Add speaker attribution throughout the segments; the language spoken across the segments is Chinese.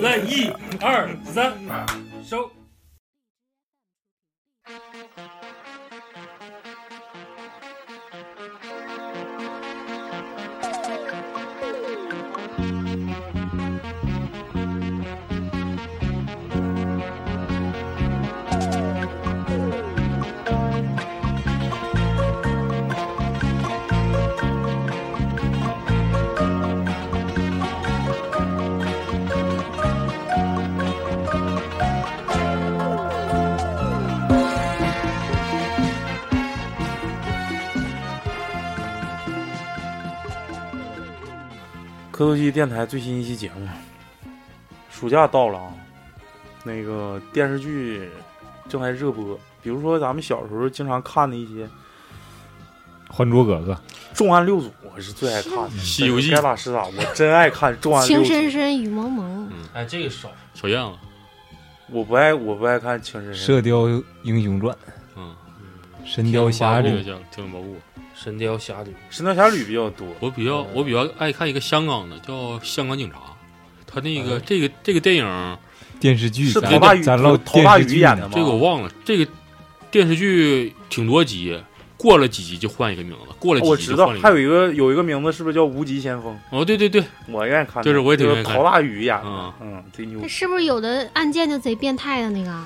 Speaker 1: 来一二三，收。
Speaker 2: 科头机电台最新一期节目，暑假到了啊，那个电视剧正在热播，比如说咱们小时候经常看的一些《
Speaker 3: 《还珠格格》
Speaker 2: 重案六组》，我是最爱看的，《
Speaker 4: 西游记
Speaker 2: 该打是打，我真爱看《重案六
Speaker 5: 情
Speaker 2: 组》
Speaker 5: 深，深雨蒙蒙，
Speaker 1: 哎，这个少。
Speaker 4: 小样子，
Speaker 2: 我不爱，我不爱看《情深
Speaker 3: 《
Speaker 2: 深
Speaker 3: 射雕英雄传》
Speaker 4: 嗯，
Speaker 3: 《神雕侠
Speaker 4: 这个
Speaker 3: 侣》，
Speaker 4: 叫听了毛骨。
Speaker 1: 神雕侠侣，
Speaker 2: 神雕侠侣》比较多，
Speaker 4: 我比较我比较爱看一个香港的，叫《香港警察》，他那个、这个这个电影，
Speaker 3: 电视剧
Speaker 2: 是
Speaker 3: 咱
Speaker 2: 陶大宇，
Speaker 3: 咱唠
Speaker 2: 陶大
Speaker 3: 电视
Speaker 2: 宇
Speaker 3: 剧
Speaker 2: 演的
Speaker 3: 呢，
Speaker 2: 吗？
Speaker 4: 这个我忘了，这个电视剧挺多集，过了几集就换一个名字，过了
Speaker 2: 我
Speaker 4: 几集
Speaker 2: 知
Speaker 4: 就
Speaker 2: 道
Speaker 4: 换，一个
Speaker 2: 还
Speaker 4: 名
Speaker 2: 有一个有一个名字是不是叫《无极先锋
Speaker 4: 字。哦，对对对，》？
Speaker 2: 我愿意看的，
Speaker 4: 对是我也挺
Speaker 2: 就
Speaker 4: 愿意看
Speaker 2: 陶大宇演的，
Speaker 4: 嗯，
Speaker 2: 嗯，贼牛
Speaker 5: 那，是不是有的案件就贼变态的那个？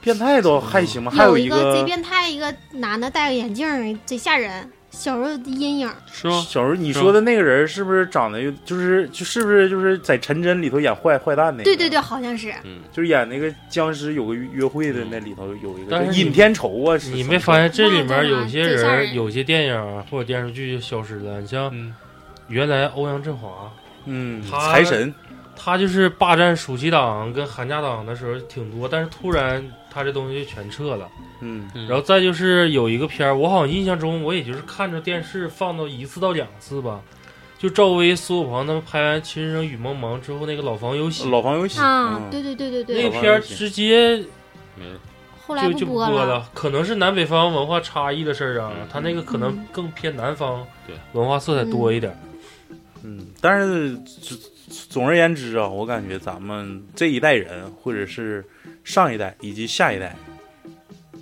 Speaker 2: 变态都还行吧，还有
Speaker 5: 嗯一
Speaker 2: 个
Speaker 5: 贼变态，一个男的戴个眼镜儿，哎贼吓人。小时候的阴影，
Speaker 4: 是吗？
Speaker 2: 小时候你说的那个人是不是长得又就是就是不是就是在《陈真》里头演坏坏蛋那个？
Speaker 5: 对对对，，好像是。
Speaker 4: 嗯，
Speaker 2: 就是演那个僵尸有个约会的那里头有一个
Speaker 1: 但是
Speaker 2: 叫
Speaker 1: 你
Speaker 2: 尹天仇啊，是
Speaker 1: 你没发现这里面有些
Speaker 5: 那真的最吓
Speaker 1: 人、
Speaker 5: 人
Speaker 1: 有些电影或者电视剧就消失了？你像
Speaker 4: 嗯
Speaker 1: 原来欧阳震华，
Speaker 2: 嗯
Speaker 1: 他
Speaker 2: 财神
Speaker 1: 他就是霸占暑期档跟寒假档的时候挺多，但是突然他这东西就全撤了。
Speaker 2: 嗯
Speaker 4: 嗯
Speaker 1: 然后再就是有一个片儿，我好像印象中我也就是看着电视放到一次到两次吧，就赵薇、苏有朋他们拍完《情深深雨蒙蒙》之后，那个老房有喜。
Speaker 2: 老房有嗯喜
Speaker 5: 啊，对对对对
Speaker 1: 那个
Speaker 5: 对，
Speaker 1: 片儿直接
Speaker 4: 没了。
Speaker 5: 后来
Speaker 1: 就
Speaker 5: 不
Speaker 1: 就
Speaker 5: 播了。
Speaker 1: 了，可能是南北方文化差异的事儿啊
Speaker 4: 嗯，
Speaker 1: 他那个可能更偏南方
Speaker 4: 对
Speaker 1: 文化色彩多一点儿。
Speaker 2: 嗯，但是总总而言之啊，我感觉咱们这一代人或者是上一代以及下一代，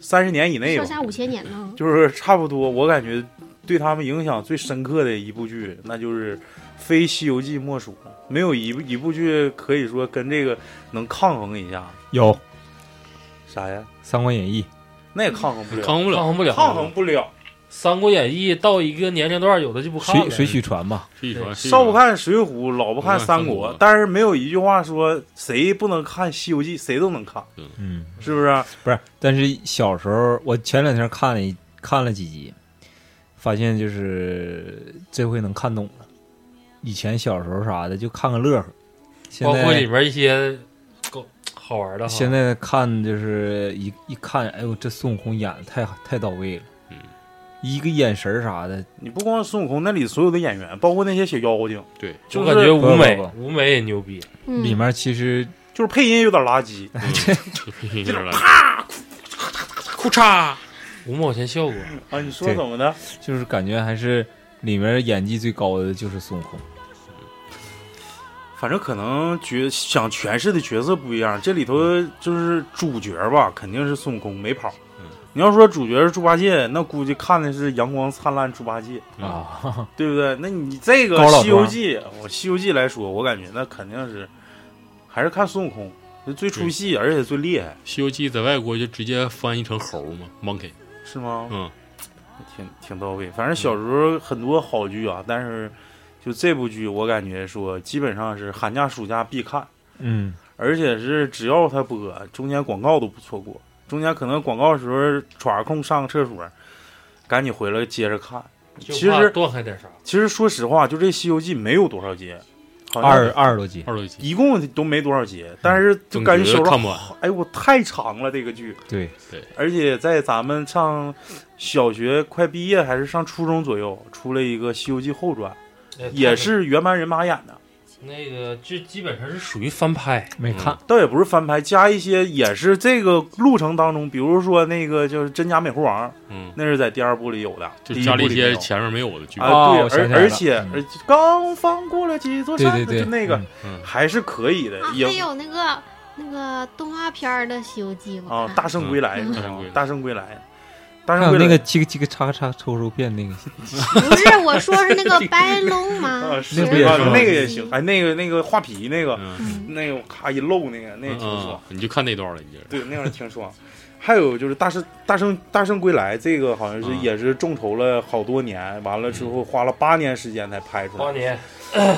Speaker 2: 三十年以内吧
Speaker 5: 上，下五千年呢？
Speaker 2: 就是差不多，我感觉对他们影响最深刻的一部剧，那就是非《西游记》莫属了。没有一部一部剧可以说跟这个能抗衡一下。
Speaker 3: 有《
Speaker 2: 啥呀？
Speaker 3: 三国演义》。
Speaker 2: 那也抗衡不了，
Speaker 4: 嗯扛
Speaker 1: 抗
Speaker 4: 不了，
Speaker 1: 衡不了，
Speaker 2: 抗衡不了。
Speaker 1: 三国演义》到一个年龄段儿，有的就不看
Speaker 3: 水
Speaker 1: 了。
Speaker 3: 水曲传
Speaker 2: 嗯
Speaker 3: 吧，
Speaker 4: 是一船，是一啊
Speaker 2: 少不
Speaker 4: 船
Speaker 2: 看《水浒》，老不看《三国》
Speaker 4: 嗯，
Speaker 2: 但是没有一句话说谁不能看《西游记》，谁都能看，
Speaker 3: 嗯，
Speaker 2: 是不是？
Speaker 3: 不是，但是小时候我前两天看了一看了几集，发现就是这回能看懂了。以前小时候啥的就看个乐呵，现
Speaker 1: 包括里
Speaker 3: 在
Speaker 1: 面一些狗好玩的哈。
Speaker 3: 现在看就是一一看，哎呦，这孙悟空演的太太到位了，
Speaker 4: 嗯，
Speaker 3: 一个眼神儿啥的，
Speaker 2: 你不光是孙悟空，那里所有的演员，包括那些小妖精，
Speaker 4: 对，
Speaker 2: 就
Speaker 1: 我
Speaker 2: 是
Speaker 1: 感觉
Speaker 3: 不
Speaker 1: 舞
Speaker 3: 不
Speaker 1: 美
Speaker 3: 不
Speaker 1: 舞美也牛逼，
Speaker 5: 嗯，
Speaker 3: 里面其实
Speaker 2: 就是配音有点垃圾。
Speaker 4: 嗯就是有点来，裤衩，
Speaker 1: 五毛钱效果。
Speaker 2: 啊，你说
Speaker 3: 对
Speaker 2: 怎么的？
Speaker 3: 就是感觉还是里面演技最高的就是孙悟空。
Speaker 2: 反正可能角想诠释的角色不一样，这里头就是主角吧，肯定是孙悟空没跑
Speaker 4: 嗯。
Speaker 2: 你要说主角是猪八戒，那估计看的是《阳光灿烂猪八戒》，
Speaker 4: 嗯
Speaker 3: 啊，
Speaker 2: 对不对？那你这个
Speaker 3: 高老
Speaker 2: 《
Speaker 3: 庄
Speaker 2: 西游记》，我《西游记》来说，我感觉那肯定是还是看孙悟空就最出戏，而且最厉害，
Speaker 4: 《西游记》在外国就直接翻译成猴嘛，monkey，
Speaker 2: 是吗？
Speaker 4: 嗯，
Speaker 2: 挺挺到位。反正小时候很多好剧啊，但是就这部剧，我感觉说基本上是寒假暑假必看。
Speaker 3: 嗯，
Speaker 2: 而且是只要他播，中间广告都不错过。中间可能广告的时候抓个空上个厕所，赶紧回来接着看。
Speaker 1: 就
Speaker 2: 其
Speaker 1: 怕
Speaker 2: 实
Speaker 1: 断开点啥。
Speaker 2: 其实说实话，就这《西游记》没有多少集，好像
Speaker 3: 二二十多集，
Speaker 4: 二十多集，
Speaker 2: 一共都没多少集，但是就
Speaker 4: 嗯总
Speaker 2: 感觉
Speaker 4: 觉
Speaker 2: 小
Speaker 4: 得
Speaker 2: 说
Speaker 4: 看不完。
Speaker 2: 哎呦我太长了这个剧，
Speaker 3: 对，
Speaker 2: 而且在咱们上小学快毕业还是上初中左右，出了一个《西游记后传》，也是原班人马演的，
Speaker 1: 呃那个，这基本上是属于翻拍，
Speaker 3: 没看，
Speaker 4: 嗯
Speaker 2: 倒也不是翻拍，加一些也是这个路程当中，比如说那个就是真假美猴王，
Speaker 4: 嗯，
Speaker 2: 那是在第二部里有的，
Speaker 4: 就
Speaker 2: 第一
Speaker 4: 加了
Speaker 2: 部
Speaker 4: 一
Speaker 2: 里没
Speaker 4: 些
Speaker 2: 有
Speaker 4: 前面没有的剧本。
Speaker 2: 啊，
Speaker 3: 哦我
Speaker 2: 对，而
Speaker 3: 想起来了
Speaker 2: 而且
Speaker 3: 嗯
Speaker 2: 而且刚翻过了几座
Speaker 3: 对
Speaker 2: 山，
Speaker 3: 对对，
Speaker 2: 就那个
Speaker 3: 嗯
Speaker 4: 嗯，
Speaker 2: 还是可以的，
Speaker 5: 啊，还
Speaker 2: 也
Speaker 5: 有那个那个动画片儿的《西游记》，我
Speaker 6: 哦
Speaker 2: 啊，
Speaker 5: 看
Speaker 2: 大圣归来，
Speaker 5: 嗯
Speaker 2: 你知道吗
Speaker 4: 嗯
Speaker 2: 大圣归来，大
Speaker 3: 还
Speaker 2: 圣归
Speaker 3: 有
Speaker 2: 来
Speaker 3: 那个七个七个叉叉抽抽变那个，
Speaker 5: 不 是我说是那个白龙
Speaker 6: 哦
Speaker 2: 啊，
Speaker 5: 吗？
Speaker 2: 是
Speaker 3: 那不也
Speaker 2: 啊
Speaker 3: 是吗
Speaker 2: 那个也行，哎，那个那个画皮那个
Speaker 4: 嗯
Speaker 5: 嗯，
Speaker 2: 那个咔一露那个，那个
Speaker 4: 嗯
Speaker 2: 挺爽
Speaker 4: 嗯，，你就看那段了，你这。
Speaker 2: 对，那样挺爽。啊还有就是大圣大圣大圣归来，这个好像是
Speaker 4: 嗯
Speaker 2: 也是众筹了好多年，完了之
Speaker 1: 嗯
Speaker 2: 后花了八年时间才拍出
Speaker 1: 八
Speaker 2: 来，
Speaker 1: 年，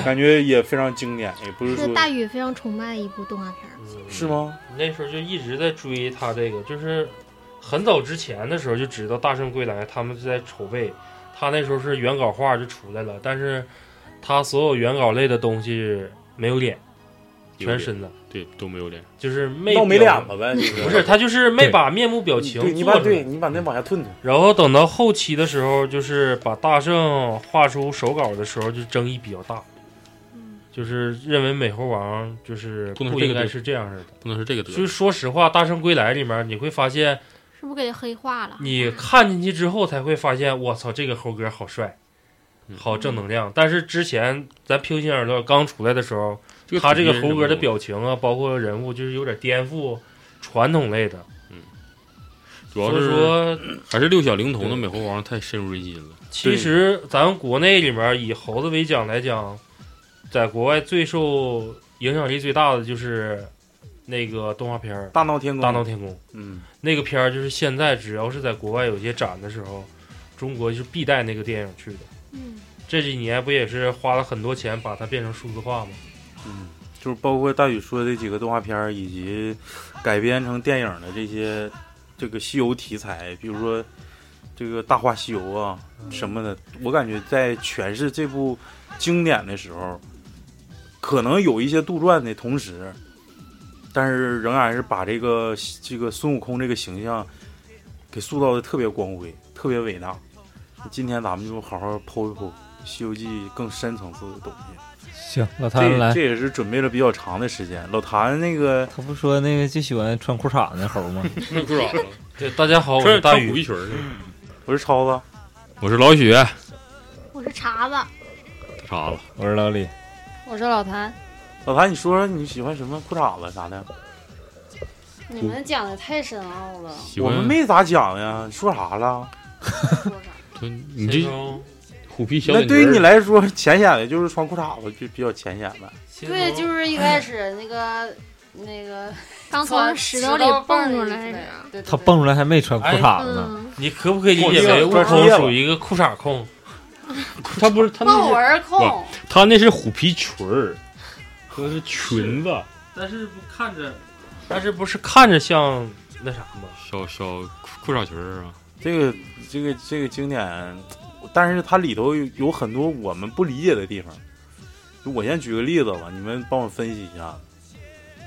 Speaker 2: 感觉也非常经典，也不是说
Speaker 5: 是大宇非常崇拜的一部动画片儿。
Speaker 1: 嗯
Speaker 2: 是？吗？
Speaker 1: 那时候就一直在追他这个，就是很早之前的时候就知道《大圣归来》，他们就在筹备。他那时候是原稿画就出来了，但是他所有原稿类的东西没有脸，
Speaker 4: 有
Speaker 1: 全
Speaker 4: 脸
Speaker 1: 身子，
Speaker 4: 对，都没有脸。
Speaker 1: 就是没
Speaker 2: 闹没
Speaker 1: 表
Speaker 2: 脸子呗，就是
Speaker 1: 不是他就是没
Speaker 3: 对
Speaker 1: 把面部表
Speaker 2: 你
Speaker 1: 情
Speaker 2: 对你
Speaker 1: 做
Speaker 2: 把
Speaker 1: 出来
Speaker 2: 对你把那往下吞吞，
Speaker 1: 然后等到后期的时候，就是把大圣画出手稿的时候，就争议比较大，就是认为美猴王就是
Speaker 4: 不能
Speaker 1: 不
Speaker 4: 是这
Speaker 1: 应
Speaker 4: 个
Speaker 1: 该
Speaker 4: 队
Speaker 1: 是这样式的。
Speaker 4: 不能是这个德
Speaker 1: 就是
Speaker 4: 行。
Speaker 1: 说实话，《大圣归来》里面你会发现，
Speaker 5: 是不是给黑化
Speaker 6: 嗯
Speaker 5: 了？
Speaker 1: 你看进去之后才会发现，我操，这个猴哥好帅，
Speaker 4: 嗯
Speaker 1: 好正能量。但是之前咱平心而论，刚出来的时候，他这个猴哥的表情啊，包括人物，就是有点颠覆传统类的。
Speaker 4: 主要
Speaker 1: 所以
Speaker 4: 是
Speaker 1: 说，
Speaker 4: 还是六小龄童的
Speaker 1: 对
Speaker 4: 美猴王太深入人心了。
Speaker 1: 其实咱们国内里面以猴子为奖来讲，在国外最受影响力最大的就是那个动画片儿
Speaker 2: 大闹天
Speaker 1: 《
Speaker 2: 宫，
Speaker 1: 大闹天宫》
Speaker 2: 嗯，
Speaker 1: 那个片儿，就是现在只要是在国外有些展的时候，中国就是必带那个电影去的。
Speaker 5: 嗯，
Speaker 1: 这几年不也是花了很多钱把它变成数字化吗？
Speaker 2: 嗯就是包括大宇说的几个动画片儿，以及改编成电影的这些这个西游题材，比如说这个《大话西游》啊什么的，我感觉在诠释这部经典的时候，可能有一些杜撰的同时，但是仍然是把这个这个孙悟空这个形象给塑造的特别光辉，特别伟大。今天咱们就好好剖一剖《西游记》更深层次的东西。
Speaker 3: 行，老谭
Speaker 2: 这
Speaker 3: 来
Speaker 2: 这，也是准备了比较长的时间。老谭那个
Speaker 3: 他不说那个就喜欢穿裤衩那猴吗？
Speaker 4: 不知道，
Speaker 1: 对，大家好，我是
Speaker 4: 穿
Speaker 1: 大
Speaker 4: 穿虎
Speaker 1: 宇。
Speaker 4: 皮裙儿呢。
Speaker 2: 不是超子，
Speaker 4: 我是老许，
Speaker 5: 我是碴子，
Speaker 4: 啥了？
Speaker 3: 我说老李，
Speaker 6: 我说老谭，
Speaker 2: 老谭你说说你喜欢什么裤衩子啥的？
Speaker 6: 你们讲的太深奥了，
Speaker 4: 喜
Speaker 2: 我
Speaker 4: 欢
Speaker 2: 们没咋讲呀，说啥了？
Speaker 6: 说啥？
Speaker 4: 穿你这虎皮小
Speaker 2: 那
Speaker 4: 短
Speaker 2: 对于
Speaker 4: 裙儿
Speaker 2: 你来说，浅显的就是穿裤衩子就比较浅显呗。
Speaker 6: 对，就是一开始那个那个
Speaker 5: 刚从
Speaker 6: 从
Speaker 5: 石头
Speaker 6: 头
Speaker 5: 里蹦出来
Speaker 6: 来
Speaker 5: 的。
Speaker 6: 对对
Speaker 3: 他
Speaker 6: 对
Speaker 3: 蹦出来还没穿裤衩子呢，
Speaker 5: 嗯，
Speaker 1: 你可不可以理解为悟空属于一个裤衩控？
Speaker 4: 他不是他
Speaker 6: 豹
Speaker 4: 那是
Speaker 6: 纹控，
Speaker 4: 他那是虎皮裙儿，那是裙子，
Speaker 1: 但是不看着，但是不是看着像那啥吗？
Speaker 4: 小小裤裤衩裙儿啊。
Speaker 2: 这个这个这个经典，但是它里头有有很多我们不理解的地方。就我先举个例子吧，你们帮我分析一下。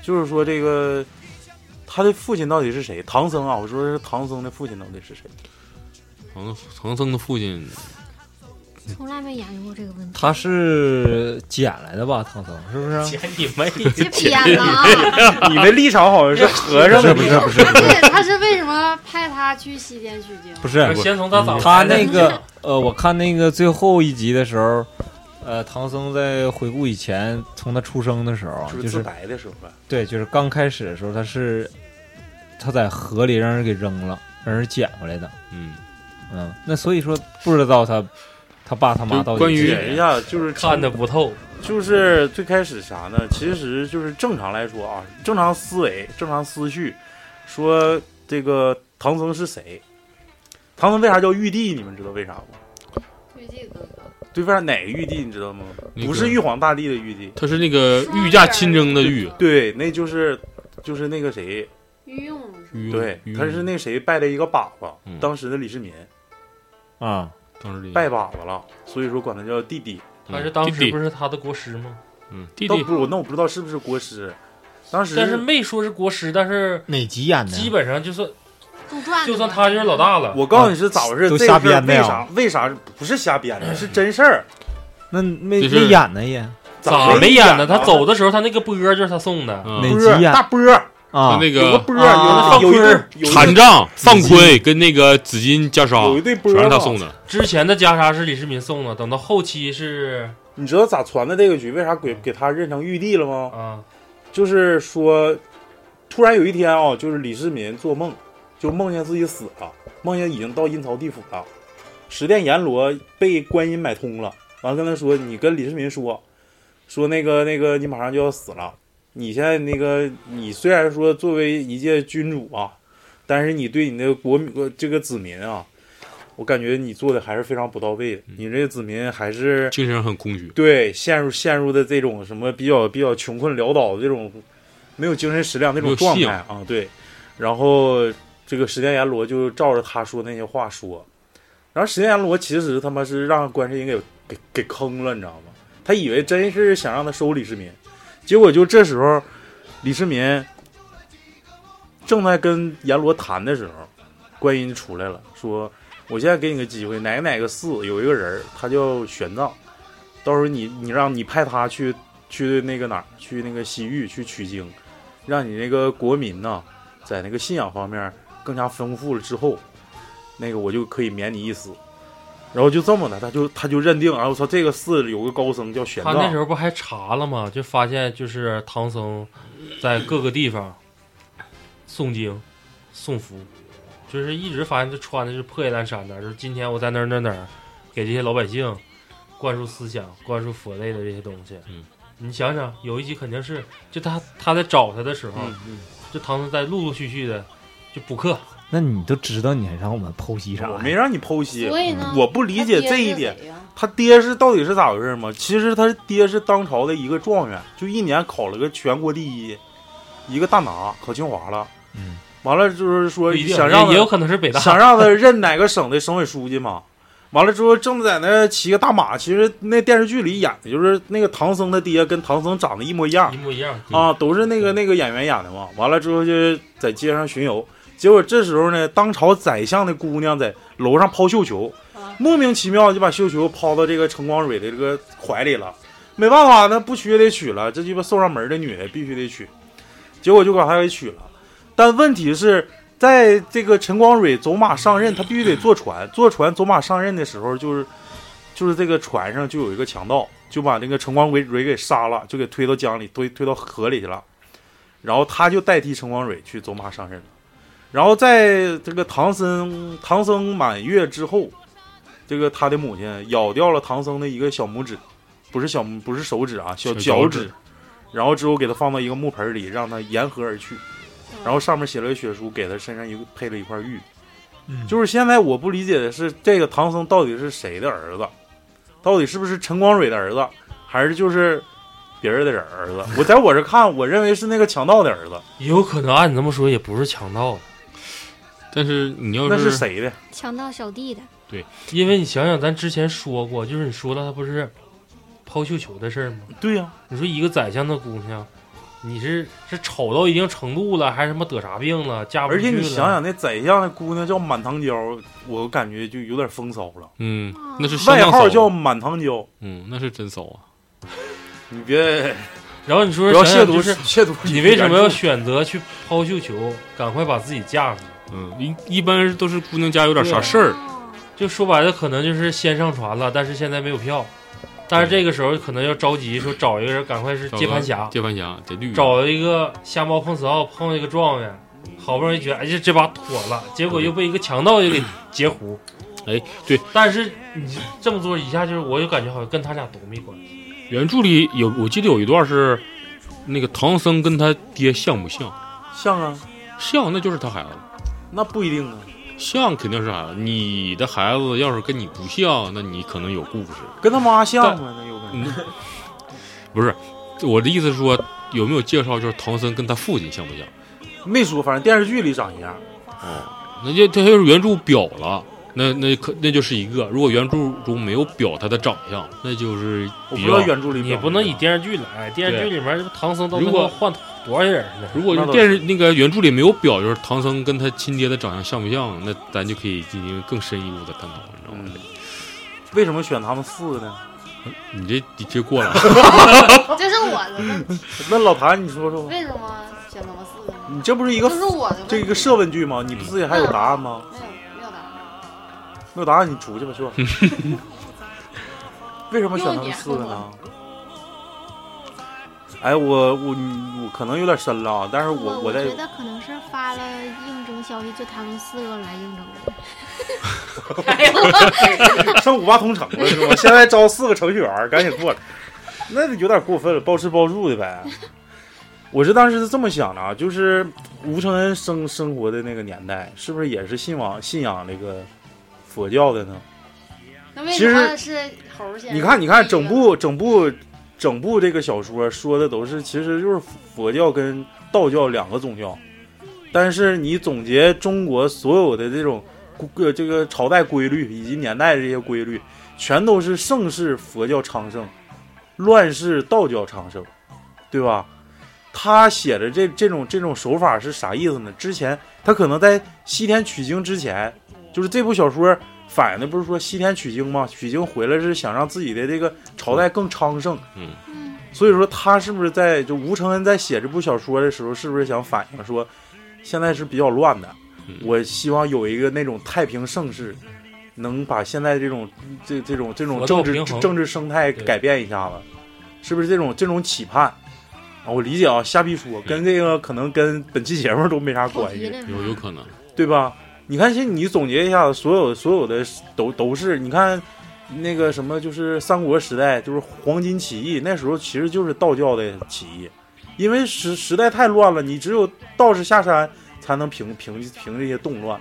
Speaker 2: 就是说这个他的父亲到底是谁？唐僧啊，我说是唐僧的父亲到底是谁？
Speaker 4: 唐唐僧的父亲
Speaker 5: 从来没研究过这个 问题。
Speaker 3: 他是捡来的吧？唐僧是不是？
Speaker 1: 姐你妹！
Speaker 5: 别编了啊！
Speaker 2: 你们立场好像是和尚的
Speaker 3: 不
Speaker 2: 立
Speaker 3: 是
Speaker 2: 场，
Speaker 3: 不是不是
Speaker 6: 对，他是为什么派他去西天取经？
Speaker 3: 不 是，
Speaker 1: 先从他咋
Speaker 3: 他那个呃，我看那个最后一集的时候，呃，唐僧在回顾以前，从他出生的时
Speaker 4: 啊
Speaker 3: 候，
Speaker 2: 就
Speaker 3: 就是
Speaker 2: 自
Speaker 3: 是
Speaker 2: 白的时候呗。
Speaker 3: 对，就是刚开始的时候，他是他在河里让人给扔了，让人捡回来的。
Speaker 4: 嗯，
Speaker 3: 嗯，那所以说不知道他他爸他妈
Speaker 4: 就
Speaker 3: 到底
Speaker 4: 关于
Speaker 2: 解释一下，就是
Speaker 1: 看的不透，
Speaker 2: 就是最开始啥呢？其实就是正常来说啊，正常思维、正常思绪，说这个唐僧是谁？唐僧为啥叫玉帝？你们知道为啥不？
Speaker 6: 玉帝哥哥，
Speaker 2: 对，为啥哪个玉帝你知道吗？
Speaker 4: 那个
Speaker 2: 不是玉皇大帝的玉帝，
Speaker 4: 他是那
Speaker 2: 呃
Speaker 4: 个御驾亲征的御，
Speaker 2: 对，那就是就是那个谁，
Speaker 6: 御用是吧
Speaker 4: 御
Speaker 2: 对，
Speaker 4: 御
Speaker 2: 他是那谁拜了一个把子
Speaker 4: 嗯，
Speaker 2: 当时的李世民
Speaker 3: 啊，
Speaker 4: 当时的
Speaker 2: 拜把子了，所以说管他叫弟弟。
Speaker 4: 嗯
Speaker 1: 但是当
Speaker 4: 弟
Speaker 1: 时
Speaker 4: 弟
Speaker 1: 不是他的国师吗？
Speaker 4: 嗯，弟
Speaker 2: 都
Speaker 4: 弟
Speaker 2: 不，那我不知道是不是国师。当时
Speaker 1: 但是没说是国师，但是
Speaker 7: 哪集演的？
Speaker 1: 基本上就算
Speaker 5: 杜撰的
Speaker 1: 就算他就是老
Speaker 6: 嗯
Speaker 1: 大了。
Speaker 2: 我告诉你是咋回事，
Speaker 7: 啊都
Speaker 2: 这
Speaker 7: 瞎
Speaker 2: 个事儿
Speaker 7: 编的
Speaker 2: 为
Speaker 7: 呀
Speaker 2: 啥为啥不是瞎编的，是真事儿。
Speaker 3: 那没
Speaker 4: 就是
Speaker 3: 没演呢也，
Speaker 1: 咋没啊
Speaker 2: 演
Speaker 1: 呢？他走的时候，他那个波就是他送的，
Speaker 4: 嗯
Speaker 3: 哪
Speaker 2: 波
Speaker 3: 集演
Speaker 2: 大波儿
Speaker 3: 啊？
Speaker 4: 那
Speaker 2: 有个
Speaker 4: 个
Speaker 2: 波
Speaker 3: 啊
Speaker 2: 儿，有一个有一个有一
Speaker 4: 禅
Speaker 2: 个
Speaker 4: 杖、犯规跟那个紫金袈
Speaker 2: 有一
Speaker 4: 裟，
Speaker 2: 对波
Speaker 4: 啊全
Speaker 2: 儿
Speaker 4: 是他
Speaker 2: 嘛
Speaker 4: 送的。
Speaker 1: 之前的袈裟是李世民送的，等到后期是
Speaker 2: 你知道咋传的这个局？为啥给给他认成玉帝了吗？
Speaker 1: 啊
Speaker 2: 就是说，突然有一天啊、就是李世民做梦，就梦见自己死了，梦见已经到阴曹地府了。十殿阎罗被观音买通了，完了跟他说：“你跟李世民说，说那个那个你马上就要死了，你现在那个你虽然说作为一介君主啊，但是你对你的国民呃这个子民啊，我感觉你做的还是非常不到位的，你这个子民还是
Speaker 4: 精神很空虚，
Speaker 2: 对，陷入陷入的这种什么比较比较穷困潦倒的这种没有精神食粮那
Speaker 4: 没
Speaker 2: 种
Speaker 4: 有
Speaker 2: 状
Speaker 4: 信
Speaker 2: 态
Speaker 4: 仰
Speaker 2: 啊，对。然后这个石天阎罗就照着他说那些话说，然后石天阎罗其实他妈是让观世音给给给坑了，你知道吗？他以为真是想让他收李世民，结果就这时候李世民正在跟阎罗谈的时候，观音出来了，说：“我现在给你个机会，哪个哪个寺有一个人儿，他叫玄奘，到时候你你让你派他去去那个哪儿，去那个西域去取经，让你那个国民呐，在那个信仰方面更加丰富了之后，那个我就可以免你一死。”然后就这么的，他就他就认定，啊，我操，这个寺有个高僧叫玄
Speaker 1: 他那时
Speaker 2: 奘，
Speaker 1: 候不还查了吗？就发现就是唐僧在各个地方诵经、送福，就是一直发现他穿的是破衣烂衫的。就是今天我在哪儿哪儿哪儿给这些老百姓灌输思想、灌输佛类的这些东西。
Speaker 4: 嗯，
Speaker 1: 你想想，有一集肯定是就他他在找他的时
Speaker 2: 嗯
Speaker 1: 候，就唐僧在陆陆续续的就补课。
Speaker 3: 那你都知道，你还让我们剖析啥呀？
Speaker 2: 我没让你剖析，
Speaker 6: 所以呢，
Speaker 2: 我不理解这一点
Speaker 6: 他爹是。谁呀。
Speaker 2: 他爹是到底是咋回事吗？其实他爹是当朝的一个状元，就一年考了个全国第一，一个大拿，考清华了。
Speaker 3: 嗯，
Speaker 2: 完了就是说
Speaker 1: 不一定，
Speaker 2: 想让
Speaker 1: 也也有
Speaker 2: 他
Speaker 1: 可能是北大。
Speaker 2: 想让他任哪个省的省委书记嘛。完了之后，正在那骑个大马，其实那电视剧里演的就是那个唐僧他爹跟唐僧长得一模一样
Speaker 1: 一，模一样，
Speaker 2: 啊，都是那个那个演员演的嘛。完了之后就在街上巡游，结果这时候呢，当朝宰相的姑娘在楼上抛绣球，莫名其妙就把绣球抛到这个程光蕊的这个怀里了。没办法，那不娶也得娶了，这鸡巴送上门的女的必须得娶，结果就把她给娶了。但问题是，在这个陈光蕊走马上任，他必须得坐船，坐船走马上任的时候，就是就是这个船上就有一个强盗，就把那个陈光蕊蕊给杀了，就给推到江里，推推到河里去了。然后他就代替陈光蕊去走马上任了。然后在这个唐僧唐僧满月之后，这个他的母亲咬掉了唐僧的一个小拇指，不是小拇不是手指啊，小
Speaker 4: 小
Speaker 2: 脚
Speaker 4: 脚
Speaker 2: 趾
Speaker 4: 趾。
Speaker 2: 然后之后给他放到一个木盆里，让他沿河而去。然后上面写了血书，给他身上一个配了一块玉。
Speaker 3: 嗯
Speaker 2: 就是现在我不理解的是，这个唐僧到底是谁的儿子？到底是不是陈光蕊的儿子，还是就是别人的人 儿子？我在我这看，我认为是那个强盗的儿子，
Speaker 1: 也有可能按你这么说，也不是强盗，
Speaker 4: 但是你要
Speaker 2: 那是谁的？
Speaker 5: 强盗小弟的，
Speaker 1: 因为你想想，咱之前说过，就是你说到他不是抛绣球的事儿吗？
Speaker 2: 对呀、
Speaker 1: 你说一个宰相的姑娘，你是是丑到一定程度了，还是什么得啥病了，嫁不出
Speaker 2: 而
Speaker 1: 去
Speaker 2: 且
Speaker 1: 了？
Speaker 2: 你想，想，那宰相的姑娘叫满堂娇，我感觉就有点风骚了，
Speaker 4: 嗯，那是相
Speaker 2: 外
Speaker 4: 当
Speaker 2: 号
Speaker 4: 骚
Speaker 2: 叫满堂娇。
Speaker 4: 嗯，那是真骚啊！
Speaker 2: 你别
Speaker 1: 然后你说
Speaker 2: 不要
Speaker 1: 想想
Speaker 2: 亵渎
Speaker 1: 就是
Speaker 2: 亵渎，
Speaker 1: 你为什么要选择去抛绣球？赶快把自己嫁出去。
Speaker 4: 嗯，一一般都是姑娘家有点
Speaker 2: 啊
Speaker 4: 啥事儿，
Speaker 1: 就说白了，可能就是先上船了，但是现在没有票，但是这个时候可能要着急，说找一个人赶快是
Speaker 4: 找
Speaker 1: 接
Speaker 4: 个
Speaker 1: 盘侠，
Speaker 4: 接盘侠得绿，啊
Speaker 1: 找一个瞎猫碰死耗，碰一个状元，好不容易觉得哎这这把妥了，结果又被一个强盗又给截胡。
Speaker 4: 哎，对，
Speaker 1: 但是你这么做一下，就是我就感觉好像跟他俩都没关系。
Speaker 4: 原著里有，我记得有一段是那个唐僧跟他爹像不像？
Speaker 2: 像啊？
Speaker 4: 像，那就是他孩子。
Speaker 2: 那不一定啊，
Speaker 4: 像肯定是孩子，你的孩子要是跟你不像，那你可能有故事。
Speaker 2: 跟他妈像吗？那有可能。
Speaker 4: 不是，我的意思是说，有没有介绍就是唐僧跟他父亲像不像？
Speaker 2: 没说，反正电视剧里长一样。
Speaker 4: 哦，那就他要是原著表了，那那可那就是一个，如果原著中没有表他的长相，那就是
Speaker 2: 我
Speaker 4: 比
Speaker 2: 不知道
Speaker 4: 较。
Speaker 2: 原著里
Speaker 1: 你不能以电视剧来，电视剧里面唐僧到最
Speaker 4: 如
Speaker 1: 后
Speaker 4: 果
Speaker 1: 换多少人呢？
Speaker 4: 如果
Speaker 2: 那倒
Speaker 4: 电
Speaker 2: 是
Speaker 4: 视那个原著里没有表，就是唐僧跟他亲爹的长相像不像，那咱就可以进行更深一步的探讨，你知道吗
Speaker 2: 嗯？为什么选他们四个呢？
Speaker 4: 你这你这过 了，
Speaker 6: 这是我的问题，
Speaker 2: 那老谭，你说说吧，
Speaker 6: 为什么选他们四个呢？
Speaker 2: 你这不是一
Speaker 6: 这
Speaker 2: 个
Speaker 6: 是我的问题，
Speaker 2: 这一个设问句吗？你不自己还有答案吗？
Speaker 6: 没有没有答案，嗯
Speaker 2: 没有答案，你出去吧，去吧。 为什么选他们四个
Speaker 6: 用
Speaker 2: 呢？哎，我我你我可能有点深了啊，但是我
Speaker 6: 嗯
Speaker 5: 我
Speaker 2: 在
Speaker 5: 觉得可能是发了应征消息，就他们四个来应征的。
Speaker 2: 上五八同城了是吗？现在招四个程序员儿，赶紧过来，那有点过分了，包吃包住的呗。我是当时是这么想的啊，就是吴承恩生生活的那个年代，是不是也是信往信仰这个佛教的呢？
Speaker 6: 那为
Speaker 2: 其
Speaker 6: 什
Speaker 2: 实
Speaker 6: 么是猴先？
Speaker 2: 你看，你看，整部整部整部这个小说说的都是，其实就是佛教跟道教两个宗教，但是你总结中国所有的这种规呃这个朝代规律以及年代这些规律，全都是盛世佛教昌盛，乱世道教昌盛，对吧？他写的这这种这种手法是啥意思呢？之前他可能在西天取经之前，就是这部小说反映的不是说西天取经吗？取经回来是想让自己的这个朝代更昌盛，
Speaker 5: 嗯，
Speaker 2: 所以说他是不是在就吴承恩在写这部小说的时候，是不是想反映说，现在是比较乱的
Speaker 4: 嗯，
Speaker 2: 我希望有一个那种太平盛世，能把现在这种这这种这种
Speaker 1: 佛
Speaker 2: 政
Speaker 1: 道
Speaker 2: 治
Speaker 1: 平衡
Speaker 2: 政治生态
Speaker 1: 对
Speaker 2: 改变一下子，是不是这种这种期盼？啊，我理解啊，瞎逼说，
Speaker 1: 嗯
Speaker 2: 跟这个可能跟本期节目都没啥
Speaker 5: 跑
Speaker 2: 关系
Speaker 5: 题。了是
Speaker 6: 啊
Speaker 4: 有有
Speaker 5: 吧？
Speaker 4: 可能。
Speaker 2: 对吧？你看，现在你总结一下，所有所有的都都是，你看那个什么，就是三国时代，就是黄巾起义，那时候其实就是道教的起义，因为时时代太乱了，你只有道士下山才能平平平这些动乱。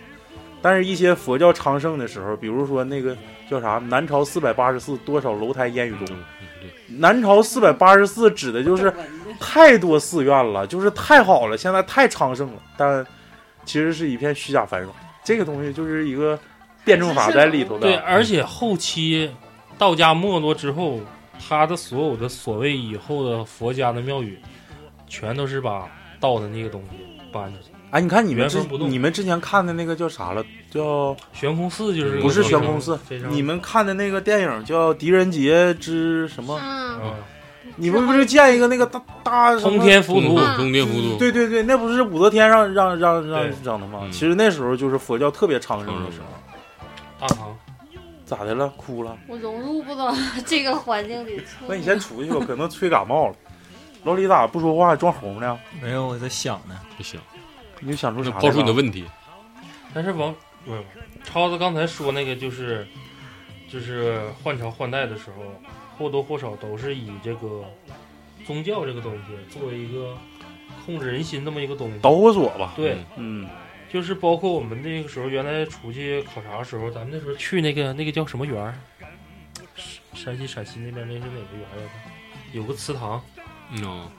Speaker 2: 但是，一些佛教昌盛的时候，比如说那个叫啥“南朝四百八十四，多少楼台烟雨中”，南朝四百八十四指的就是太多寺院了，就是太好了，现在太昌盛了，但其实是一片虚假繁荣。这个东西就是一个辩证法在里头的。
Speaker 4: 嗯
Speaker 1: 对，而且后期道家没落之后，他的所有的所谓以后的佛家的庙宇，全都是把道的那个东西搬出去。
Speaker 2: 哎，你看你们
Speaker 1: 原
Speaker 2: 之
Speaker 1: 封不动
Speaker 2: 你们之前看的那个叫啥了？叫
Speaker 1: 悬空寺就是
Speaker 2: 不是
Speaker 1: 非常
Speaker 2: 悬空寺
Speaker 1: 非？常
Speaker 2: 你们看的那个电影叫《狄仁杰之什么》？
Speaker 5: 嗯，
Speaker 1: 啊，
Speaker 2: 你们不是见一个那个大大什么
Speaker 1: 通天浮
Speaker 4: 中
Speaker 1: 屠啊
Speaker 5: 嗯
Speaker 4: 中天福都，
Speaker 2: 对对对，那不是武则天让让让
Speaker 1: 对嗯
Speaker 2: 让整的吗？
Speaker 4: 嗯
Speaker 2: 其实那时候就是佛教特别昌盛的时候。
Speaker 1: 大唐
Speaker 2: 咋的了？哭了？
Speaker 6: 我融入不到 这个环境 里。
Speaker 2: 那你先出去吧，可能吹感冒了。老李咋不说话装红呢？
Speaker 3: 没有，我在想呢。
Speaker 4: 不行，
Speaker 2: 你就想出
Speaker 4: 那
Speaker 2: 啥啊来了？
Speaker 4: 抛出你的问题，
Speaker 1: 但是王不是超子刚才说那个就是就是换朝换代的时候，或多或少都是以这个宗教这个东西作为一个控制人心这么一个东西。
Speaker 2: 导火索吧？
Speaker 1: 对，
Speaker 2: 嗯，
Speaker 1: 就是包括我们那个时候原来出去考察的时候，咱们那时候去那个那个叫什么园儿，山西陕西那边那是哪个园儿来着？有个祠堂，
Speaker 4: 嗯，哦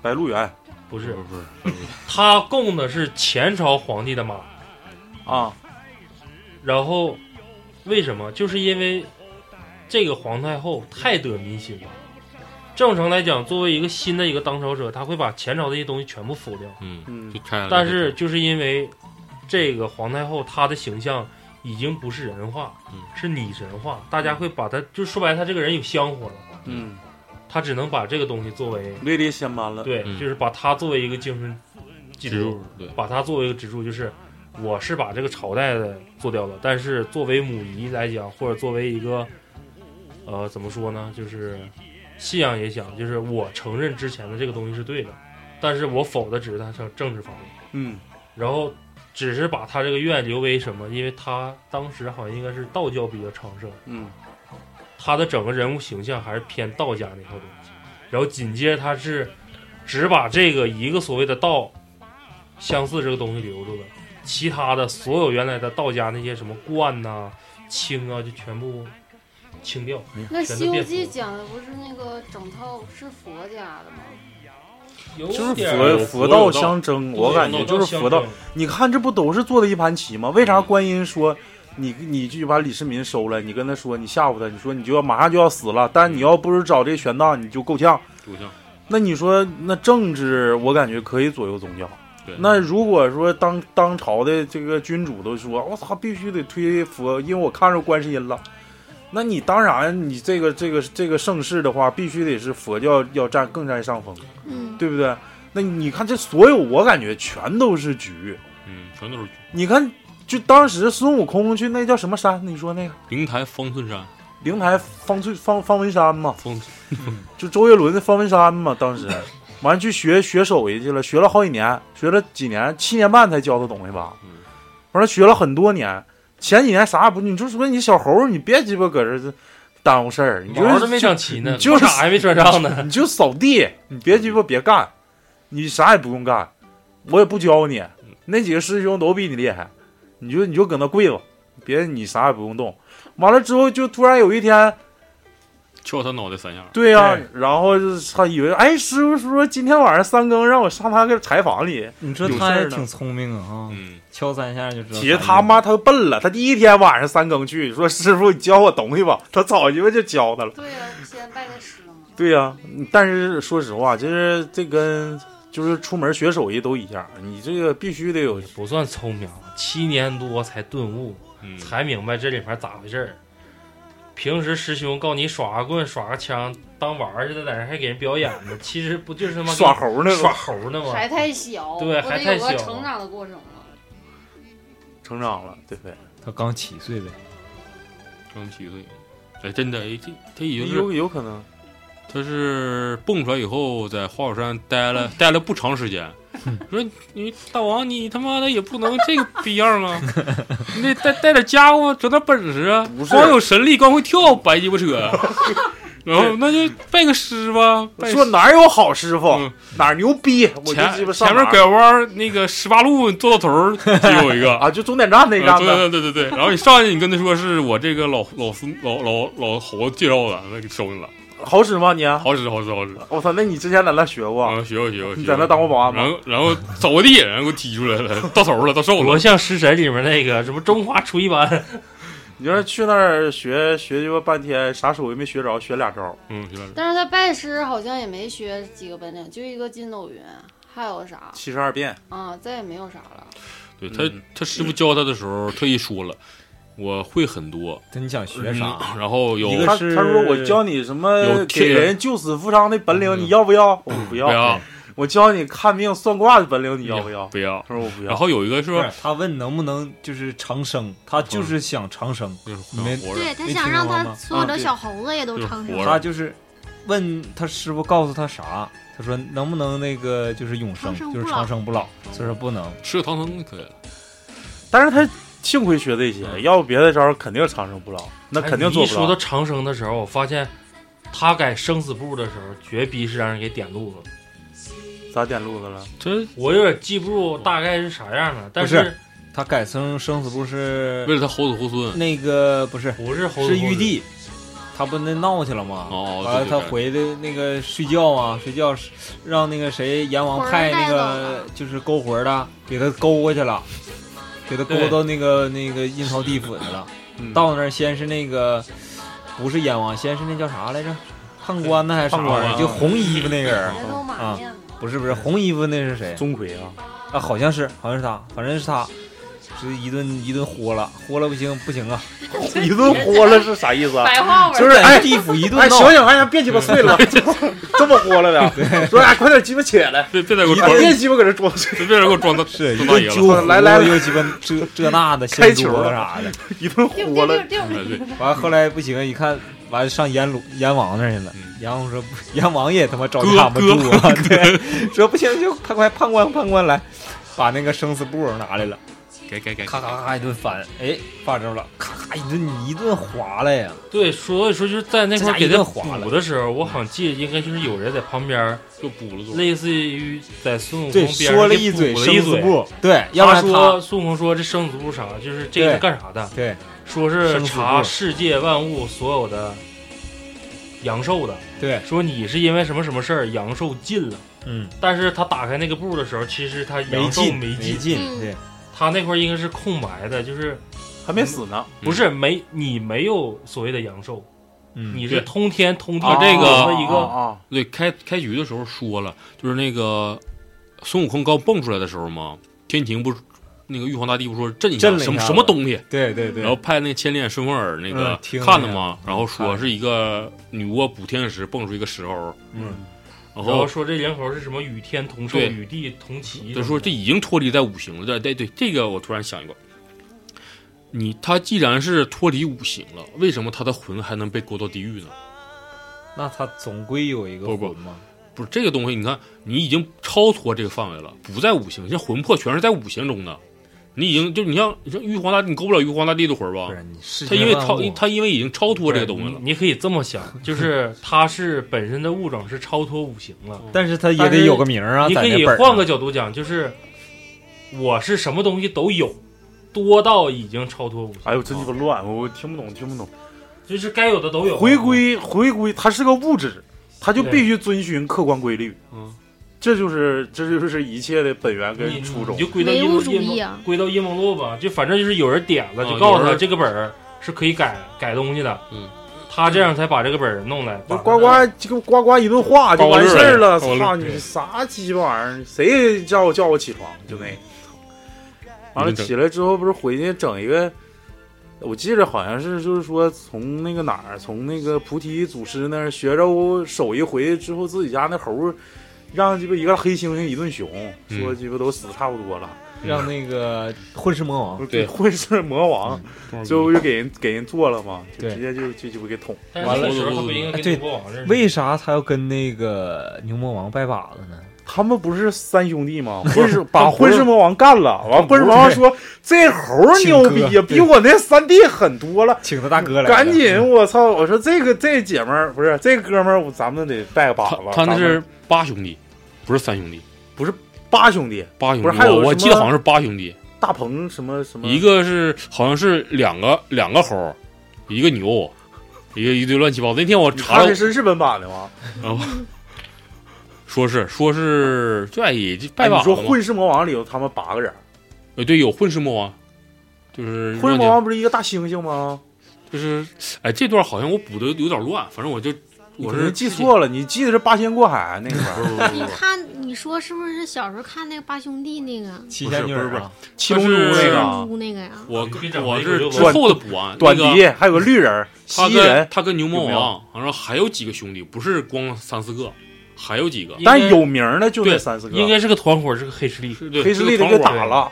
Speaker 2: 白鹿原
Speaker 1: 不
Speaker 4: 不
Speaker 1: 是，
Speaker 4: 不是不是，
Speaker 1: 他供的是前朝皇帝的马，
Speaker 4: 嗯
Speaker 2: 啊，
Speaker 1: 然后为什么？就是因为这个皇太后太得民心了。正常来讲，作为一个新的一个当朝者，他会把前朝的一些东西全部否掉。
Speaker 4: 嗯，
Speaker 2: 嗯
Speaker 4: 就，拆了。
Speaker 1: 但是就是因为这个皇太后，她的形象已经不是人化，
Speaker 4: 嗯
Speaker 1: 是拟神化，大家会把她，就说白了，她这个人有香火了，
Speaker 2: 嗯，
Speaker 1: 她只能把这个东西作为，
Speaker 2: 位列仙班了。
Speaker 1: 对，
Speaker 4: 嗯
Speaker 1: 就是把她作为一个精神
Speaker 4: 这
Speaker 1: 支
Speaker 4: 个植
Speaker 1: 柱，
Speaker 4: 入对，
Speaker 1: 把她作为一个支柱，就是我是把这个朝代的做掉了，但是作为母仪来讲，或者作为一个，呃，怎么说呢，就是信仰也讲，就是我承认之前的这个东西是对的，但是我否的只是它政政治方面。
Speaker 2: 嗯，
Speaker 1: 然后只是把他这个愿留为什么？因为他当时好像应该是道教比较昌盛，
Speaker 2: 嗯，
Speaker 1: 他的整个人物形象还是偏道家那套东西。然后紧接着他是只把这个一个所谓的道相似这个东西留住了，其他的所有原来的道家那些什么观呐、清啊，就全部清掉。
Speaker 6: 那《
Speaker 1: 全
Speaker 6: 西
Speaker 1: 都
Speaker 6: 游
Speaker 1: 变
Speaker 6: 记》
Speaker 1: 佛
Speaker 6: 讲的不是那个整套是佛家的吗？
Speaker 2: 就是
Speaker 1: 有
Speaker 2: 佛
Speaker 1: 点儿
Speaker 2: 佛道相争，我感觉
Speaker 1: 有
Speaker 2: 就
Speaker 1: 点
Speaker 2: 是
Speaker 1: 儿相
Speaker 2: 佛道
Speaker 1: 争。嗯
Speaker 2: 你看，这不都是做的一盘棋吗？为啥观音说你你就把李世民收了，你跟他说，你吓唬他，你说你就要马上就要死了，
Speaker 4: 嗯
Speaker 2: 但你要不是找这玄奘，你就够呛。
Speaker 4: 够呛。
Speaker 2: 那你说，那政治我感觉可以左右宗教。
Speaker 4: 对，
Speaker 2: 那如果说当当朝的这个君主都说，我操，必须得推佛，因为我看着观世音了。那你当然，你这个这个这个盛世的话，必须得是佛教要占更占上风，
Speaker 5: 嗯，
Speaker 2: 对不对？那你看这所有，我感觉全都是局。
Speaker 4: 嗯，全都是
Speaker 2: 你看，就当时孙悟空去那叫什么山？你说那个
Speaker 4: 灵台方寸山，
Speaker 2: 灵台方寸方方文山嘛，
Speaker 4: 方
Speaker 2: 就周杰伦的方文山嘛，当时完去学学手艺去了，学了好几年，学了几年，七年半才教他懂一把
Speaker 4: 嗯。
Speaker 2: 完了学了很多年，前几年啥也不，你就说你小猴，你别鸡巴搁这儿耽误事儿，你就
Speaker 1: 毛
Speaker 2: 是
Speaker 1: 都没
Speaker 2: 就
Speaker 1: 长齐呢，
Speaker 2: 就是
Speaker 1: 裤衩还没穿上呢。
Speaker 2: 你就扫地，你别鸡巴别干，你啥也不用干，我也不教你，那几个师兄都比你厉害，你就你就搁那跪吧，别你啥也不用动。完了之后，就突然有一天，
Speaker 4: 敲他脑袋三下，
Speaker 2: 对呀、然后就是他以为，哎，师傅说今天晚上三更让我上他个柴房里，
Speaker 3: 你说
Speaker 2: 有
Speaker 3: 他
Speaker 2: 事
Speaker 3: 还
Speaker 2: 儿呢
Speaker 3: 挺聪明啊，啊
Speaker 4: 嗯，
Speaker 3: 敲三下就知道。
Speaker 2: 其实他，妈他笨了，他第一天晚上三更去，说师傅你教我东西吧， 他早鸡巴就教他了。
Speaker 6: 对呀、先拜个师嘛。
Speaker 2: 对呀、
Speaker 4: 啊
Speaker 2: 嗯但是说实话，其实这跟就是出门学手艺都一样，你这个必须得有
Speaker 1: 也不算聪明，七年多才顿悟，
Speaker 4: 嗯
Speaker 1: 才明白这里面咋回事儿。平时师兄告你耍个棍、耍个枪，当玩儿似的，在那儿还给人表演呢。其实不就是他妈
Speaker 2: 耍猴呢
Speaker 1: 耍猴呢吗？
Speaker 6: 还太小，
Speaker 1: 对
Speaker 6: 不
Speaker 1: 还
Speaker 6: 得
Speaker 1: 太
Speaker 6: 有个
Speaker 1: 小
Speaker 6: 成长的过程吗？
Speaker 2: 成长了，对不对？
Speaker 3: 他刚七岁呗，
Speaker 4: 刚七岁，哎，真的，哎，这他已经是
Speaker 2: 有有可能，
Speaker 4: 他是蹦出来以后，在花果山待了待了不长时间。说你大王，你他妈的也不能这个逼样啊！你得带带点家伙，整点本事啊！
Speaker 2: 不是
Speaker 4: 光有神力，光会跳，白鸡巴 扯。然后那就拜个师吧，拜师
Speaker 2: 说哪儿有好师傅，
Speaker 4: 嗯
Speaker 2: 哪儿牛逼，我就
Speaker 4: 前
Speaker 2: 鸡巴上
Speaker 4: 前面
Speaker 2: 哪儿
Speaker 4: 拐弯儿那个十八路，你坐到头儿就有 一个
Speaker 2: 啊，就终点站那
Speaker 4: 啊
Speaker 2: 站
Speaker 4: 对
Speaker 2: 子，
Speaker 4: 对对对对，然后你上去，你跟他说是我这个老老孙老老老猴介绍的，那给收你了，
Speaker 2: 好使吗你？啊
Speaker 4: 好使好使好使。
Speaker 2: 我操，那你之前在那学过？
Speaker 4: 啊，学过学过，
Speaker 2: 你
Speaker 4: 学
Speaker 2: 在那当过保安吗
Speaker 4: 然后然后扫个地，然后给我踢出来了，到头了，到手
Speaker 1: 多
Speaker 4: 了。
Speaker 1: 像《食神》里面那个什么中华厨艺班，
Speaker 2: 你就是去那儿学学鸡巴半天，啥手艺没学着，学俩招。
Speaker 4: 嗯，学了。
Speaker 6: 但是他拜师好像也没学几个本领，就一个筋斗云，还有啥
Speaker 2: 七十二变，
Speaker 6: 啊？再也没有啥了。
Speaker 4: 对他
Speaker 2: 嗯
Speaker 4: 他师傅教他的时候特意说了，我会很多，
Speaker 3: 他你想学啥？
Speaker 4: 嗯然后有
Speaker 3: 一
Speaker 2: 他
Speaker 3: 个
Speaker 2: 他
Speaker 3: 是
Speaker 2: 说我教你什么
Speaker 4: 有
Speaker 2: 给
Speaker 4: 天
Speaker 2: 人救死扶伤的本领，
Speaker 4: 嗯
Speaker 2: 你要不要？我不
Speaker 4: 不要
Speaker 2: 要。我教你看病算卦的本领，你要不要？
Speaker 4: 不要，
Speaker 2: 他说我不
Speaker 4: 然
Speaker 2: 要。
Speaker 4: 后有一个说
Speaker 3: 不是他问能不能就是长生，他就是想长生，
Speaker 4: 就是
Speaker 3: 你没
Speaker 4: 很活着，
Speaker 5: 对他
Speaker 3: 没
Speaker 5: 想
Speaker 3: 听
Speaker 5: 让
Speaker 3: 过
Speaker 5: 他
Speaker 3: 吗
Speaker 5: 所有
Speaker 2: 啊
Speaker 5: 的
Speaker 2: 对
Speaker 5: 小猴子也都
Speaker 4: 就是
Speaker 5: 长
Speaker 4: 活
Speaker 5: 生。
Speaker 4: 着
Speaker 3: 他就是问他师傅告诉他啥，他说能不能那个就是永生
Speaker 5: 长，生
Speaker 3: 就是
Speaker 5: 不老
Speaker 3: 长生不老，所以说不能。
Speaker 4: 吃个唐僧就可以了。
Speaker 2: 但是他幸亏学这些，要不别的招儿肯定长生不老，那肯定做
Speaker 1: 哎你一
Speaker 2: 不
Speaker 1: 说到
Speaker 2: 了。
Speaker 1: 长生的时候，我发现他改生死簿的时候，绝逼是让人给点路子了。
Speaker 2: 咋点路子了？
Speaker 4: 这
Speaker 1: 我有点记不住大概是啥样了，但
Speaker 3: 不他改成生死簿
Speaker 4: 为
Speaker 3: 是
Speaker 4: 了他猴子猴孙，
Speaker 3: 那个不是
Speaker 1: 不是猴子
Speaker 3: 是玉帝，他不那闹去了吗？
Speaker 4: 哦，
Speaker 3: 完了，
Speaker 4: 对
Speaker 3: 他
Speaker 4: 对对
Speaker 3: 回的那个睡觉嘛，睡觉是让那个谁阎王
Speaker 5: 魂儿
Speaker 3: 派
Speaker 5: 带
Speaker 3: 那
Speaker 5: 走
Speaker 3: 个
Speaker 5: 了
Speaker 3: 就是勾魂儿的给他勾过去了，给他勾
Speaker 1: 对
Speaker 3: 到那个那个阴曹地府去了。
Speaker 2: 嗯
Speaker 3: 到那儿先是那个不是阎王，先是那叫啥来着？判官呢还是啥
Speaker 2: 判
Speaker 3: 玩
Speaker 2: 官啊嗯
Speaker 3: 意儿？就红衣服那个人儿，
Speaker 6: 人都马面子，
Speaker 3: 不是不是红衣服那是谁？
Speaker 2: 钟馗啊，
Speaker 3: 啊，好像是好像是他，反正是他，是一顿一顿豁了，豁了不行不行啊，
Speaker 2: 一顿豁了是啥意思啊？
Speaker 6: 白话文
Speaker 3: 就
Speaker 6: 儿。
Speaker 3: 是在地府一顿
Speaker 2: 哎，
Speaker 3: 闹
Speaker 2: 醒。醒，哎呀，别鸡巴睡了，这么豁了的，说哎，快点鸡巴起来，
Speaker 4: 别别再给我
Speaker 2: 你
Speaker 4: 装，
Speaker 2: 别鸡巴搁这装睡，
Speaker 4: 别再给我装大
Speaker 3: 是一
Speaker 4: 装大
Speaker 3: 顿
Speaker 4: 爷了。
Speaker 3: 揪胡
Speaker 2: 来来来
Speaker 3: 又鸡巴这这那的，
Speaker 2: 开
Speaker 3: 掀
Speaker 2: 球
Speaker 3: 桌
Speaker 2: 了
Speaker 3: 子啥的。
Speaker 2: 一顿
Speaker 6: 丢丢
Speaker 2: 豁了
Speaker 6: 丢。 丢
Speaker 4: 哎对，
Speaker 3: 完后来不行，一看完上阎鲁阎王那儿去了
Speaker 4: 嗯。
Speaker 3: 阎王说不，阎王也他妈找
Speaker 4: 哥
Speaker 3: 他们
Speaker 4: 哥
Speaker 3: 住啊！对，说不行就判官判官判官来，把那个生死簿拿来了，
Speaker 4: 改改改，
Speaker 3: 咔咔咔一顿翻，哎，发着了，咔咔一顿一顿划了呀。
Speaker 1: 对，所以说就是在那块儿给
Speaker 3: 这家
Speaker 1: 他
Speaker 3: 一顿划了
Speaker 1: 补的时候，我好像记得应该就是有人在旁边儿，
Speaker 4: 又补了做。
Speaker 1: 类似于在孙悟空
Speaker 3: 对，
Speaker 1: 边上
Speaker 3: 说了
Speaker 1: 给
Speaker 3: 一嘴
Speaker 1: 补了
Speaker 3: 生
Speaker 1: 一
Speaker 3: 死
Speaker 1: 嘴。
Speaker 3: 簿，对，要不然
Speaker 1: 说
Speaker 3: 他
Speaker 1: 孙悟空说这生死簿啥，就是这个
Speaker 3: 对
Speaker 1: 是干啥的？
Speaker 3: 对
Speaker 1: 说是
Speaker 3: 生死
Speaker 1: 查
Speaker 3: 簿
Speaker 1: 世界万物所有的阳寿的，
Speaker 3: 对，
Speaker 1: 说你是因为什么什么事儿阳寿尽了，
Speaker 3: 嗯，
Speaker 1: 但是他打开那个簿的时候，其实他
Speaker 3: 没
Speaker 1: 阳寿
Speaker 3: 进
Speaker 1: 没
Speaker 3: 没
Speaker 1: 尽，
Speaker 3: 进，
Speaker 5: 嗯
Speaker 3: 对，
Speaker 1: 他那块儿应该是空白的，就是
Speaker 2: 还没死呢。
Speaker 1: 不是没你没有所谓的阳寿，
Speaker 3: 嗯哦
Speaker 1: 你是通天通地
Speaker 4: 啊这个
Speaker 1: 的一个
Speaker 2: 啊，
Speaker 4: 对，开开局的时候说了，就是那个孙悟空刚蹦出来的时候嘛，天庭不那个玉皇大帝不说震一
Speaker 3: 震了一
Speaker 4: 什么
Speaker 3: 下
Speaker 4: 什么东西，
Speaker 3: 对对对，
Speaker 4: 然后派那个千脸顺风耳那个
Speaker 3: 嗯听了
Speaker 4: 看了吗？
Speaker 3: 那个
Speaker 4: 然后说
Speaker 3: 看
Speaker 4: 是一个女娲补天时蹦出一个石猴，
Speaker 3: 嗯，
Speaker 4: 然
Speaker 1: 然后
Speaker 4: 后
Speaker 1: 说这人猴是什么与天同寿，
Speaker 4: 对
Speaker 1: 与地同齐。
Speaker 4: 他说这已经脱离在五行了。对对对，这个我突然想一个，你他既然是脱离五行了，为什么他的魂还能被勾到地狱呢？
Speaker 3: 那他总归有一个
Speaker 4: 不不
Speaker 3: 魂嘛，
Speaker 4: 不是这个东西，你看你已经超脱这个范围了，不在五行，像魂魄全是在五行中的。你已经就你像你像玉皇大帝，你勾不了玉皇大帝的魂儿吧
Speaker 3: 不？然你世
Speaker 4: 他
Speaker 3: 间
Speaker 4: 因为
Speaker 3: 万
Speaker 4: 超
Speaker 3: 物
Speaker 4: 他因为已经超脱这个
Speaker 1: 对
Speaker 4: 东西了
Speaker 1: 你，你可以这么想，就是它是本身的物种是超脱五行了。
Speaker 3: 但是他也
Speaker 1: 但
Speaker 3: 得
Speaker 1: 是
Speaker 3: 有个名儿啊，
Speaker 1: 你
Speaker 3: 在
Speaker 1: 可
Speaker 3: 那
Speaker 1: 以
Speaker 3: 本儿
Speaker 1: 换
Speaker 3: 上
Speaker 1: 个角度讲，就是我是什么东西都有，多到已经超脱五行，
Speaker 2: 哎呦，真鸡巴乱，我我听不懂，听不懂。
Speaker 1: 就是该有的都有。
Speaker 2: 回归回归，它是个物质，它就
Speaker 1: 对
Speaker 2: 必须遵循客观规律。
Speaker 4: 嗯，
Speaker 2: 这就是这就是一切的本源
Speaker 1: 你
Speaker 2: 跟初
Speaker 1: 你
Speaker 2: 衷
Speaker 1: 就。归到
Speaker 5: 唯
Speaker 1: 阴
Speaker 5: 物
Speaker 1: 谋
Speaker 5: 主
Speaker 1: 阴
Speaker 5: 义
Speaker 1: 谋
Speaker 5: 啊
Speaker 1: 归到阴谋论吧，就反正就是有人点了，
Speaker 4: 啊
Speaker 1: 就告诉
Speaker 4: 有
Speaker 1: 他
Speaker 4: 人
Speaker 1: 这个本儿是可以改改东西的。
Speaker 4: 嗯，
Speaker 1: 他这样才把这个本儿弄来。把
Speaker 2: 就呱呱这个呱呱一顿话就完事儿了，
Speaker 4: 呱呱乐
Speaker 2: 操你啥鸡巴玩意儿？谁叫我叫我起床？就那，完了
Speaker 4: 你整
Speaker 2: 起来之后不是回去整一个，我记着好像是就是说从那个哪儿，从那个菩提祖师那儿学着手艺回去之后，自己家那猴儿让鸡巴一个黑猩猩一顿熊，
Speaker 4: 嗯
Speaker 2: 说鸡巴都死差不多了，
Speaker 3: 让那个混世魔王，
Speaker 4: 对嗯
Speaker 2: 混世魔王最后就给人给人做了嘛，就
Speaker 3: 对
Speaker 2: 直接就就鸡巴给捅。
Speaker 1: 但
Speaker 4: 完
Speaker 1: 是
Speaker 4: 了
Speaker 1: 那个时候他不应该跟
Speaker 3: 对
Speaker 1: 牛魔王认识。
Speaker 3: 为啥他要跟那个牛魔王拜把子呢？
Speaker 2: 他们不是三兄弟 吗？混世
Speaker 3: 他
Speaker 2: 把
Speaker 3: 不是
Speaker 2: 混世魔王干了，完混世魔王说这猴儿牛逼
Speaker 3: 请
Speaker 2: 呀，
Speaker 3: 客
Speaker 2: 比我那三弟狠多了，
Speaker 3: 请他大哥来了，
Speaker 2: 赶
Speaker 4: 嗯
Speaker 2: 紧我操！我说这个这姐们儿不是这哥们儿，我咱们得拜个把
Speaker 4: 他
Speaker 2: 子。
Speaker 4: 他那
Speaker 2: 咱们
Speaker 4: 是八兄弟，不是三兄弟，
Speaker 2: 八兄弟，
Speaker 4: 八兄弟。
Speaker 2: 不是还有
Speaker 4: 我
Speaker 2: 什
Speaker 4: 我
Speaker 2: 么嗯
Speaker 4: 记得好像是八兄弟，
Speaker 2: 大鹏什么什么
Speaker 4: 一个是好像是两个两个猴儿，一个牛，一个一堆乱七八糟。那天我查
Speaker 2: 查
Speaker 4: 了
Speaker 2: 的，是日本版的吗？
Speaker 4: 然后说是说是这也就拜
Speaker 2: 哎，
Speaker 4: 把
Speaker 2: 你
Speaker 4: 子
Speaker 2: 说
Speaker 4: 嘛。
Speaker 2: 混世魔王里头他们八个人，
Speaker 4: 呃，对，有混世魔王，就是
Speaker 2: 混世
Speaker 4: 乱
Speaker 2: 魔
Speaker 4: 七
Speaker 2: 王不是一个大猩猩吗？
Speaker 4: 就是哎，这段好像我补的有点乱，反正我就我
Speaker 2: 你可
Speaker 4: 是
Speaker 2: 能记错了，你记得是八仙过海啊那个
Speaker 4: 不是不是
Speaker 5: 你
Speaker 4: 不是，
Speaker 5: 看，你说是不是小时候看那个八兄弟那个
Speaker 3: 七仙女
Speaker 4: 不是不
Speaker 3: 儿
Speaker 4: 是
Speaker 3: 啊，
Speaker 2: 七龙珠
Speaker 4: 是
Speaker 2: 那
Speaker 5: 蜘
Speaker 2: 个
Speaker 5: 蛛
Speaker 2: 啊
Speaker 5: 那个呀？
Speaker 4: 我
Speaker 1: 你别整
Speaker 4: 我
Speaker 1: 这
Speaker 4: 是
Speaker 1: 个
Speaker 4: 之后的补完
Speaker 2: 短
Speaker 4: 那个
Speaker 2: 笛，还有个绿人儿
Speaker 4: 他
Speaker 2: 蜥
Speaker 4: 跟
Speaker 2: 人，
Speaker 4: 他跟牛魔
Speaker 2: 有没有
Speaker 4: 王，然后还有几个兄弟，不是光三四个，还有几个。
Speaker 1: 应该
Speaker 2: 但有名儿的就那
Speaker 4: 对
Speaker 2: 三四个。
Speaker 1: 应该是个团伙，是个黑势力。
Speaker 4: 是对
Speaker 2: 黑势力的给打了。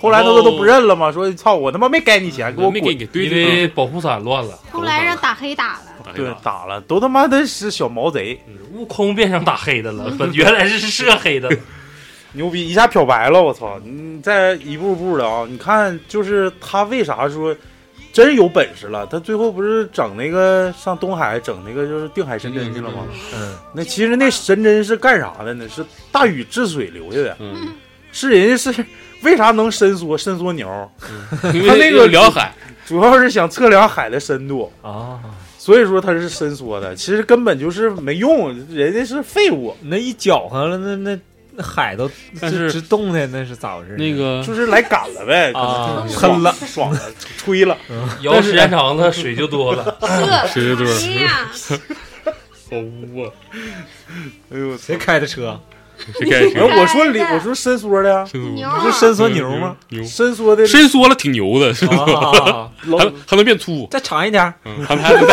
Speaker 2: 后来他
Speaker 4: 然后
Speaker 2: 们都不认了嘛，说操我他妈没给你钱，给我
Speaker 4: 没给
Speaker 2: 滚！
Speaker 4: 你对
Speaker 1: 因为保护伞乱了，
Speaker 5: 后来让打黑打了，
Speaker 2: 对， 打了，都他妈的是小毛贼，
Speaker 1: 悟空变成打黑的了，本原来是涉黑的。
Speaker 2: 牛逼，一下漂白了，我操！你再一步步的啊，你看就是他为啥说真有本事了？他最后不是整那个上东海整那个就是定海神针去了吗？
Speaker 3: 嗯，
Speaker 2: 那其实那神针是干啥的呢？是大禹治水留下的，
Speaker 4: 嗯，
Speaker 2: 是人家是为啥能伸缩伸缩牛？
Speaker 4: 因
Speaker 2: 他
Speaker 4: 为
Speaker 2: 那个
Speaker 4: 辽海，
Speaker 2: 主要是想测量海的深度。
Speaker 3: 啊，
Speaker 2: 所以说它是伸缩的，其实根本就是没用，人家是废物，
Speaker 3: 那一搅和了，那那那海都
Speaker 4: 但是
Speaker 3: 直直动弹，那是咋回事？
Speaker 4: 那个
Speaker 2: 就是来赶了呗，可能
Speaker 3: 啊
Speaker 2: 就是
Speaker 3: 喷了
Speaker 2: 爽了，吹了，
Speaker 1: 摇时间长了，水就多了。
Speaker 5: 这
Speaker 4: 谁对
Speaker 5: 谁呀？
Speaker 4: 好污啊！
Speaker 2: 哎呦，我操
Speaker 3: 谁开的车？
Speaker 4: 谁开
Speaker 2: 哎，
Speaker 4: 谁？
Speaker 2: 我说里，我说伸缩的呀，
Speaker 5: 牛
Speaker 2: 不
Speaker 5: 啊！
Speaker 2: 是伸缩牛吗？？
Speaker 4: 牛，
Speaker 2: 伸缩的，
Speaker 4: 伸缩了挺牛的，
Speaker 3: 啊，
Speaker 2: 老
Speaker 4: 还还能变粗，
Speaker 3: 再长一点儿，
Speaker 4: 嗯还能还能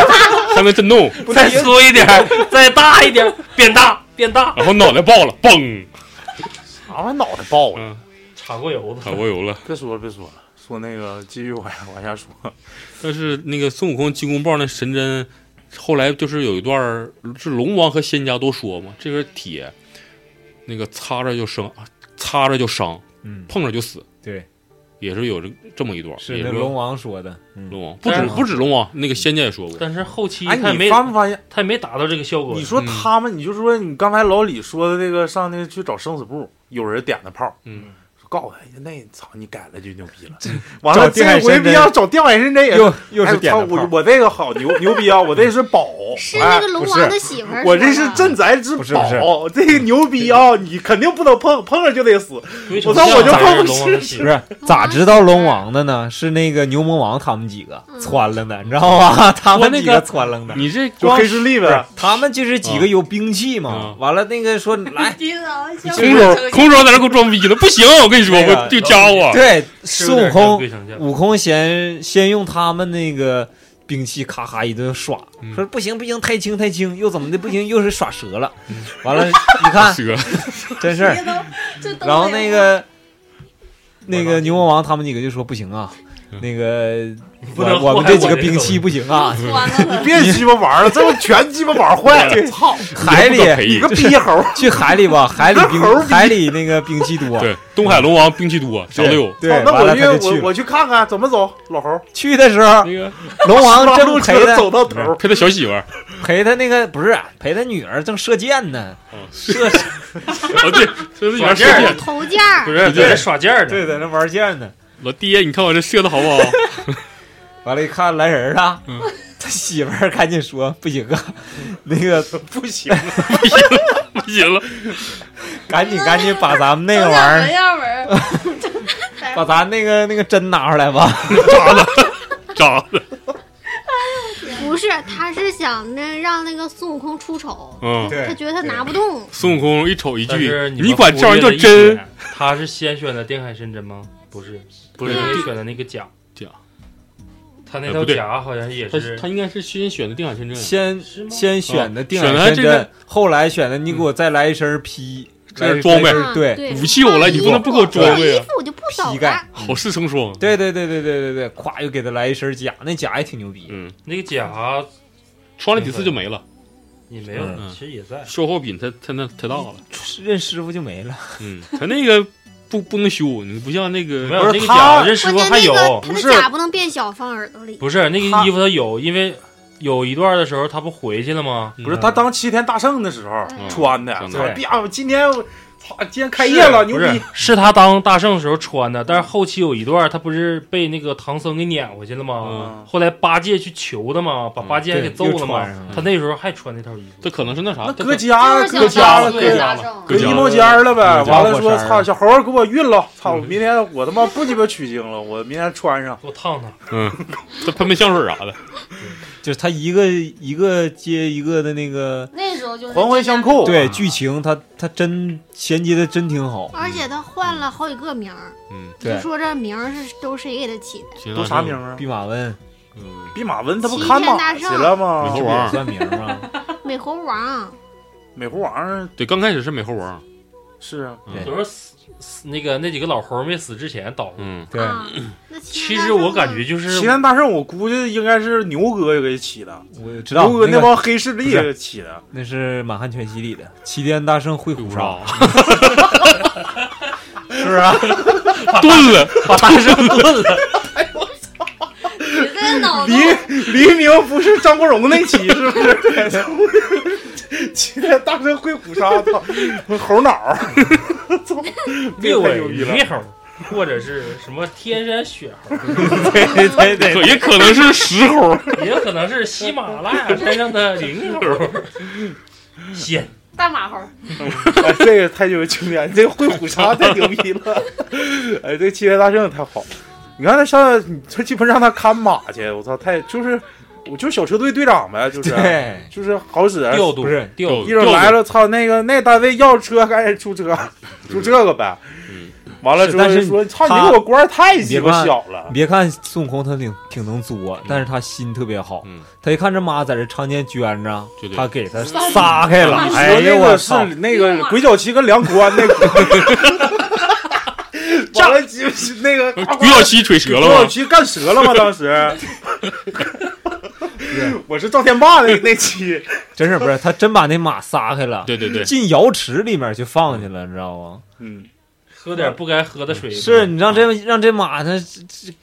Speaker 4: 还能震动，
Speaker 1: 再粗一点，再大一点，变大变大。
Speaker 4: 然后脑袋爆了，嘣！
Speaker 2: 啥玩意儿啊脑袋爆了？
Speaker 4: 嗯，
Speaker 1: 插过油子
Speaker 4: 卡，过油了。
Speaker 2: 别说了，别说了，说那个继续往下往下说，
Speaker 4: 但是那个孙悟空金箍棒那神针，后来就是有一段儿是龙王和仙家都说嘛，这个铁，那个擦着就生，擦着就伤，
Speaker 3: 嗯，
Speaker 4: 碰着就死，
Speaker 3: 对，
Speaker 4: 也是有这这么一段儿。
Speaker 3: 是
Speaker 4: 也
Speaker 3: 那
Speaker 4: 说
Speaker 3: 龙王说的，嗯，
Speaker 4: 龙王，不
Speaker 1: 但
Speaker 4: 止
Speaker 1: 是
Speaker 4: 不止龙王，那个仙家也说过，
Speaker 1: 但是后期
Speaker 2: 哎，
Speaker 1: 他也
Speaker 2: 你
Speaker 1: 没
Speaker 2: 发没嗯发现？
Speaker 1: 他也没达到这个效果。
Speaker 2: 你说他们，你就说你刚才老李说的那个上那去找生死簿，有人点的炮，
Speaker 4: 嗯，
Speaker 2: 告诉他，哎那操你改了就牛逼了。完了，
Speaker 3: 找定
Speaker 2: 这
Speaker 3: 海
Speaker 2: 回
Speaker 3: 神针
Speaker 2: 不要找定海神针也
Speaker 3: 又又是
Speaker 2: 哎
Speaker 3: 点
Speaker 2: 操
Speaker 3: 的
Speaker 2: 我
Speaker 3: 炮，
Speaker 2: 我这个好牛牛逼啊！我这是宝，
Speaker 5: 是
Speaker 2: 哎
Speaker 5: 那个龙
Speaker 3: 不
Speaker 5: 王
Speaker 3: 是
Speaker 5: 的媳妇儿吧，
Speaker 2: 我这是镇宅之
Speaker 3: 不是不是
Speaker 2: 宝，这个牛逼啊！你肯定不能碰，碰了就得死。
Speaker 1: 鬼
Speaker 2: 我
Speaker 1: 丞
Speaker 2: 操，
Speaker 1: 相
Speaker 2: 我就
Speaker 1: 咋
Speaker 2: 碰
Speaker 1: 是龙王的
Speaker 2: 不
Speaker 1: 媳
Speaker 2: 是。
Speaker 1: 妇
Speaker 3: 不
Speaker 1: 儿
Speaker 3: 是咋知道龙王的呢？是那个牛魔王他们几个窜楞的，你知道吧？ 他们几
Speaker 4: 我那
Speaker 3: 个
Speaker 4: 个
Speaker 3: 窜楞的，
Speaker 4: 你这
Speaker 2: 就
Speaker 4: 光
Speaker 2: 黑势力
Speaker 3: 不是
Speaker 2: 呗，
Speaker 3: 他们就是几个有兵器嘛
Speaker 4: 嗯。
Speaker 3: 完了，那个说
Speaker 5: 啊
Speaker 3: 来，
Speaker 4: 空手空手在那给我装逼了，不行！我跟你说，
Speaker 3: 对呀
Speaker 4: 我这家伙，
Speaker 3: 对孙悟空
Speaker 1: 鬼，丞相
Speaker 3: 悟空先先用他们那个兵器咔咔一顿耍，
Speaker 4: 嗯
Speaker 3: 说不行不行，太轻太轻，又怎么的不行，又是耍折了。完了，你 看
Speaker 4: 蛇
Speaker 3: 真事儿，
Speaker 5: 啊
Speaker 3: 然后那个那个牛魔王他们几个就说不行啊，那个
Speaker 1: 不能
Speaker 3: 我我
Speaker 1: 祸
Speaker 3: 们
Speaker 1: 害
Speaker 3: 这几
Speaker 1: 我
Speaker 3: 个
Speaker 1: 这
Speaker 3: 兵器
Speaker 1: 种
Speaker 3: 不行 啊，
Speaker 6: 完了，
Speaker 2: 别鸡巴玩了，这不全鸡巴玩坏了。操，
Speaker 3: 海
Speaker 4: 不
Speaker 3: 里
Speaker 4: 可赔
Speaker 2: 你个逼猴！
Speaker 3: 去海里吧，海里兵
Speaker 2: 猴儿逼
Speaker 3: 海里那个兵器多，
Speaker 4: 对，东海龙王兵器多，啥都有。
Speaker 3: 对，
Speaker 2: 那
Speaker 3: 完
Speaker 2: 我
Speaker 3: 了他就
Speaker 2: 去
Speaker 3: 去
Speaker 2: 我
Speaker 3: 了。
Speaker 2: 我去看看怎么走，老猴。
Speaker 3: 去的时候，
Speaker 4: 那个
Speaker 3: 龙王
Speaker 2: 拉
Speaker 3: 正
Speaker 2: 路
Speaker 3: 陪
Speaker 2: 车
Speaker 3: 他
Speaker 2: 走到头，
Speaker 4: 陪他小媳妇儿，
Speaker 3: 陪他那个不是陪他女儿正射箭呢，射
Speaker 4: 哦对，这是原射箭。
Speaker 5: 头件儿
Speaker 1: 不，是
Speaker 4: 对
Speaker 1: 在耍剑儿呢，
Speaker 3: 对，在那玩箭呢。
Speaker 4: 老爹，你看我这射的好 不好？
Speaker 3: 完了，一看来人了
Speaker 4: 嗯，
Speaker 3: 他媳妇儿赶紧说不行啊，那个啊
Speaker 2: 不行，
Speaker 4: 不行了，
Speaker 3: 赶紧赶紧把咱们那
Speaker 6: 整
Speaker 3: 个
Speaker 6: 点
Speaker 3: 玩
Speaker 6: 纹
Speaker 3: 意儿
Speaker 6: 样纹儿，
Speaker 3: 把咱那个那个针拿出来吧。
Speaker 4: 扎了，扎了。
Speaker 5: 不是，他是想着让那个孙悟空出丑，
Speaker 4: 嗯，
Speaker 5: 他觉得他拿不动，
Speaker 4: 孙悟空一瞅一
Speaker 1: 但
Speaker 4: 句
Speaker 1: 是：“们
Speaker 4: 你管这玩意儿叫
Speaker 1: 忽略了一
Speaker 4: 真
Speaker 1: 点？他是先选的定海神针吗？不是，不是，
Speaker 5: 对啊
Speaker 1: 他选的那个甲
Speaker 4: 甲。
Speaker 1: 他那
Speaker 3: 哎
Speaker 4: 呃
Speaker 1: 套
Speaker 4: 不对
Speaker 1: 甲好像也？”是，
Speaker 4: 应该是先选的定海神针
Speaker 3: 先
Speaker 1: 是吗
Speaker 3: 先哦选的定海
Speaker 4: 选了
Speaker 3: 神
Speaker 4: 这
Speaker 3: 针，
Speaker 4: 个
Speaker 3: 后来选的你给我再来一身披，
Speaker 4: 这
Speaker 3: 来一身
Speaker 4: 装备
Speaker 5: 啊
Speaker 3: 对
Speaker 5: 对，
Speaker 4: 武器有了你不能不给我装
Speaker 5: 有
Speaker 4: 备啊
Speaker 5: 衣服我嗯就不走
Speaker 3: 膝盖
Speaker 5: 了，，
Speaker 4: 好事成双。
Speaker 3: 对对对对对对对，咵又给他来一身甲，那甲也挺牛逼。
Speaker 4: 嗯，
Speaker 1: 那个甲
Speaker 4: 穿了几次就没了，
Speaker 1: 也没有，
Speaker 3: 嗯
Speaker 1: 其实也在。
Speaker 4: 消耗品太太那太大
Speaker 3: 哦
Speaker 4: 了。
Speaker 3: 认师傅就没了，
Speaker 4: 嗯，他那个不不能修，你不像
Speaker 1: 没
Speaker 4: 那个
Speaker 1: 有
Speaker 2: 不
Speaker 1: 那
Speaker 2: 是
Speaker 1: 个
Speaker 2: 他
Speaker 1: 甲，认识
Speaker 5: 关
Speaker 1: 过
Speaker 5: 键
Speaker 1: 还
Speaker 5: 那个
Speaker 1: 有，
Speaker 5: 他
Speaker 2: 不
Speaker 5: 的
Speaker 2: 是
Speaker 5: 甲不能变小，放耳朵里。
Speaker 1: 不是那个
Speaker 2: 他
Speaker 1: 衣服他有，因为有一段的时候他不回去了吗？
Speaker 2: 不是他当七天大圣的时候
Speaker 5: 嗯
Speaker 2: 穿的，
Speaker 4: 嗯
Speaker 2: 操哎
Speaker 3: 对
Speaker 2: 呀！我今天我操，今天开业了，啊牛
Speaker 1: 不是
Speaker 2: 逼！，
Speaker 1: 是他当大圣的时候穿的，但是后期有一段他不是被那个唐僧给撵回去了吗？
Speaker 2: 嗯
Speaker 1: 后来八戒去求他嘛，把八戒给
Speaker 3: 对
Speaker 1: 揍了
Speaker 3: 又
Speaker 1: 嘛
Speaker 3: 穿上。了
Speaker 1: 他那时候还穿那套衣服，
Speaker 4: 啊这可能是那啥，
Speaker 2: 那
Speaker 4: 他
Speaker 2: 搁家
Speaker 6: 就是
Speaker 2: 搁
Speaker 6: 想
Speaker 2: 家
Speaker 6: 当
Speaker 2: 了，
Speaker 6: 四
Speaker 2: 搁
Speaker 6: 个
Speaker 2: 家
Speaker 6: 大
Speaker 2: 了
Speaker 6: 圣
Speaker 2: 搁
Speaker 4: 搁家
Speaker 2: 衣帽间儿了呗。
Speaker 3: 搁家
Speaker 2: 完了说
Speaker 3: 火柴儿
Speaker 2: 操，小猴儿给我熨了，操！明天我他妈不鸡巴取经了，我明天穿上。
Speaker 1: 给我烫烫。
Speaker 4: 嗯，他喷喷香水啥的，
Speaker 3: 就是他一个一个接一个的那个
Speaker 6: 那时候就是
Speaker 2: 环环相
Speaker 4: 哦
Speaker 2: 扣，
Speaker 3: 对剧情，他他真衔接的真挺好。
Speaker 2: 啊
Speaker 5: 而且他换了好几个名儿，
Speaker 4: 嗯，
Speaker 5: 就
Speaker 3: 对，
Speaker 5: 说这名儿是都谁给他起的？
Speaker 4: 行
Speaker 2: 都啥名？啊？
Speaker 3: 弼马温
Speaker 4: 嗯，
Speaker 2: 弼马温他不看马去了
Speaker 4: 美猴
Speaker 1: 啊
Speaker 2: 吗？
Speaker 3: 也
Speaker 4: 王，
Speaker 3: 算名吗？
Speaker 5: 美猴王，
Speaker 2: 美猴王
Speaker 4: 对，刚开始是美猴王，
Speaker 2: 啊是啊，
Speaker 4: 嗯
Speaker 1: 就是死死那个那几个老猴没死之前倒的。
Speaker 4: 嗯，
Speaker 3: 对，
Speaker 5: 啊，那
Speaker 1: 其实我感觉就
Speaker 2: 齐
Speaker 1: 是
Speaker 2: 天大圣，我估计应该是牛哥给起的，
Speaker 3: 我知道
Speaker 2: 牛哥
Speaker 3: 那个
Speaker 2: 帮黑势力
Speaker 3: 不
Speaker 2: 给起的。
Speaker 3: 那是《满汉全席》里的齐天大圣会
Speaker 4: 被
Speaker 3: 虎
Speaker 4: 误
Speaker 3: 鲨，
Speaker 4: 杀，
Speaker 3: 是不是啊？
Speaker 4: 炖嗯了，
Speaker 3: 把大圣炖了。
Speaker 6: 你这脑
Speaker 2: 黎
Speaker 6: 洞
Speaker 2: 黎明不是张国荣那期是不 是？ 齐天大圣会虎鲨， 操，猴脑儿，操，
Speaker 1: 六
Speaker 2: 太
Speaker 1: 尾
Speaker 2: 牛逼了
Speaker 1: 猕猴，或者是什么天山雪猴，
Speaker 3: 对对对，
Speaker 4: 可也可能是石猴，
Speaker 1: 也可能是喜马拉雅山上的灵猴。仙，
Speaker 6: 大马猴，
Speaker 2: 哎，这个太有经典，这个会虎鲨太牛逼 了，哎，这个齐天大圣太好，你看他上，你这基本让他看马去，我操，太就是，我就小车队队长呗，就是，
Speaker 3: 对，
Speaker 2: 就是好使，啊
Speaker 1: 调度
Speaker 3: 不是
Speaker 1: 调度
Speaker 2: 哎一整来了，操，那个那单位要车，赶紧出车，出这个呗
Speaker 4: 嗯。
Speaker 2: 完了
Speaker 3: 是
Speaker 2: 之后
Speaker 3: 但
Speaker 2: 就是说，操，
Speaker 3: 他
Speaker 2: 你给我官儿太鸡
Speaker 3: 别
Speaker 2: 巴
Speaker 3: 看
Speaker 2: 小了
Speaker 3: 你，别看孙悟空他挺挺能作，但是他心特别好
Speaker 4: 嗯。
Speaker 3: 他一看这妈在这常年捐着
Speaker 4: 对，对
Speaker 3: 他给他撒开了
Speaker 2: 你。说
Speaker 3: 哎
Speaker 2: 那
Speaker 3: 呦
Speaker 2: 个
Speaker 3: 我
Speaker 2: 是
Speaker 3: 操！
Speaker 2: 那个鬼脚七跟梁宽 那个，完了鸡巴那个啊
Speaker 4: 鬼小七锤折了
Speaker 2: 鬼脚
Speaker 4: 吗？
Speaker 2: 七干折了吗？当 时，我是赵天霸那那期，
Speaker 3: 真是不是他真把那马撒开了，
Speaker 4: 对对对，
Speaker 3: 进瑶池里面去放去了，你知道吗？
Speaker 2: 嗯，
Speaker 1: 喝点不该喝的水，
Speaker 3: 是你让这让这马它这这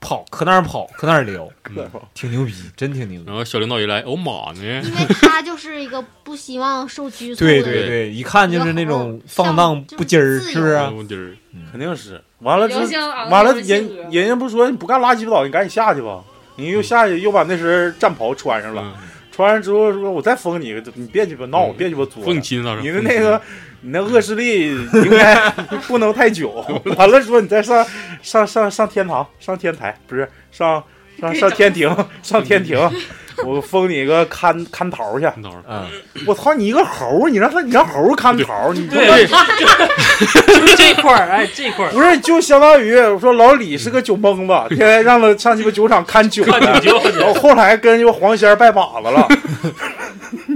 Speaker 3: 跑，搁那儿跑，搁那儿聊，
Speaker 2: 可不
Speaker 3: 挺牛逼，真挺牛逼。
Speaker 4: 然后小领导一来，哦妈呢，
Speaker 2: 啊
Speaker 5: 因为他就是一个不希望受拘束的
Speaker 3: 对
Speaker 5: 人，
Speaker 3: 对对，一看就是那种放荡不羁儿，是不是啊？
Speaker 4: 我今儿
Speaker 2: 肯定是。完了之
Speaker 6: 刘香
Speaker 5: 啊
Speaker 6: 昂
Speaker 2: 完了
Speaker 6: 的
Speaker 2: 人
Speaker 6: 啊性格
Speaker 2: 人家不说你不干拉鸡巴倒，你赶紧下去吧。你
Speaker 4: 嗯
Speaker 2: 又下去又把那身战袍穿上了，穿上之后说我再封你，你别鸡巴闹，
Speaker 4: 嗯
Speaker 2: 别鸡巴作。
Speaker 4: 凤亲那是
Speaker 2: 你的那个，你那恶势力应该不能太久。 完了说你再上上上上天堂，上天台不是 上上上天庭，上天庭，我封你个看看桃去。
Speaker 4: 凤亲那是
Speaker 3: 嗯，
Speaker 2: 我操你一个猴儿，你让他你让猴儿看桃，你他妈
Speaker 1: 对，就是这块儿，哎，这块儿
Speaker 2: 不是就相当于我说老李是个酒 蒙子，天天让他上鸡巴酒厂看酒
Speaker 1: 看
Speaker 2: 的，
Speaker 1: 你就
Speaker 2: 然后后来跟鸡巴黄仙儿拜把 子了。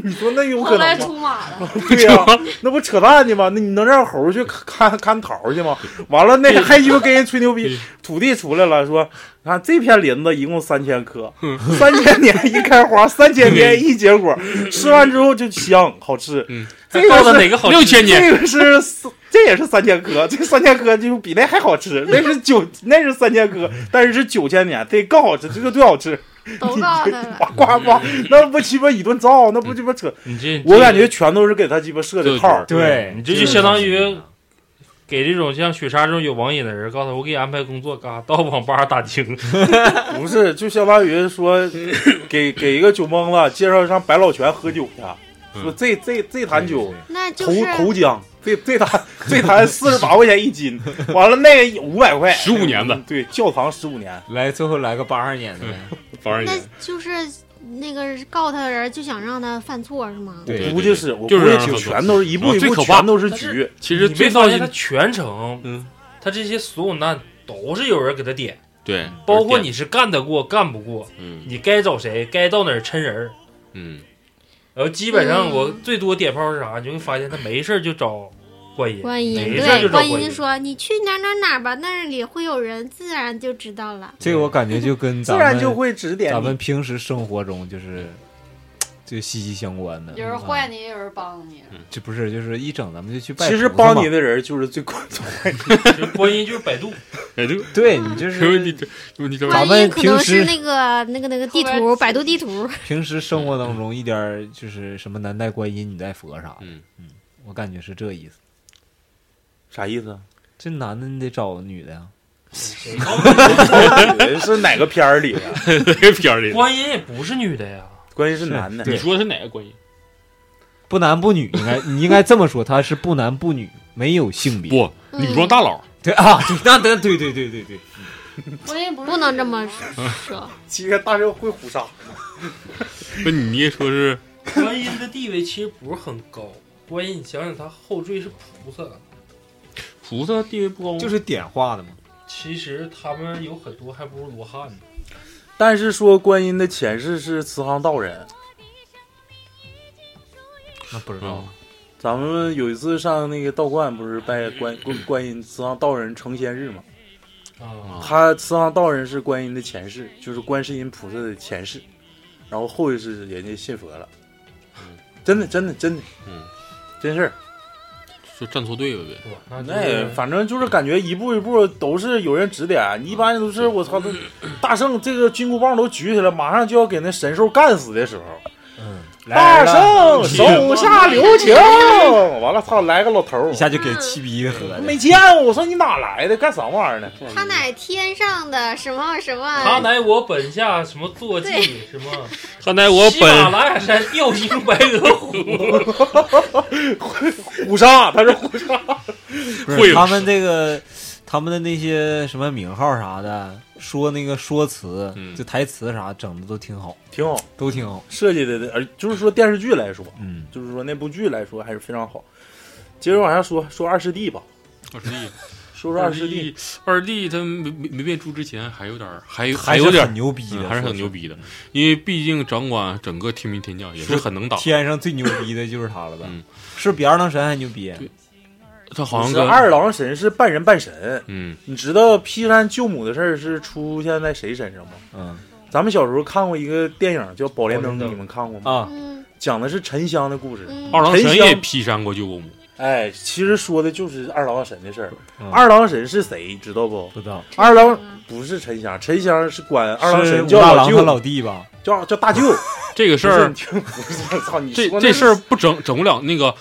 Speaker 2: 你说那有
Speaker 6: 后
Speaker 2: 可
Speaker 6: 来
Speaker 2: 能吗？
Speaker 6: 出马 了，
Speaker 2: 对呀、那不扯淡呢吗？那你能让猴儿去看看桃儿去吗？完了，那还鸡巴跟人吹牛逼， 土地出来了，说你看这片林子一共三千 棵，
Speaker 1: 嗯
Speaker 2: 三千年一开花，三千年一结果，吃完之后就香好吃。
Speaker 4: 嗯
Speaker 2: 这个
Speaker 1: 报的
Speaker 2: 是
Speaker 1: 哪个好吃？
Speaker 4: 六千年，
Speaker 2: 这个是四这也是三千颗，这三千颗就比那还好吃，那是九那是三千颗，但是是九千年，这更好吃，这个最好吃，
Speaker 5: 都告诉他了。
Speaker 2: 呱呱呱，那不鸡巴一顿造，那不鸡巴扯，
Speaker 1: 你这，
Speaker 2: 我感觉全都是给他鸡巴设的套儿，
Speaker 3: 对
Speaker 1: 你这就相当于给这种像雪莎这种有网瘾的人，告诉他我给你安排工作，嘎到网吧打听，
Speaker 2: 不是就相当于说给给一个酒蒙子介绍上百老泉喝酒去，
Speaker 4: 嗯
Speaker 2: 说这这这坛酒
Speaker 5: 那就
Speaker 2: 头
Speaker 5: 是
Speaker 2: 头浆。这这坛这坛四十八块钱一斤，完了那个五百块，嗯
Speaker 4: 15年的
Speaker 2: 对，窖藏十五年，
Speaker 3: 来最后来个八二年的呗，
Speaker 4: 反正
Speaker 5: 那
Speaker 4: 也
Speaker 5: 就是那个告他的人就想让他犯错是吗？
Speaker 3: 对
Speaker 2: 估计是，我
Speaker 4: 就是
Speaker 2: 估计
Speaker 4: 让
Speaker 2: 挺
Speaker 4: 他做
Speaker 2: 全都是一步一
Speaker 4: 最
Speaker 2: 步
Speaker 4: 可怕
Speaker 2: 全都是
Speaker 1: 但是
Speaker 2: 局。
Speaker 4: 其实
Speaker 1: 你
Speaker 4: 最
Speaker 1: 没
Speaker 4: 闹
Speaker 1: 发现他
Speaker 4: 心，
Speaker 1: 全程，
Speaker 4: 嗯，
Speaker 1: 他这些所有难都是有人给他点，
Speaker 4: 对，
Speaker 1: 包括你是干得过干不过，
Speaker 4: 嗯，
Speaker 1: 你该找谁，该到哪儿抻人儿。
Speaker 4: 嗯
Speaker 1: 然后基本上
Speaker 5: 嗯
Speaker 1: 我最多点炮是啥？你就会发现他没事儿就找观音，
Speaker 5: 观音
Speaker 1: 没事儿
Speaker 5: 对
Speaker 1: 就找
Speaker 5: 观
Speaker 1: 观
Speaker 5: 音说：“你去哪儿哪儿哪儿吧，那里会有人，自然就知道了。
Speaker 3: 这个我感觉就跟咱
Speaker 2: 自然
Speaker 3: 们
Speaker 2: 就会指点
Speaker 3: 咱
Speaker 2: 你
Speaker 3: 们。平时生活中就是就息息相关的。
Speaker 6: 有人坏你，也有人帮 你。
Speaker 3: 啊，这不是就是一整咱们就去拜。
Speaker 2: 其实帮你，的人就是最关注，
Speaker 1: 就观音就是百 度，
Speaker 4: 哎，这个
Speaker 3: 对你 就
Speaker 4: 这个你
Speaker 3: 是
Speaker 4: 这个你这
Speaker 3: 咱
Speaker 5: 观
Speaker 3: 们
Speaker 5: 音可能
Speaker 3: 平时
Speaker 5: 是那个那个那个地
Speaker 6: 后
Speaker 5: 图，
Speaker 6: 边
Speaker 5: 百度地图。
Speaker 3: 平时生活当中一点儿就是什么南带观音，女带佛啥的。
Speaker 4: 嗯
Speaker 3: 嗯，我感觉是这意思。
Speaker 2: 啥意思啊？
Speaker 3: 这男的你得找女的呀，
Speaker 1: 谁告诉你
Speaker 2: 是哪个片儿里的？
Speaker 4: 这个片儿里，
Speaker 1: 观音也不是女的呀？
Speaker 2: 关键是男的。
Speaker 3: 对
Speaker 4: 你说的是哪个观音？
Speaker 3: 不男不女，应该 你应该这么说，他是不男不女，没有性别。
Speaker 4: 不，女装大佬，
Speaker 3: 对 啊，对，那那对对对对对，
Speaker 6: 观音不是
Speaker 5: 不能这
Speaker 6: 女的
Speaker 5: 么
Speaker 6: 吗
Speaker 5: 说，
Speaker 2: 七月大圣会虎鲨，
Speaker 4: 不，你也说是
Speaker 1: 观音的地位其实不是很高。观音，你想想，他后缀是菩萨，
Speaker 4: 菩萨地位不高吗，
Speaker 3: 就是点化的嘛。
Speaker 1: 其实他们有很多还不如罗汉呢。
Speaker 2: 但是说观音的前世是慈航道人。
Speaker 3: 那不知道
Speaker 4: 嗯，
Speaker 2: 咱们有一次上那个道观，不是拜观观观音慈航道人成仙日嘛？
Speaker 1: 啊，
Speaker 2: 他慈航道人是观音的前世，就是观世音菩萨的前世，然后后一世人家信佛了
Speaker 4: 嗯，
Speaker 2: 真的真的真的，
Speaker 4: 嗯，
Speaker 2: 真事儿。
Speaker 4: 就站错队了呗。
Speaker 1: 哇，那就
Speaker 2: 那也
Speaker 1: 是
Speaker 2: 反正就是感觉一步一步都是有人指点，一般都是我操，这大圣这个金箍棒都举起来，马上就要给那神兽干死的时候，
Speaker 3: 嗯，
Speaker 2: 大圣手下留情，完了操，来个老头
Speaker 3: 一
Speaker 2: 儿，
Speaker 3: 下就给气逼一喝的。
Speaker 2: 没见过，我说你哪来的，干啥玩意儿呢？
Speaker 5: 他乃天上的什么什么，
Speaker 1: 他乃我本下什么坐骑什 么，
Speaker 4: 看来我
Speaker 1: 喜马
Speaker 4: 本
Speaker 1: 拉雅山吊睛白鹅湖，
Speaker 2: 虎鲨，他是虎鲨，
Speaker 3: 不
Speaker 4: 会
Speaker 3: 是
Speaker 4: 有
Speaker 3: 他们这个他们的那些什么名号啥的，说那个说辞，
Speaker 4: 嗯
Speaker 3: 就台词啥整的都挺好，
Speaker 2: 挺好
Speaker 3: 都挺好。
Speaker 2: 设计的，而就是说电视剧来说，
Speaker 3: 嗯，
Speaker 2: 就是说那部剧来说还是非常好。接着往下说，说二师弟吧，
Speaker 4: 二师弟，
Speaker 2: 说说二师弟，
Speaker 4: 弟，二师弟他没没没变猪之前还有点儿，还有
Speaker 3: 还
Speaker 4: 有
Speaker 3: 是
Speaker 4: 点
Speaker 3: 很牛逼
Speaker 4: 嗯
Speaker 3: 的，
Speaker 4: 还是很
Speaker 3: 说
Speaker 4: 牛逼的，因为毕竟掌管整个天兵天将，也是很能打。
Speaker 3: 天上最牛逼的就是他了呗
Speaker 4: 嗯，
Speaker 3: 是比二郎神还牛逼。啊
Speaker 4: 对他好像
Speaker 2: 是
Speaker 4: 跟
Speaker 2: 二郎神是半人半神，
Speaker 4: 嗯
Speaker 2: 你知道劈山救母的事儿是出现在谁身上吗？
Speaker 3: 嗯
Speaker 2: 咱们小时候看过一个电影叫《宝莲灯》，
Speaker 1: 宝莲灯
Speaker 2: 你们看过吗？
Speaker 3: 啊，
Speaker 5: 嗯
Speaker 2: 讲的是沉香的故事。
Speaker 3: 哦
Speaker 5: 嗯，
Speaker 4: 二郎
Speaker 2: 沉
Speaker 4: 神也
Speaker 2: 香
Speaker 4: 劈山过救过母，
Speaker 2: 哎，其实说的就是二郎神的事儿。
Speaker 3: 嗯
Speaker 2: 二郎神是谁，知道不？
Speaker 3: 不知道
Speaker 2: 二郎不是沉香，沉香是管二郎
Speaker 3: 是
Speaker 2: 神
Speaker 3: 武
Speaker 2: 叫
Speaker 3: 大郎他
Speaker 2: 舅，
Speaker 3: 老弟吧？
Speaker 2: 叫叫大舅。
Speaker 4: 这个
Speaker 2: 不
Speaker 4: 事
Speaker 2: 是
Speaker 4: 儿
Speaker 2: 你，听，不是我操你
Speaker 4: 这
Speaker 2: 说
Speaker 4: 这
Speaker 2: 那
Speaker 4: 事儿不整整不了那个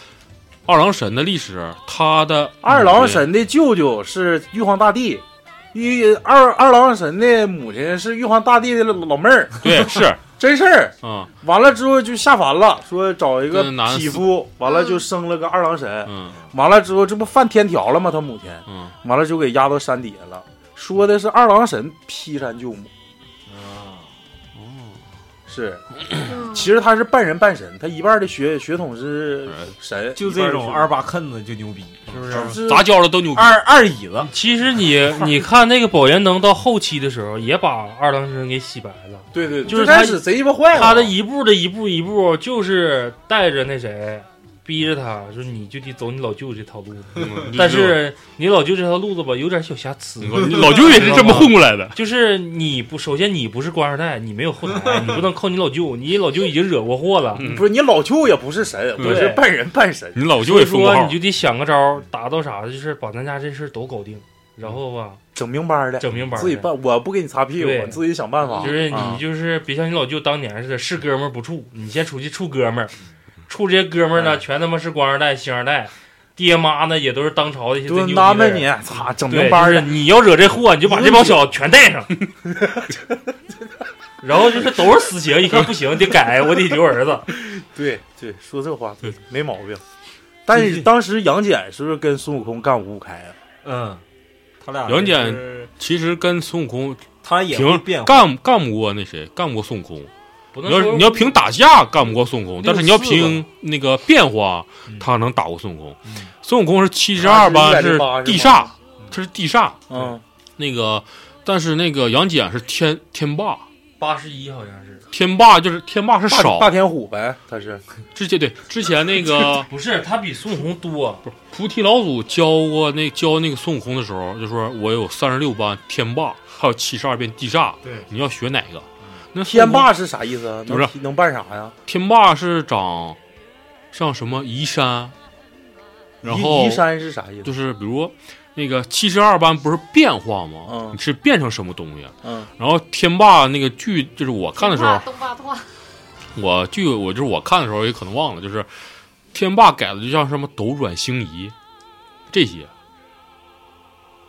Speaker 4: 二郎神的历史，他的嗯
Speaker 2: 二郎神的舅舅是玉皇大帝，玉二二郎神的母亲是玉皇大帝的老老妹儿，
Speaker 4: 对是
Speaker 2: 真事儿。
Speaker 4: 啊
Speaker 2: 完了之后就下凡了，说找一个
Speaker 4: 这男的
Speaker 2: 匹夫，完了就生了个二郎神。
Speaker 4: 嗯
Speaker 2: 完了之后，这不犯天条了吗？他母亲
Speaker 4: 嗯
Speaker 2: 完了就给压到山底下了。说的是二郎神劈山救母，是，
Speaker 5: 嗯
Speaker 2: 其实他是半人半神，他一半的血血统是
Speaker 4: 嗯
Speaker 2: 神，
Speaker 3: 就这种二八坑子就牛逼，是不是？
Speaker 2: 就是
Speaker 4: 杂交了都牛逼，
Speaker 3: 二二椅子，
Speaker 1: 其实你你看那个宝莲灯到后期的时候，也把二郎神给洗白了。
Speaker 2: 对对，
Speaker 1: 就是
Speaker 2: 最开
Speaker 1: 他
Speaker 2: 始贼鸡巴坏了，
Speaker 1: 他的一步的一步一步，就是带着那谁，逼着他说你就得走你老舅这套路 子。
Speaker 4: 嗯
Speaker 1: 但是你老舅这条路子吧，有点小瑕疵。
Speaker 4: 你你老舅也是这么混过来的，
Speaker 1: 就是你不，首先你不是官二代，你没有后台，你不能靠你老舅，你老舅已经惹过祸了。
Speaker 4: 嗯
Speaker 2: 不是你老舅也不是神，
Speaker 4: 嗯
Speaker 2: 我是半人半神，
Speaker 4: 你老舅
Speaker 1: 所以
Speaker 4: 也封过
Speaker 1: 说
Speaker 4: 号
Speaker 1: 你，就得想个招儿，达到啥就是把咱家这事儿都搞定，然后吧
Speaker 2: 整明白的，
Speaker 1: 整明白儿
Speaker 2: 自己
Speaker 1: 呗
Speaker 2: 办，我不给你擦屁股，
Speaker 1: 对
Speaker 2: 我自己想办法。
Speaker 1: 就是
Speaker 2: 啊
Speaker 1: 你就是别像你老舅当年似的，是哥们儿不处，你先出去处哥们儿，
Speaker 4: 嗯
Speaker 1: 处这些哥们儿
Speaker 4: 哎
Speaker 1: 呢，全他妈是官二代、星二代，爹妈呢也都是当朝的一些最
Speaker 2: 多
Speaker 1: 牛逼
Speaker 2: 纳
Speaker 1: 的
Speaker 2: 闷
Speaker 1: 人
Speaker 2: 你，操，整明
Speaker 1: 对，
Speaker 2: 白
Speaker 1: 就
Speaker 2: 的
Speaker 1: 是，你要惹这祸，你就把这帮小子全带上。 然后就是都是私刑，一看不行，得改，我得留儿子。
Speaker 2: 对对，说这话对
Speaker 4: 对，
Speaker 2: 没毛病。但是当时杨戬是不是跟孙悟空干五五开啊？
Speaker 3: 嗯，他俩
Speaker 4: 杨戬
Speaker 1: 嗯
Speaker 3: 就是
Speaker 4: 其实跟孙悟空
Speaker 3: 他也会
Speaker 4: 凭
Speaker 3: 变化，
Speaker 4: 干干不过那谁，干不过孙悟空。
Speaker 1: 不能
Speaker 4: 你要
Speaker 1: 说
Speaker 4: 你要凭打架干不过孙悟空，但是你要
Speaker 3: 六四吧
Speaker 4: 凭那个变化
Speaker 3: 嗯，
Speaker 4: 他能打过孙悟空
Speaker 3: 嗯。
Speaker 4: 孙悟空是七十二
Speaker 2: 他
Speaker 4: 般
Speaker 2: 是
Speaker 4: 是
Speaker 2: 108
Speaker 4: 地
Speaker 2: 是
Speaker 4: 煞
Speaker 2: 吗，
Speaker 4: 他是地煞。
Speaker 2: 嗯，
Speaker 4: 那个，但是那个杨戬是天天霸，
Speaker 1: 八十一好像是，
Speaker 4: 天霸就是天霸是
Speaker 2: 霸
Speaker 4: 少。
Speaker 2: 霸天虎呗，他是
Speaker 4: 之前对之前那个
Speaker 1: 不是他比孙悟空
Speaker 4: 哦
Speaker 1: 多，
Speaker 4: 菩提老祖教过那教那个孙悟空的时候，就说我有三十六般天霸，还有七十二变地煞，
Speaker 1: 对，
Speaker 4: 你要学哪个？那孙
Speaker 2: 天
Speaker 4: 悟空
Speaker 2: 霸是啥意思啊？
Speaker 4: 不是
Speaker 2: 能能办啥呀？
Speaker 4: 天霸是长像什么移山，然后
Speaker 2: 移移山是啥意思？
Speaker 4: 就是比如那个七十二般不是变化吗？
Speaker 2: 嗯
Speaker 4: 你是变成什么东西？
Speaker 2: 嗯，
Speaker 4: 然后天霸那个剧，就是我看的时候，
Speaker 6: 东霸东霸
Speaker 4: 我剧我就是我看的时候也可能忘了，就是天霸改的就像什么斗转星移这些，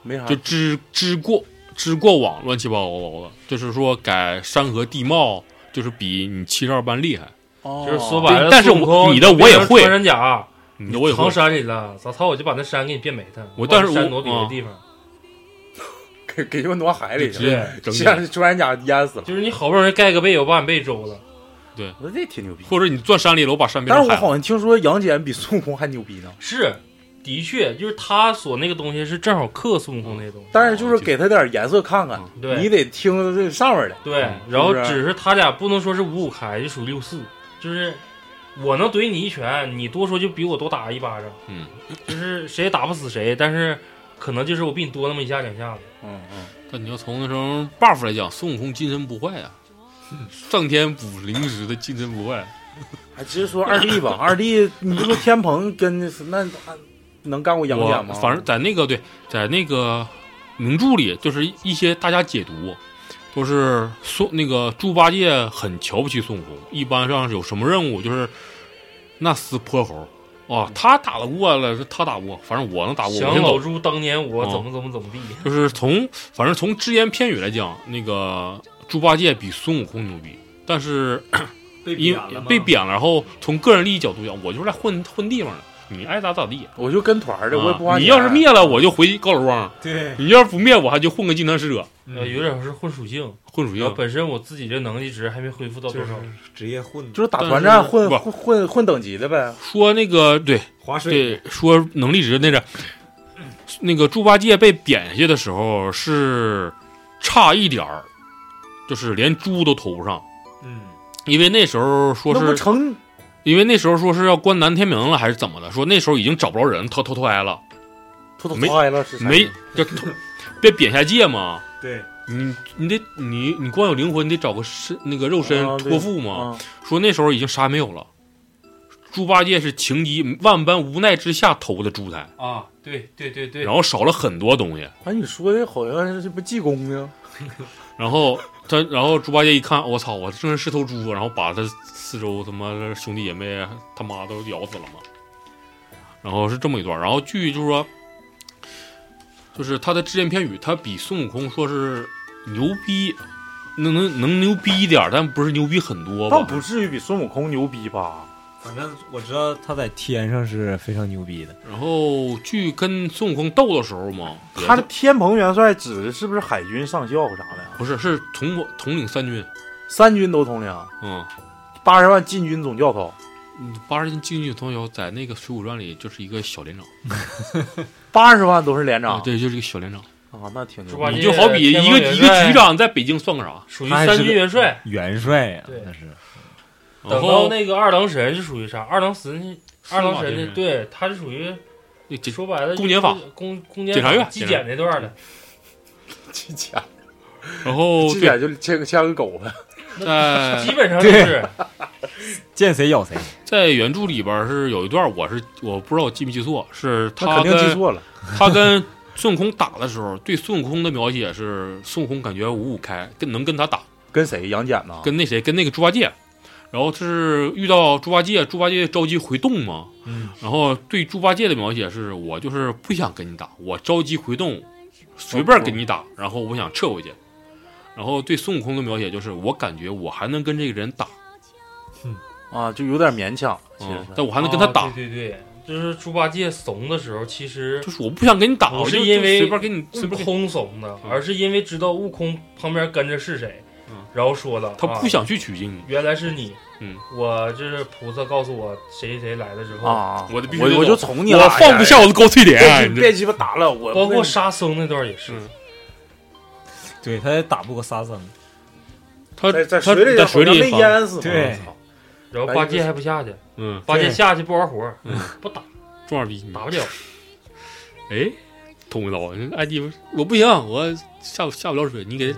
Speaker 2: 没啥
Speaker 4: 就知知过知过往乱七八糟的，就是说改山河地貌，就是比你七十二般厉害。
Speaker 2: 哦
Speaker 1: 就是说白了，
Speaker 4: 但是我
Speaker 1: 孙悟空
Speaker 4: 你的我也
Speaker 1: 别人
Speaker 4: 会
Speaker 1: 穿山甲，
Speaker 4: 你我也会
Speaker 1: 藏山里了，早操我就把那山给你变没它，
Speaker 4: 我
Speaker 1: 把
Speaker 4: 但是
Speaker 1: 山
Speaker 4: 我
Speaker 1: 挪
Speaker 4: 啊
Speaker 1: 别的地方。
Speaker 2: 给给就挪海里
Speaker 4: 就
Speaker 2: 去
Speaker 4: 直接
Speaker 2: 了，
Speaker 4: 整
Speaker 2: 这
Speaker 4: 起
Speaker 2: 样
Speaker 4: 来，
Speaker 2: 穿山甲淹死了。
Speaker 1: 就是你好不容易盖个被，我把你被周了，
Speaker 2: 我说这挺牛逼，
Speaker 4: 或者你钻山里了，我把山变
Speaker 2: 但
Speaker 4: 成
Speaker 2: 是我
Speaker 4: 海。
Speaker 2: 好像听说杨戬比孙悟空还牛逼呢。
Speaker 1: 是，的确就是他所那个东西是正好克孙悟空那个东西。
Speaker 2: 但是就是给他点颜色看看，
Speaker 1: 对，
Speaker 2: 你得听这上面的。
Speaker 1: 对，
Speaker 4: 嗯
Speaker 1: 然后只是他俩不能说是五五开，就属于六四，就是我能怼你一拳，你多说就比我多打一巴掌，
Speaker 4: 嗯，
Speaker 1: 就是谁也打不死谁，但是可能就是我比你多那么一下两下子。
Speaker 2: 嗯嗯，
Speaker 4: 但你要从那种 buff 来讲，孙悟空金身不坏啊，上天补灵石的金身不坏。啊
Speaker 2: 还直接说二弟吧，二弟，你不说天蓬跟那能干过杨戬吗？
Speaker 4: 我反正在那个对，在那个名著里，就是一些大家解读，都是孙那个猪八戒很瞧不起孙悟空。一般上是有什么任务，就是那厮泼猴啊，他打得过了，他打不过，反正我能打过，我
Speaker 1: 想
Speaker 4: 先
Speaker 1: 老
Speaker 4: 走。
Speaker 1: 朱当年我怎么怎么怎么地，
Speaker 4: 就是从反正从只言片语来讲，那个猪八戒比孙悟空牛逼，但是
Speaker 3: 被
Speaker 4: 因被贬了，然后从个人利益角度讲，我就是来混混地方的，你爱咋咋地。
Speaker 2: 我就跟团儿的，我也不花
Speaker 4: 啊
Speaker 2: 钱。
Speaker 4: 你要是灭了，我就回高老庄。
Speaker 3: 对，
Speaker 4: 你要是不灭我，还就混个金汤使者，
Speaker 1: 呃，有点是混属性，
Speaker 4: 混属
Speaker 1: 然
Speaker 2: 啊
Speaker 1: 后
Speaker 4: 性。
Speaker 1: 本身我自己这能力值还没恢复到
Speaker 3: 就
Speaker 1: 多
Speaker 3: 是
Speaker 1: 少，
Speaker 3: 职业混
Speaker 2: 就是打团战
Speaker 4: 但是
Speaker 2: 混
Speaker 4: 不
Speaker 2: 混混混等级的呗。
Speaker 4: 说那个对
Speaker 3: 划水，
Speaker 4: 对，说能力值那是，那个猪八戒被贬下去的时候是差一点儿，就是连猪都投不上，
Speaker 3: 嗯，
Speaker 4: 因为那时候说
Speaker 2: 那不
Speaker 4: 是
Speaker 2: 成
Speaker 4: 因为那时候说是要关南天明了还是怎么的，说那时候已经找不着人，他投胎了，
Speaker 2: 秃头
Speaker 4: 没
Speaker 2: 坏了是啥
Speaker 4: 没 就投被贬下界嘛。
Speaker 3: 对，
Speaker 4: 你你得你你光有
Speaker 3: 哦
Speaker 4: 灵魂，你得找个身那个肉身
Speaker 2: 啊对
Speaker 4: 托付嘛。
Speaker 2: 啊？
Speaker 4: 说那时候已经啥也没有了，猪八戒是情急万般无奈之下投的猪胎，
Speaker 1: 啊，对对对对，
Speaker 4: 然后少了很多东西。
Speaker 2: 哎，你说的好像是这不济公呢？
Speaker 4: 然后他，然后猪八戒一看，我操，我这是头猪，然后把他四周他妈的兄弟姐妹他妈都咬死了嘛。然后是这么一段，然后据就是说，就是他的只言片语，他比孙悟空说是牛逼，能能能牛逼一点儿，但不是牛逼很多
Speaker 2: 倒
Speaker 4: 吧？
Speaker 2: 不至于比孙悟空牛逼吧？
Speaker 3: 反正我知道他在天上是非常牛逼的，
Speaker 4: 然后据跟孙悟空斗的时候嘛，也
Speaker 2: 他天蓬元帅指的是不是海军上校啥的呀？
Speaker 4: 不是是统统领三军，
Speaker 2: 三军都统领，
Speaker 4: 嗯，
Speaker 2: 八十万禁军总教头，
Speaker 4: 八十斤京剧童谣在那个《水浒传》里就是一个小连长
Speaker 2: 八十万都是连长
Speaker 4: 啊，对，就是一个小连长。
Speaker 2: 啊，那挺牛
Speaker 1: 猪八
Speaker 2: 逼。
Speaker 1: 戒
Speaker 4: 你就好比一
Speaker 1: 天
Speaker 4: 个
Speaker 1: 蓬元
Speaker 4: 一个
Speaker 1: 帅
Speaker 4: 局长在北京算个啥？
Speaker 1: 属于
Speaker 3: 他还
Speaker 1: 三
Speaker 3: 是
Speaker 1: 军
Speaker 3: 个
Speaker 1: 元帅。
Speaker 3: 元帅啊呀、
Speaker 1: 对
Speaker 3: 那是
Speaker 4: 然
Speaker 1: 等到
Speaker 4: 后
Speaker 1: 那个二郎神是属于啥？二郎神，二郎神
Speaker 4: 那
Speaker 1: 那对，他是属于
Speaker 4: 那检
Speaker 1: 说白了，
Speaker 4: 公检法、
Speaker 1: 公公检
Speaker 4: 检察院嗯
Speaker 1: 纪检那段的。
Speaker 2: 纪检，
Speaker 4: 然后
Speaker 2: 纪
Speaker 4: 对
Speaker 2: 检就牵个牵个狗了。
Speaker 4: 在
Speaker 1: 基本上就是
Speaker 3: 见谁咬谁，
Speaker 4: 在原著里边是有一段，我是我不知道我记没记错，是
Speaker 2: 那
Speaker 4: 他
Speaker 2: 肯定记
Speaker 4: 跟
Speaker 2: 错了。
Speaker 4: 他跟孙悟空打的时候，对孙悟空的描写是孙悟空感觉五五开，跟能跟他打，
Speaker 2: 跟谁？杨戬呐？
Speaker 4: 跟那谁跟那个猪八戒，然后是遇到猪八戒，猪八戒着急回洞嘛，
Speaker 3: 嗯，
Speaker 4: 然后对猪八戒的描写是我就是不想跟你打，我着急回洞，随便跟你打，然后我想撤回去。然后对孙悟空的描写就是，我感觉我还能跟这个人打，
Speaker 2: 啊，就有点勉强。其
Speaker 4: 嗯
Speaker 2: 实，
Speaker 4: 但我还能跟他打，
Speaker 1: 啊对对对，就是猪八戒怂的时候，其实
Speaker 4: 就是我不想跟你打，
Speaker 1: 不
Speaker 4: 我
Speaker 1: 是
Speaker 4: 就
Speaker 1: 因为
Speaker 4: 就随便跟你随
Speaker 1: 悟
Speaker 4: 便跟你，
Speaker 1: 空怂的，
Speaker 4: 嗯
Speaker 1: 而是因为知道悟空旁边跟着是谁
Speaker 4: 嗯，
Speaker 1: 然后说的
Speaker 4: 他
Speaker 1: 啊
Speaker 4: 不想去取经，
Speaker 1: 原来是你，
Speaker 4: 嗯，
Speaker 1: 我就是菩萨告诉我谁谁来了之后，
Speaker 2: 啊，
Speaker 4: 我的必须得
Speaker 2: 我我
Speaker 4: 走
Speaker 2: 就宠你了，
Speaker 4: 我放不下我的高脆
Speaker 2: 哎呀。
Speaker 4: 脸，
Speaker 2: 别
Speaker 4: 你这
Speaker 2: 别鸡巴打了，
Speaker 1: 包
Speaker 2: 我不跟
Speaker 1: 括
Speaker 2: 你
Speaker 1: 沙僧那段也是
Speaker 4: 嗯，
Speaker 3: 对他也打不过沙僧，
Speaker 4: 他
Speaker 2: 在在
Speaker 4: 他
Speaker 2: 水里
Speaker 4: 在水里
Speaker 2: 没
Speaker 4: 放，
Speaker 2: 淹死。
Speaker 3: 对
Speaker 2: 我操
Speaker 1: 然后八戒还不下去，
Speaker 4: 嗯，
Speaker 1: 八戒下去不玩活儿，不打
Speaker 4: 中二逼，你
Speaker 1: 打不了，
Speaker 4: 哎，捅一刀，哎你们我不行，我下下不了水，你给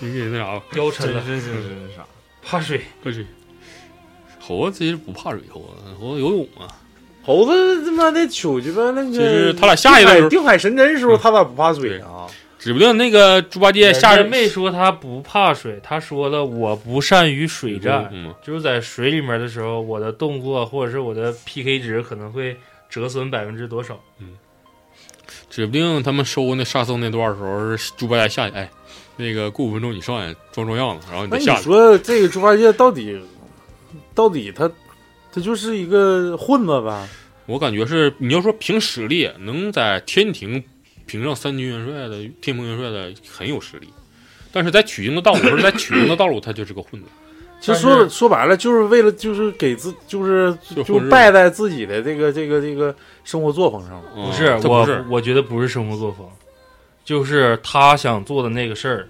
Speaker 4: 你给那啥吧，
Speaker 1: 腰抻了，
Speaker 3: 是是是啥？
Speaker 1: 怕水。
Speaker 4: 快去。猴子其实不怕水，猴子猴子游泳啊。
Speaker 2: 猴子他妈的瞅鸡巴那个，
Speaker 4: 其实他俩下一嗯代的时候
Speaker 2: 定海神针的时候，他咋不怕水呢？啊
Speaker 4: 指不定那个猪八戒下
Speaker 1: 人
Speaker 4: 人
Speaker 1: 家没说他不怕水，他说了我不善于水战，
Speaker 4: 嗯，
Speaker 1: 就是在水里面的时候，我的动作或者是我的 PK 值可能会折损百分之多少。
Speaker 4: 指不定他们收那沙僧那段的时候，是猪八戒下去，哎，那个过五分钟你上来装装样子，然后你
Speaker 2: 那
Speaker 4: 再
Speaker 2: 你
Speaker 4: 下去。
Speaker 2: 说这个猪八戒到底到底他他就是一个混子呗？
Speaker 4: 我感觉是你要说凭实力，能在天庭评上三军元帅的天蓬元帅的很有实力，但是在取经的道路，不是在取经的道路，他就是个混子。
Speaker 2: 其实
Speaker 1: 但是
Speaker 2: 说说白了，就是为了就是给自就是
Speaker 4: 就
Speaker 2: 就
Speaker 4: 混日子
Speaker 2: 败在自己的这个这个这个生活作风上了。
Speaker 4: 嗯
Speaker 1: 不是
Speaker 4: 他，不
Speaker 1: 我
Speaker 4: 是
Speaker 1: 我觉得不是生活作风，就是他想做的那个事儿，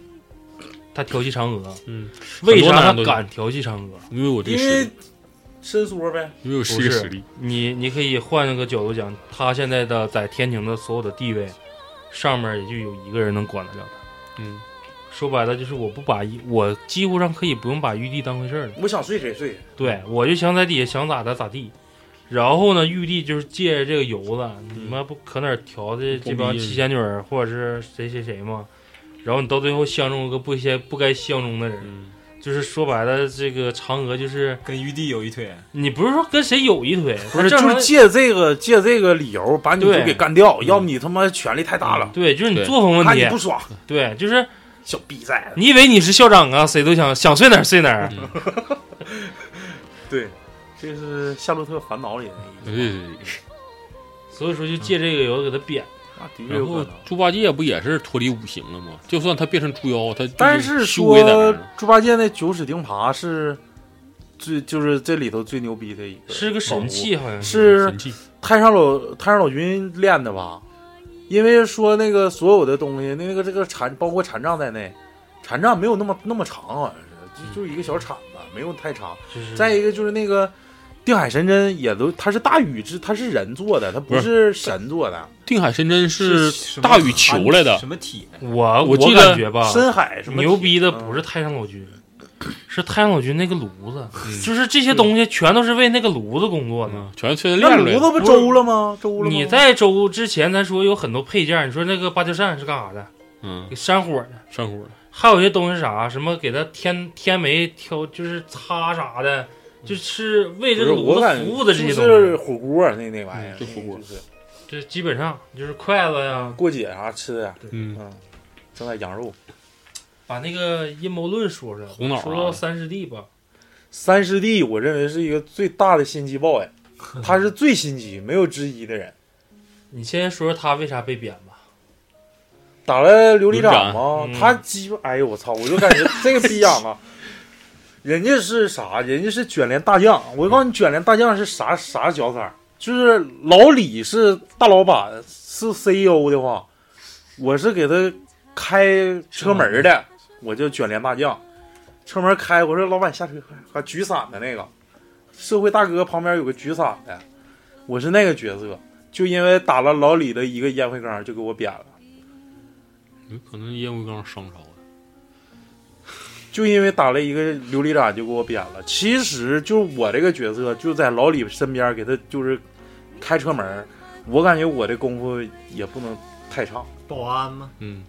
Speaker 1: 他调戏嫦娥。
Speaker 4: 嗯，
Speaker 1: 为
Speaker 4: 很多
Speaker 1: 啥
Speaker 4: 男的
Speaker 1: 他
Speaker 4: 都是
Speaker 1: 敢调戏嫦娥？
Speaker 4: 因为我这
Speaker 2: 因
Speaker 4: 个实
Speaker 2: 为
Speaker 4: 力，
Speaker 2: 伸缩呗，
Speaker 4: 因为我是
Speaker 1: 不
Speaker 4: 一个
Speaker 1: 是
Speaker 4: 实力，
Speaker 1: 你你可以换一个角度讲，他现在的在天庭的所有的地位，上面也就有一个人能管得了他。
Speaker 4: 嗯，
Speaker 1: 说白了就是我不把玉，我几乎上可以不用把玉帝当回事儿了。
Speaker 2: 我想睡谁睡。
Speaker 1: 对我就想在底下想咋的咋地。然后呢，玉帝就是借着这个由子，你
Speaker 2: 嗯
Speaker 1: 妈不可哪儿调的这帮
Speaker 4: 逼
Speaker 1: 七仙女儿或者是谁谁谁嘛，然后你到最后相中了个不该不该相中的人，
Speaker 4: 嗯，
Speaker 1: 就是说白了，这个嫦娥就是
Speaker 3: 跟玉帝有一腿，
Speaker 1: 你不是说跟谁有一腿，
Speaker 2: 不是，
Speaker 1: 正
Speaker 2: 就是
Speaker 1: 常
Speaker 2: 借这个借这个理由把你就
Speaker 1: 对
Speaker 2: 给干掉，要么你他妈权力太大了，
Speaker 1: 对，嗯就是你
Speaker 4: 对
Speaker 1: 作风问
Speaker 2: 看你
Speaker 1: 题
Speaker 2: 不，爽，
Speaker 1: 对，就是
Speaker 2: 小逼崽子。
Speaker 1: 你以为你是校长啊，谁都想想睡哪儿睡哪儿，
Speaker 2: 嗯对，这是《夏洛特烦恼》里的一
Speaker 4: 对
Speaker 2: 个，
Speaker 4: 对对。
Speaker 1: 所以说就借这个由子给他贬。
Speaker 2: 那啊的确
Speaker 4: 然
Speaker 2: 有可
Speaker 4: 后
Speaker 2: 能。
Speaker 4: 猪八戒不也是脱离五行了吗？就算他变成猪妖，他
Speaker 2: 但是
Speaker 4: 修为在那
Speaker 2: 说
Speaker 4: 儿
Speaker 2: 猪八戒那九齿钉耙是最就是这里头最牛逼的一个，
Speaker 1: 是个神器，好像是
Speaker 2: 是
Speaker 4: 神器
Speaker 2: 太上老太上老君练的吧？因为说那个所有的东西，那个这个禅包括禅杖在内，禅杖没有那么那么长，好像是就就是一个小铲子，没有太长。
Speaker 1: 就是
Speaker 2: 再一个就是那个定海神针也都，它是大禹制，它是人做的，它不
Speaker 4: 不
Speaker 2: 是啊神做的。
Speaker 4: 定海神针是
Speaker 3: 什么
Speaker 4: 大禹求来的，
Speaker 3: 什么铁？
Speaker 1: 我
Speaker 4: 我记得
Speaker 1: 感觉吧，
Speaker 2: 深海什么嗯
Speaker 1: 牛逼的不
Speaker 2: 是
Speaker 1: 是太上老君，是太上老君那个炉子，
Speaker 2: 嗯
Speaker 1: 就是这些东西全都是为那个炉子工作的。
Speaker 4: 嗯全是
Speaker 2: 那
Speaker 4: 练出来
Speaker 2: 炉
Speaker 4: 的。
Speaker 2: 子不周了吗？周了吗？
Speaker 1: 你在周之前，咱说有很多配件，你说那个芭蕉扇是干啥的？
Speaker 4: 嗯，
Speaker 1: 给扇火的。
Speaker 4: 上火了。
Speaker 1: 还有一些东西是啥，什么给它添添煤、挑就是擦啥的，就是为
Speaker 2: 不
Speaker 1: 这
Speaker 2: 是
Speaker 1: 个炉
Speaker 2: 我
Speaker 1: 子
Speaker 2: 感觉
Speaker 1: 服务的这些
Speaker 2: 就
Speaker 1: 东
Speaker 2: 是
Speaker 1: 西。
Speaker 2: 火锅那那玩意儿，
Speaker 4: 嗯就火锅
Speaker 2: 是
Speaker 1: 这基本上就是筷子呀，
Speaker 2: 过节啥吃的，
Speaker 4: 嗯，
Speaker 2: 嗯，整点羊肉。
Speaker 1: 把那个阴谋论说出来，
Speaker 4: 红脑啊
Speaker 1: 说到三师弟吧，
Speaker 2: 三师弟，我认为是一个最大的心机 boy，他是最心机，没有之一的人。
Speaker 1: 你先说说他为啥被贬吧。
Speaker 2: 打了琉璃掌吗？
Speaker 1: 嗯
Speaker 2: 他鸡巴，哎呦我操！我就感觉这个逼养啊，人家是啥？人家是卷帘大将。我告诉你，卷帘大将是啥啥角色？就是老李是大老板，是 CEO 的话，我是给他开车门的，我叫卷帘大将。车门开，我说老板下车快，还举伞的那个，社会大哥旁边有个举伞的，我是那个角色。就因为打了老李的一个烟灰缸，就给我贬了。
Speaker 4: 有可能烟灰缸上烧了。
Speaker 2: 就因为打了一个琉璃盏就给我贬了。其实就是我这个角色就在老李身边，给他就是开车门儿。我感觉我这功夫也不能太差，
Speaker 3: 保安吗？
Speaker 4: 嗯，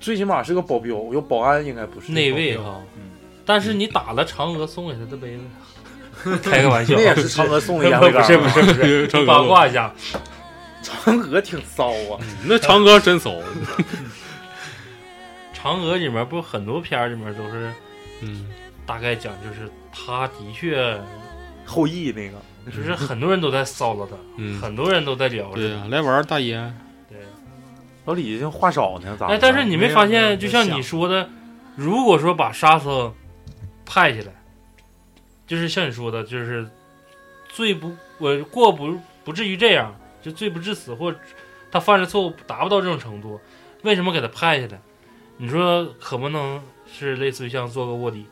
Speaker 2: 最起码是个保镖。我有保安应该不是
Speaker 1: 那位啊哈，
Speaker 2: 嗯
Speaker 1: 但是你打了嫦娥送给他的杯子， 开个玩笑
Speaker 2: 那，也是嫦娥 送的烟灰缸。
Speaker 1: 不是不是不是，
Speaker 4: 这
Speaker 1: 八卦一下，
Speaker 2: 嫦娥挺骚啊，
Speaker 4: 那长哥真骚。啊
Speaker 1: 嫦娥里面不很多片儿里面都是
Speaker 4: 嗯，
Speaker 1: 大概讲就是他的确
Speaker 2: 后羿那个
Speaker 1: 就是很多人都在骚扰他，
Speaker 4: 嗯
Speaker 1: 很多人都在聊
Speaker 4: 对
Speaker 1: 着
Speaker 4: 呀、
Speaker 1: 他。
Speaker 4: 来玩儿大爷。
Speaker 1: 对，
Speaker 2: 老李像话少呢，咋的？
Speaker 1: 哎，但是你没发现，就像
Speaker 3: 想
Speaker 1: 你说的，如果说把沙僧派下来，就是像你说的，就是罪不我过不不至于这样，就罪不至死，或者他犯了错误达不到这种程度，为什么给他派下来？你说可不能是类似于像做个卧底，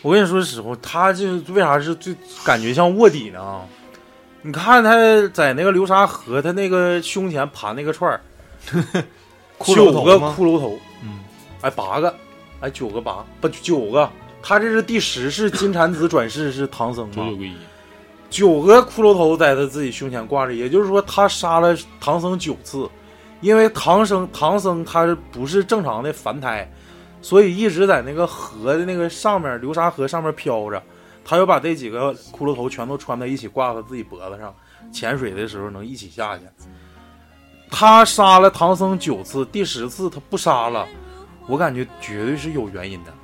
Speaker 2: 我跟你说实话，他这为啥是最感觉像卧底呢？啊你看他在那个流沙河，他那个胸前盘那个串儿，
Speaker 3: 骷
Speaker 2: 九
Speaker 3: 髅头
Speaker 2: 个
Speaker 3: 吗
Speaker 2: 骷髅头，
Speaker 3: 嗯，
Speaker 2: 哎八个，哎九个八不九个，他这是第十世金蝉子转世是唐僧
Speaker 4: 九
Speaker 2: 吗
Speaker 4: 九？归一。
Speaker 2: 九个骷髅头在他自己胸前挂着，也就是说他杀了唐僧九次，因为唐僧唐僧他不是正常的凡胎，所以一直在那个河的那个上面流沙河上面飘着，他又把这几个骷髅头全都穿在一起挂到自己脖子上，潜水的时候能一起下去。他杀了唐僧九次，第十次他不杀了，我感觉绝对是有原因的。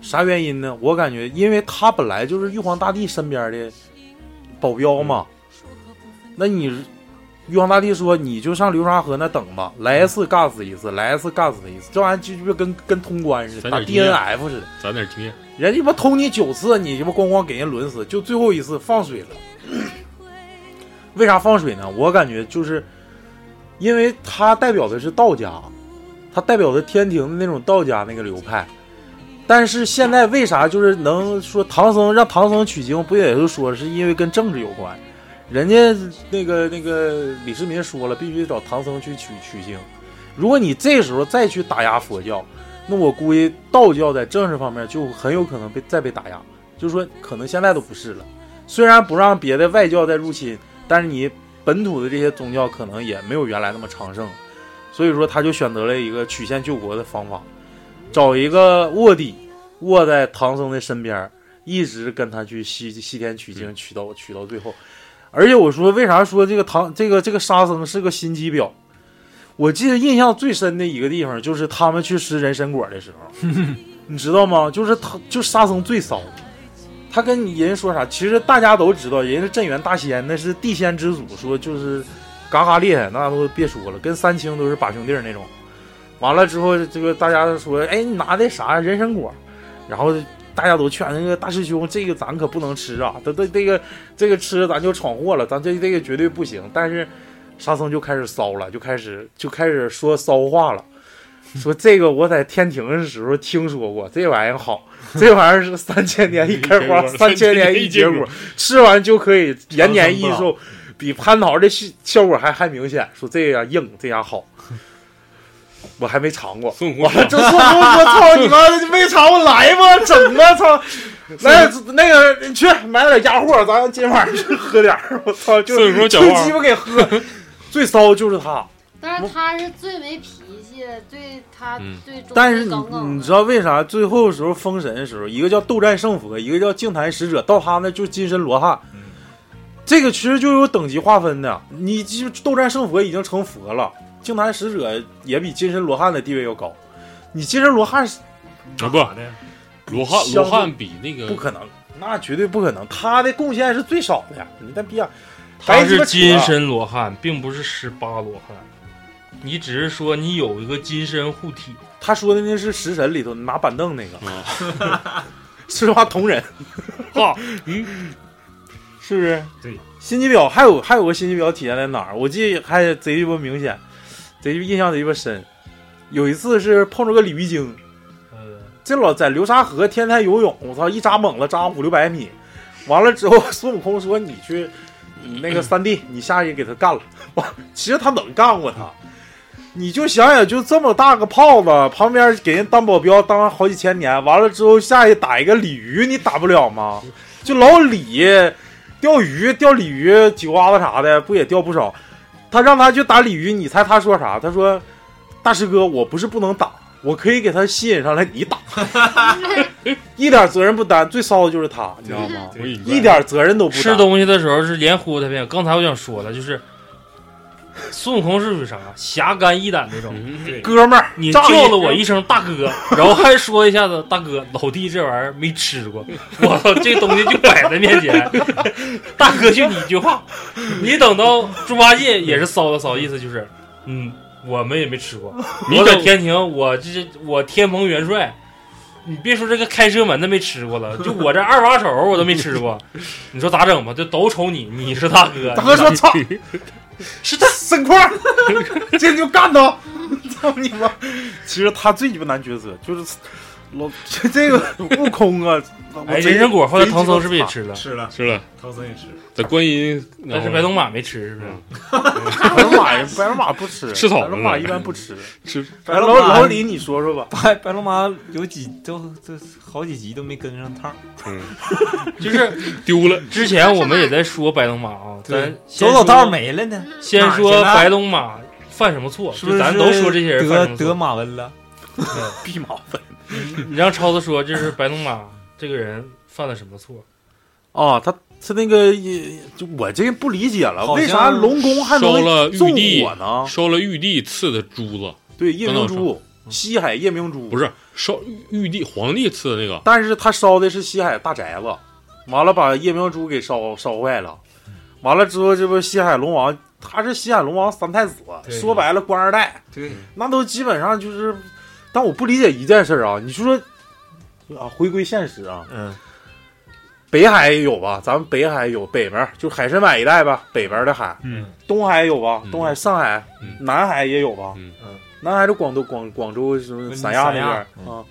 Speaker 2: 啥原因呢？我感觉，因为他本来就是玉皇大帝身边的保镖嘛。那你玉皇大帝说，你就上流沙河那等吧，来一次尬死一次，来一次尬死一次，这玩意儿就就跟跟通关似的，
Speaker 4: 咱
Speaker 2: 打
Speaker 4: 点经验
Speaker 2: DNF 似的。
Speaker 4: 攒点经验，
Speaker 2: 人家他妈偷你九次，你他妈咣咣给人抡死，就最后一次放水了。 为啥放水呢？我感觉就是，因为他代表的是道家，他代表的天庭的那种道家那个流派。但是现在为啥就是能说唐僧让唐僧取经，不也就说是因为跟政治有关？人家那个那个李世民说了，必须找唐僧去取取经。如果你这时候再去打压佛教，那我估计道教在政治方面就很有可能被再被打压，就是说可能现在都不是了。虽然不让别的外教再入侵，但是你本土的这些宗教可能也没有原来那么昌盛，所以说他就选择了一个曲线救国的方法，找一个卧底卧在唐僧的身边儿，一直跟他去西西天取经，取到取到最后。而且我说为啥说这个唐这个这个沙僧是个心机婊？我记得印象最深的一个地方就是他们去吃人参果的时候，你知道吗？就是他，就沙僧最骚，他跟你人说啥？其实大家都知道，人家镇元大仙那是地仙之祖，说就是嘎嘎厉害，那都别说了，跟三清都是把兄弟儿那种。完了之后，这个大家都说，哎，你拿的啥人参果？然后大家都劝那个大师兄，这个咱可不能吃啊，这这这个这个吃咱就闯祸了，咱这这个绝对不行。但是沙僧就开始骚了，就开始就开始说骚话了，说这个我在天庭的时候听说过，这玩意儿好，这玩意儿是三千年一开花， 三千年一结果，吃完就可以延年益寿，比蟠桃的效效果还还明显。说这样硬，这样好。
Speaker 8: 我还没尝过。
Speaker 4: 孙悟空
Speaker 8: 完了， 这孙悟空，我操你妈的，没尝过来吧，整吧， 操！来，那个你去买点鸭货，咱今晚去喝点儿。我操，就
Speaker 4: 孙悟
Speaker 8: 就
Speaker 4: 空讲话
Speaker 8: 鸡巴给喝，最骚就是他。
Speaker 6: 但是他是最没脾气，最他
Speaker 4: 嗯
Speaker 6: 最忠
Speaker 2: 但是
Speaker 6: 耿
Speaker 2: 你
Speaker 6: 耿的
Speaker 2: 你知道为啥最后时候封神的时候，一个叫斗战胜佛，一个叫净坛使者，到他那就金身罗汉。这个其实就有等级划分的，你就斗战胜佛已经成佛了，净坛使者也比金身罗汉的地位要高。你金身罗汉是
Speaker 4: 啊不，罗汉
Speaker 2: 相对
Speaker 4: 罗汉比那个
Speaker 2: 不可能，那绝对不可能，他的贡献是最少的呀。你但别
Speaker 1: 他
Speaker 2: 白鸡
Speaker 1: 是
Speaker 2: 巴扯啊
Speaker 1: 金身罗汉，并不是十八罗汉。你只是说你有一个金身护体，
Speaker 2: 他说的那是食神里头拿板凳那 个，是话同人，
Speaker 4: 哈，
Speaker 2: 是不是？
Speaker 1: 嗯对，
Speaker 2: 心机婊还有还有个心机婊体现在哪儿？我记得还贼鸡巴明显，贼鸡巴印象贼鸡巴深。有一次是碰着个鲤鱼精，
Speaker 1: 呃，
Speaker 2: 这老在流沙河天台游泳，我操，一扎猛了扎五六百米，完了之后 孙悟空说你去，你那个三弟，你下去给他干了。哇，其实他能干过他，你就想想，就这么大个炮子，旁边给人当保镖当好几千年，完了之后下去打一个鲤鱼，你打不了吗？就老李钓鱼钓鲤鱼几瓜子啥的，不也钓不少？他让他去打鲤鱼，你猜他说啥？他说：“大师哥，我不是不能打，我可以给他吸引上来，你打。”一点责任不担，最骚的就是他，你知道吗？
Speaker 4: 我以为
Speaker 2: 一点责任都不担。
Speaker 1: 吃东西的时候是连呼带骗。刚才我想说了，就是孙悟空是属于啥？侠肝义胆那种。
Speaker 4: 嗯
Speaker 2: 哥们儿，
Speaker 1: 你
Speaker 2: 仗义
Speaker 1: 叫了我一声大哥，然后还说一下子大哥，老弟这玩意儿没吃过，我操，这东西就摆在面前，大哥就你一句话，你等到猪八戒也是骚了骚，意思就是，嗯，我们也没吃过，
Speaker 4: 你
Speaker 1: 我在
Speaker 4: 等
Speaker 1: 天庭，我这这我天蓬元帅。你别说这个开车门的没吃过了，就我这二把手我都没吃过，你说咋整吧？就都瞅你，你是大哥，
Speaker 2: 大哥说：“ 操，
Speaker 1: 是他
Speaker 2: 身块儿，这就干他！操你妈！ 其实他最鸡巴难抉择，就是老 这这个悟空啊，我
Speaker 1: 哎，
Speaker 2: 贼
Speaker 1: 人参果后来
Speaker 2: 贼鸡巴
Speaker 1: 唐僧是不是也吃了？
Speaker 7: 吃了，
Speaker 4: 吃了，
Speaker 7: 唐僧也吃。
Speaker 4: 在观音，
Speaker 1: 但是白龙马没吃，是不是？
Speaker 2: 惨白龙马也白龙马不吃，
Speaker 4: 吃草
Speaker 2: 白龙马一般 不吃。
Speaker 4: 吃
Speaker 2: 白龙老李，你说说吧，
Speaker 7: 白白龙马有几都这好几集都没跟上趟，
Speaker 1: 就是
Speaker 4: 丢了，
Speaker 1: 之前我们也在说白龙马啊，咱先
Speaker 7: 走
Speaker 1: 说
Speaker 7: 走道没了呢，
Speaker 3: 嗯
Speaker 1: 先
Speaker 7: 哪儿
Speaker 1: 说
Speaker 7: 去了
Speaker 1: 白龙马犯什么错，
Speaker 7: 是不是？
Speaker 1: 就咱都说这些人犯什
Speaker 7: 得
Speaker 1: 么
Speaker 7: 得
Speaker 1: 错。
Speaker 7: 马瘟了，
Speaker 2: 弼马温
Speaker 1: 你让超子说，就是白龙马这个人犯了什么错？
Speaker 2: 啊，他他那个也就我这个不理解了，
Speaker 7: 好像
Speaker 2: 为啥龙宫还
Speaker 4: 烧了
Speaker 2: 能
Speaker 4: 玉
Speaker 2: 纵
Speaker 4: 帝
Speaker 2: 火呢？
Speaker 4: 烧了玉帝赐的珠子，
Speaker 2: 对，夜明
Speaker 4: 等
Speaker 2: 珠，西海夜明珠
Speaker 4: 嗯不是烧玉玉帝皇帝赐的那个，
Speaker 2: 但是他烧的是西海大宅子，完了把夜明珠给烧烧坏了，完了之后这不西海龙王，他是西海龙王三太子，
Speaker 1: 对
Speaker 2: 说白了官二代，
Speaker 7: 对，
Speaker 2: 那都基本上就是，但我不理解一件事啊，你就说啊，回归现实啊，
Speaker 7: 嗯，
Speaker 2: 北海也有吧，咱们北海有北边儿就海参崴一带吧，北边的海，
Speaker 7: 嗯，
Speaker 2: 东海有吧，
Speaker 4: 嗯
Speaker 2: 东海上海，
Speaker 4: 嗯
Speaker 2: 南海也有吧，
Speaker 4: 嗯
Speaker 7: 嗯
Speaker 2: 南海是广东广广州什么三亚那边儿
Speaker 7: 嗯
Speaker 2: 啊。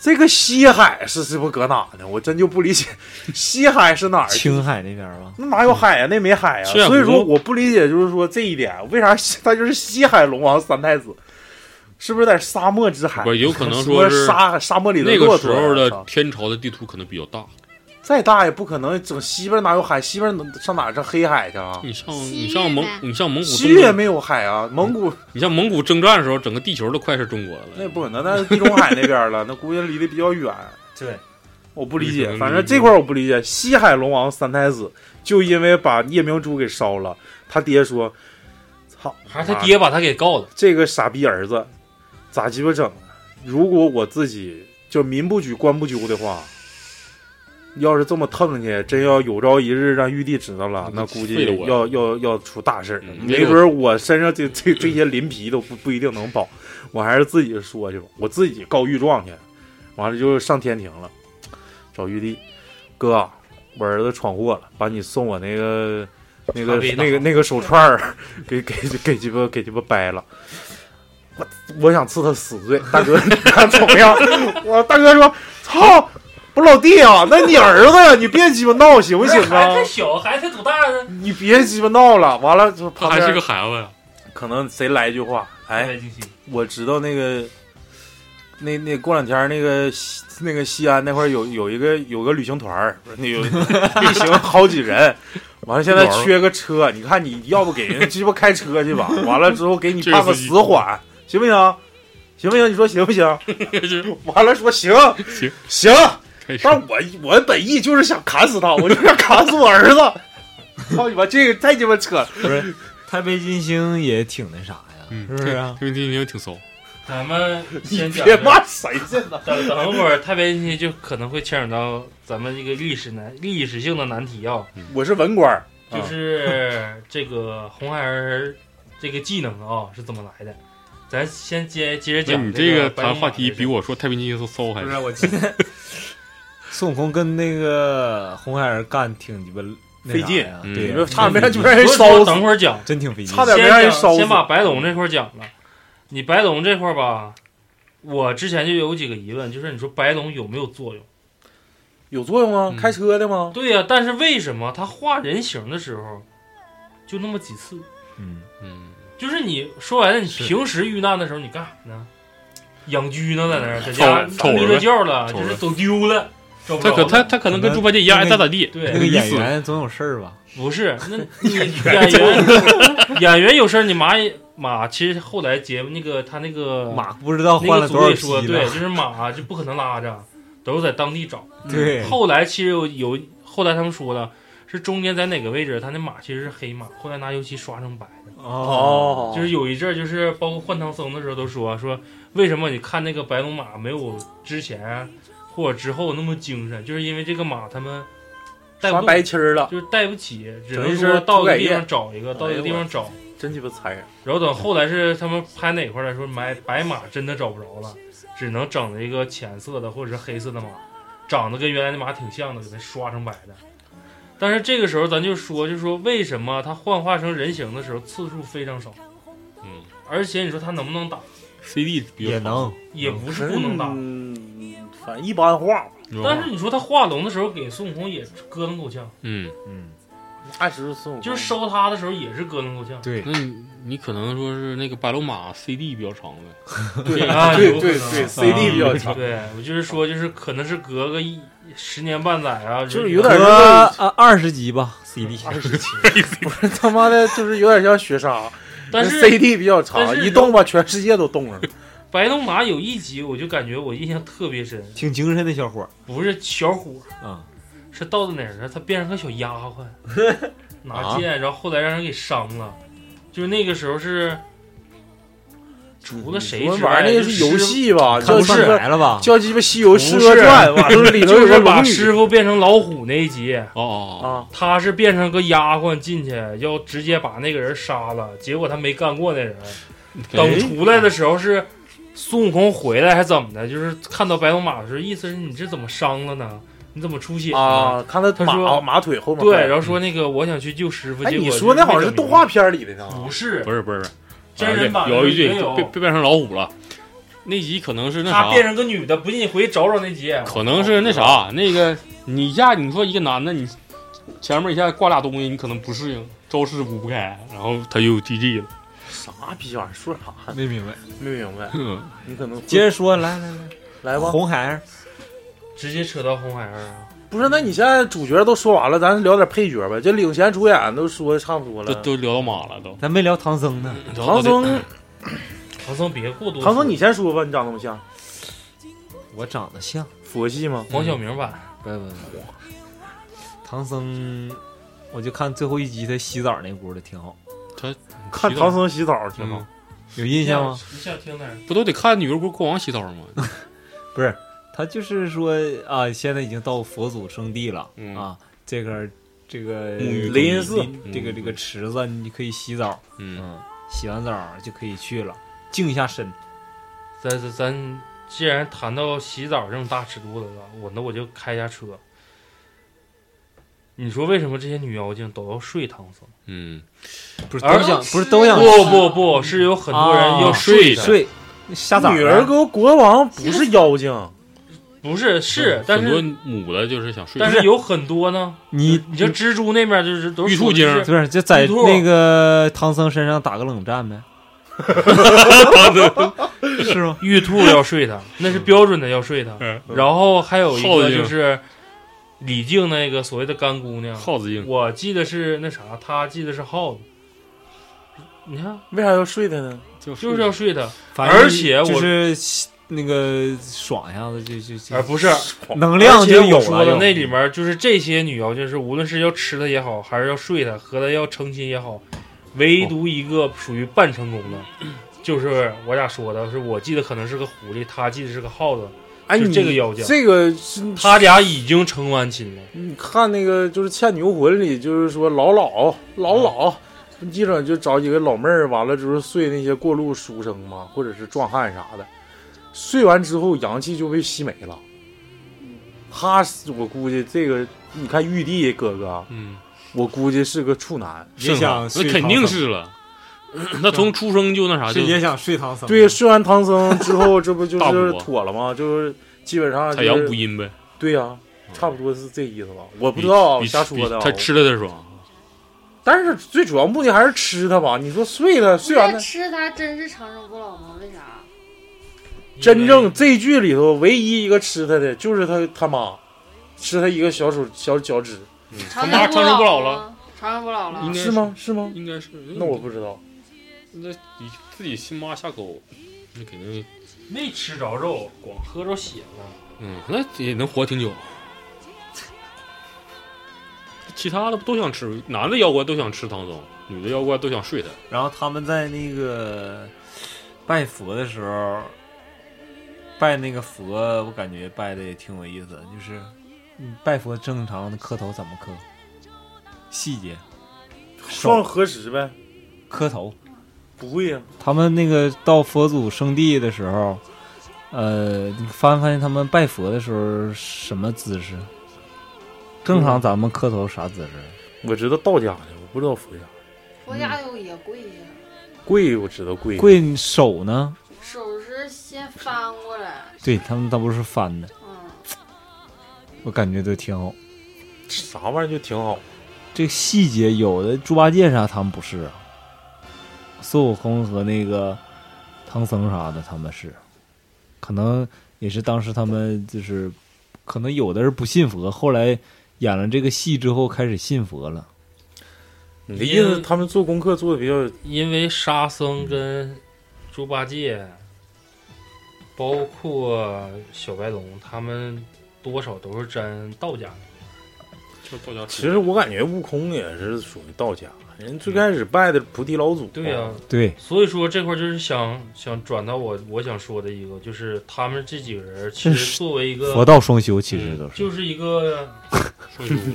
Speaker 2: 这个西海是是不搁哪呢？我真就不理解，西海是哪儿？
Speaker 7: 青海那边吧，
Speaker 2: 那哪有海呀、那没海呀、
Speaker 4: 赤眼湖
Speaker 2: 所以说我不理解，就是说这一点，为啥西他就是西海龙王三太子？是不是在沙漠之海？
Speaker 4: 不有可能
Speaker 2: 什么
Speaker 4: 说是
Speaker 2: 沙沙漠里的
Speaker 4: 那
Speaker 2: 骆
Speaker 4: 个
Speaker 2: 驼
Speaker 4: 时
Speaker 2: 呀。
Speaker 4: 候
Speaker 2: 我
Speaker 4: 的
Speaker 2: 操
Speaker 4: 天朝的地图可能比较大，
Speaker 2: 再大也不可能整西边哪有海？西边能上哪儿上黑海去啊？
Speaker 4: 你上
Speaker 5: 西
Speaker 4: 你
Speaker 5: 域
Speaker 4: 上蒙
Speaker 5: 呗
Speaker 4: 你上蒙古
Speaker 2: 西域也
Speaker 4: 东，
Speaker 2: 没有海啊，蒙古
Speaker 4: 你像蒙古征战的时候，整个地球都快是中国
Speaker 2: 那也
Speaker 4: 了，
Speaker 2: 不可能，那是地中海那边了，那估计离得比较远。
Speaker 7: 对，
Speaker 2: 我不理
Speaker 4: 嗯可
Speaker 2: 解，
Speaker 4: 能
Speaker 2: 反正这块儿我不理解。西海龙王三太子就因为把夜明珠给烧了，他爹说：“操，
Speaker 1: 还是他
Speaker 2: 妈
Speaker 1: 爹把他给告了？
Speaker 2: 这个傻逼儿子咋鸡巴整啊？如果我自己就民不举官不究的话，要是这么腾去，真要有朝一日让玉帝知道了，
Speaker 4: 那
Speaker 2: 那
Speaker 4: 就
Speaker 2: 估
Speaker 4: 废
Speaker 2: 计
Speaker 4: 了我
Speaker 2: 要要要出大事儿
Speaker 4: 嗯，
Speaker 2: 没准儿我身上这这这些鳞皮都不不一定能保，我还是自己说去吧，我自己告御状去，完了就上天庭了，找玉帝，哥，我儿子闯祸了，把你送我那个。那个
Speaker 1: 咖啡档
Speaker 2: 那个那个手串儿，给给给鸡巴给鸡巴掰了，我想赐他死罪，大哥， 你看怎么样？我大哥说：“操，不是老弟啊，那你儿子呀，你别鸡巴闹行不行啊？
Speaker 1: 小，孩子多大呢？
Speaker 2: 你别鸡巴闹了。”完了，就
Speaker 4: 他
Speaker 2: 旁
Speaker 4: 还是
Speaker 2: 边
Speaker 4: 个孩子呀，
Speaker 2: 可能谁来一句话，哎，我知道那个，那那过两天那个西那个西安那块儿有有一个有个旅行团儿，不是那有一行好几人，完了现在缺个车，你看你要不给人鸡巴开车去吧，完了之后给你
Speaker 4: 这个
Speaker 2: 判个
Speaker 4: 司机
Speaker 2: 死缓，行不行？行不行？你说行不行？完了说行
Speaker 4: 行
Speaker 2: 行，
Speaker 4: 开始
Speaker 2: 但我我本意就是想砍死他，我就是想砍死我儿子。操你妈，这个太鸡巴扯了！
Speaker 7: 不是，太白金星也挺那啥呀，是
Speaker 4: 嗯
Speaker 7: 不是啊？
Speaker 4: 因为金星挺骚，
Speaker 1: 咱们先讲
Speaker 8: 别骂谁去呢？
Speaker 1: 等等会儿太白金星就可能会牵扯到咱们这个历史难历史性的难题啊，
Speaker 8: 我是文官儿，
Speaker 1: 就
Speaker 8: 啊
Speaker 1: 是这个红孩儿这个技能啊是怎么来的？咱先接接着
Speaker 4: 那
Speaker 1: 讲
Speaker 4: 你这
Speaker 1: 个
Speaker 4: 个
Speaker 1: 白
Speaker 4: 谈
Speaker 1: 马
Speaker 4: 话题
Speaker 1: 的
Speaker 4: 比我说太平金星骚还
Speaker 7: 不是，
Speaker 1: 啊
Speaker 7: 我记得孙悟空跟那个红孩儿干挺鸡巴那啥呀
Speaker 2: 费劲
Speaker 4: 嗯
Speaker 7: 对
Speaker 2: 你
Speaker 7: 呀，
Speaker 2: 说差点没让就
Speaker 7: 挺
Speaker 2: 让人
Speaker 1: 不是
Speaker 2: 烧死
Speaker 1: 等，会儿讲，
Speaker 7: 真挺费劲。
Speaker 2: 差点没让人烧
Speaker 1: 先
Speaker 2: 死
Speaker 1: 先。把白龙这块儿讲了。你白龙这块儿吧，我之前就有几个疑问，就是你说白龙有没有作用？
Speaker 2: 有作用吗
Speaker 4: 嗯？
Speaker 2: 开车的吗？
Speaker 1: 对呀、但是为什么他画人形的时候就那么几次？
Speaker 7: 嗯，
Speaker 4: 嗯，
Speaker 1: 就是你说白了，你
Speaker 7: 是
Speaker 1: 平时遇难的时候你干啥呢？养居呢，在那儿在
Speaker 4: 瞅
Speaker 1: 家
Speaker 4: 瞅
Speaker 1: 眯
Speaker 4: 着
Speaker 1: 着
Speaker 4: 呗
Speaker 1: 觉了，
Speaker 4: 瞅
Speaker 1: 就是
Speaker 4: 着
Speaker 1: 走丢了，找不
Speaker 4: 他
Speaker 1: 着
Speaker 4: 可
Speaker 1: 了
Speaker 4: 他他可能跟猪八戒一样爱咋咋地，
Speaker 1: 对
Speaker 7: 那个
Speaker 4: 你
Speaker 7: 演
Speaker 4: 死
Speaker 7: 员总有事儿吧？
Speaker 1: 不是，那 你演员演员有事儿，你马也马其实后来节目那个他那个
Speaker 7: 马不知道
Speaker 1: 那
Speaker 7: 换
Speaker 1: 个
Speaker 7: 了
Speaker 1: 组
Speaker 7: 多少
Speaker 1: 也
Speaker 7: 期
Speaker 1: 说，对，
Speaker 7: 了，
Speaker 1: 就是马就不可能拉着，都是在当地找。
Speaker 7: 对，嗯
Speaker 1: 后来其实有有后来他们说了，是中间在哪个位置，他那马其实是黑马，后来拿油漆刷成白的。
Speaker 7: 哦，
Speaker 1: 就是有一阵儿，就是包括换唐僧的时候都说说，为什么你看那个白龙马没有之前或者之后那么精神，就是因为这个马他们带
Speaker 8: 刷
Speaker 1: 不
Speaker 8: 白漆儿了，
Speaker 1: 就是带不起，只
Speaker 8: 整
Speaker 1: 能
Speaker 8: 一
Speaker 1: 说
Speaker 8: 身
Speaker 1: 到
Speaker 8: 涂
Speaker 1: 一个
Speaker 8: 改
Speaker 1: 地
Speaker 8: 液哎
Speaker 1: 方找一个，到一个地方找。
Speaker 2: 真鸡巴残忍！
Speaker 1: 然后等后来是他们拍哪块儿来说买白马真的找不着了，只能整了一个浅色的或者是黑色的马，长得跟原来的马挺像的，给它刷成白的。但是这个时候咱就说，就说为什么它幻化成人形的时候次数非常少，
Speaker 4: 嗯
Speaker 1: 而且你说它能不能打，
Speaker 4: ，CD 比较
Speaker 7: 也能，
Speaker 1: 也不是不能打。
Speaker 2: 嗯，反正一般化，
Speaker 4: 你知道
Speaker 1: 但
Speaker 4: 吗
Speaker 1: 是你说它画龙的时候给孙悟空也咯噔够呛，
Speaker 4: 嗯，
Speaker 7: 嗯，
Speaker 2: 那时候孙悟空
Speaker 1: 就是收他的时候也是咯噔够呛。
Speaker 7: 对，
Speaker 4: 那你你可能说是那个白龙马 CD 比较长 呗，
Speaker 2: 对
Speaker 1: 啊有可
Speaker 2: 对对
Speaker 1: 能
Speaker 2: 对，CD 比较长，
Speaker 1: 对我就是说，就是可能是隔个一十年半载啊，
Speaker 2: 就是有点
Speaker 7: 隔
Speaker 2: 像
Speaker 7: 啊二十集吧，CD
Speaker 2: 二十七，不是他妈的，就是有点像雪莎，
Speaker 1: 但是
Speaker 2: CD 比较
Speaker 1: 但
Speaker 2: 长，
Speaker 1: 是
Speaker 2: 一动吧，全世界都动了。
Speaker 1: 白龙马有一集，我就感觉我印象特别深，
Speaker 7: 挺精神的小伙儿
Speaker 1: 不是小虎，
Speaker 7: 啊，
Speaker 1: 是到了哪儿啊？他变成个小丫 鬟，拿
Speaker 2: 啊
Speaker 1: 剑，然后后来让人给伤了。就是那个时候是，除了谁
Speaker 2: 我们
Speaker 1: 之
Speaker 2: 玩
Speaker 1: 外，
Speaker 2: 那个
Speaker 1: 就是师
Speaker 2: 游
Speaker 1: 傅，
Speaker 2: 戏吧，
Speaker 7: 看
Speaker 2: 叫
Speaker 7: 不
Speaker 2: 鸡
Speaker 7: 上
Speaker 2: 巴
Speaker 7: 来了吧？
Speaker 2: 叫鸡巴《西游
Speaker 1: 不
Speaker 2: 释
Speaker 1: 是
Speaker 2: 迦传》，完了里头
Speaker 1: 就
Speaker 2: 有
Speaker 1: 是
Speaker 2: 个
Speaker 1: 把
Speaker 2: 龙
Speaker 1: 师
Speaker 2: 女
Speaker 1: 傅变成老虎那一集，
Speaker 4: 哦
Speaker 2: 啊，
Speaker 4: 哦，
Speaker 1: 他是变成个丫鬟进去，要直接把那个人杀了，结果他没干过那人。
Speaker 4: 哎
Speaker 1: 等出来的时候是孙悟空回来还怎么的？就是看到白龙马的时候，意思是你这怎么伤了呢？你怎么出血了
Speaker 2: 啊，看他
Speaker 1: 他说
Speaker 2: 马马腿后面。
Speaker 1: 对，然后说那个我想去救师傅，
Speaker 2: 哎，
Speaker 1: 结果
Speaker 2: 你
Speaker 1: 就是
Speaker 2: 说那好像
Speaker 1: 没
Speaker 2: 是
Speaker 1: 整明
Speaker 2: 动
Speaker 1: 白，
Speaker 2: 画片里的呢，
Speaker 1: 不是
Speaker 4: 不是不是不是，
Speaker 1: 真人版的
Speaker 4: 有一句
Speaker 1: 也有
Speaker 4: 被被变成老虎了，那集可能是那
Speaker 1: 他变
Speaker 4: 啥，
Speaker 1: 成个女的，不信你回去找找那集。
Speaker 4: 可能是那啥，那个你一下你说一个男的你前面一下挂俩东西，你可能不适应，招式舞不开，然后他就 GG 了，
Speaker 2: 啥逼玩意儿？说啥？
Speaker 7: 没明白，
Speaker 2: 没明白，
Speaker 4: 嗯
Speaker 2: 你可能
Speaker 7: 接着说，来来来，
Speaker 2: 来吧。
Speaker 7: 红孩儿，
Speaker 1: 直接扯到红孩儿啊，
Speaker 2: 不是，那你现在主角都说完了，咱聊点配角吧。这领衔主演都说的差不多
Speaker 4: 都
Speaker 2: 了。
Speaker 4: 都聊到马了都。
Speaker 7: 咱没聊唐僧呢，
Speaker 2: 唐僧，
Speaker 1: 唐僧别过多说。
Speaker 2: 唐僧，你先说吧，你长那么像
Speaker 7: 我长得像，
Speaker 2: 佛系吗？
Speaker 1: 黄晓明版，
Speaker 7: 不不不，唐僧，我就看最后一集他洗澡那屋的挺好，
Speaker 2: 看唐僧洗澡挺好
Speaker 4: 嗯。
Speaker 7: 有印象吗？
Speaker 1: 你想听哪儿？
Speaker 4: 不都得看女儿国国王洗澡吗？嗯
Speaker 7: 他就是说啊，现在已经到佛祖圣地了、
Speaker 4: 嗯
Speaker 7: 啊，这个这个
Speaker 4: 沐浴
Speaker 7: 雷
Speaker 2: 更
Speaker 7: 音
Speaker 2: 衣
Speaker 7: 寺
Speaker 2: 嗯
Speaker 7: 这个这个池子，你可以洗澡，
Speaker 4: 嗯，
Speaker 7: 嗯，洗完澡就可以去了，净一下身。
Speaker 1: 咱咱咱既然谈到洗澡这种大尺度的了，我那我就开一下车。你说为什么这些女妖精都要睡唐僧？
Speaker 4: 嗯，
Speaker 7: 不是
Speaker 1: 而
Speaker 7: 都想，不是都想
Speaker 1: 不不不，是有很多人要
Speaker 7: 啊
Speaker 1: 睡的，
Speaker 7: 睡，瞎咋
Speaker 2: 女
Speaker 3: 啊
Speaker 2: 儿
Speaker 7: 了？
Speaker 2: 国国王不是妖精，
Speaker 1: 不是是，但
Speaker 4: 很多
Speaker 1: 是
Speaker 4: 母的就是想睡，
Speaker 1: 但是有很多呢。
Speaker 7: 啊你
Speaker 1: 你就蜘蛛那边就是都是
Speaker 4: 玉兔
Speaker 1: 属于
Speaker 4: 精
Speaker 1: 是
Speaker 7: 不是就在
Speaker 1: 玉兔
Speaker 7: 那个唐僧身上打个冷战呗？
Speaker 1: 是吗？玉兔要睡他，那是标准的要睡他。 然后还有一
Speaker 4: 嗯耗子
Speaker 1: 个
Speaker 4: 精
Speaker 1: 就是李靖那个所谓的干姑娘，
Speaker 4: 耗子精
Speaker 1: 我记得是那啥，他记得是耗子。你看，
Speaker 2: 为啥要睡他呢？
Speaker 4: 就
Speaker 1: 就是要睡他，
Speaker 3: 反正
Speaker 1: 而且我
Speaker 3: 就是那个爽一下子就就就，
Speaker 1: 啊而不是
Speaker 3: 能量就有
Speaker 1: 而且我说
Speaker 3: 了
Speaker 1: 的
Speaker 3: 就。
Speaker 1: 那里面就是这些女妖精是无论是要吃她也好，还是要睡她，和她要成亲也好，
Speaker 4: 哦
Speaker 1: 唯独一个属于半成功的，就是我俩说的是我记得可能是个狐狸，他记得是个耗子，
Speaker 2: 哎，
Speaker 1: 就
Speaker 2: 你
Speaker 1: 这个妖精，
Speaker 2: 这个是
Speaker 1: 他俩已经成完亲了，
Speaker 2: 你看那个就是《倩女幽魂》里，就是说老老老
Speaker 4: 嗯
Speaker 2: 老，一整就找几个老妹儿，完了之后睡那些过路书生嘛，或者是壮汉啥的，睡完之后阳气就被吸没了。他我估计这个，你看玉帝哥哥，
Speaker 4: 嗯，
Speaker 2: 我估计是个处男，
Speaker 3: 也想
Speaker 4: 那
Speaker 3: 睡
Speaker 4: 肯
Speaker 3: 唐
Speaker 4: 定
Speaker 3: 僧
Speaker 4: 是了，那从出生就那啥
Speaker 3: 是
Speaker 4: 就
Speaker 3: 也想睡唐僧。
Speaker 2: 啊对，睡完唐僧之后，这不就
Speaker 4: 嗯大
Speaker 2: 是
Speaker 4: 补啊
Speaker 2: 妥了吗？就是基本上、就
Speaker 4: 他
Speaker 2: 是、
Speaker 4: 阳补阴呗，
Speaker 2: 对呀、差不多是这意思吧？我不知道，
Speaker 4: 比
Speaker 2: 瞎说的啊。
Speaker 1: 哦
Speaker 4: 比他吃了再爽。
Speaker 2: 但是最主要目的还是吃它吧。你说睡了，睡完
Speaker 6: 那
Speaker 2: 了，
Speaker 6: 吃它真是长生不老吗？为啥？
Speaker 4: 嗯
Speaker 2: 真正这一剧里头唯一一个吃它的就是他他妈，吃他一个小手小脚趾，
Speaker 6: 长
Speaker 4: 他妈
Speaker 6: 生
Speaker 4: 长生不老
Speaker 6: 了
Speaker 4: 了
Speaker 6: 吗，长生不老了。
Speaker 4: 应该
Speaker 2: 是吗？是吗？
Speaker 4: 应该是。
Speaker 2: 那我不知道，
Speaker 4: 那你自己亲妈下狗，那肯定
Speaker 1: 没吃着肉，光喝着血了。
Speaker 4: 嗯，那也能活挺久。其他的不都想吃？男的妖怪都想吃唐僧，女的妖怪都想睡他。
Speaker 3: 然后他们在那个拜佛的时候，拜那个佛，我感觉拜的也挺有意思的，就是嗯拜佛正常的磕头怎么磕，细节
Speaker 2: 双合十呗？
Speaker 3: 磕头。
Speaker 2: 不会呀、
Speaker 3: 他们那个到佛祖圣地的时候，呃，你发没发现他们拜佛的时候什么姿势？正常咱们磕头啥姿势？
Speaker 2: 我知道道家的，我不知道佛家。
Speaker 6: 佛家有也跪下，
Speaker 2: 跪我知道跪，
Speaker 3: 跪手呢？
Speaker 6: 手是先翻过来，
Speaker 3: 对他们倒不是翻的，
Speaker 6: 嗯，
Speaker 3: 我感觉都挺好。
Speaker 2: 啥玩意儿就挺好。
Speaker 3: 这个细节有的猪八戒啥他们不是啊，孙悟空和那个唐僧啥的他们是，可能也是当时他们就是，可能有的是不信佛，后来演了这个戏之后开始信佛了。
Speaker 2: 你的意思，他们做功课做的比较
Speaker 1: 因为沙僧跟猪八戒，包括小白龙，他们多少都是沾道家的。
Speaker 4: 就道家
Speaker 2: 其实我感觉悟空也是属于道家，人最开始拜的菩提老祖。
Speaker 1: 对呀、
Speaker 3: 对，
Speaker 1: 哦所以说这块儿就是想想转到我我想说的一个，就是他们这几个人其
Speaker 3: 这
Speaker 1: 实
Speaker 3: 是
Speaker 1: 作为一个
Speaker 3: 佛道双修其实都是。
Speaker 1: 嗯就是一个
Speaker 4: 说多了。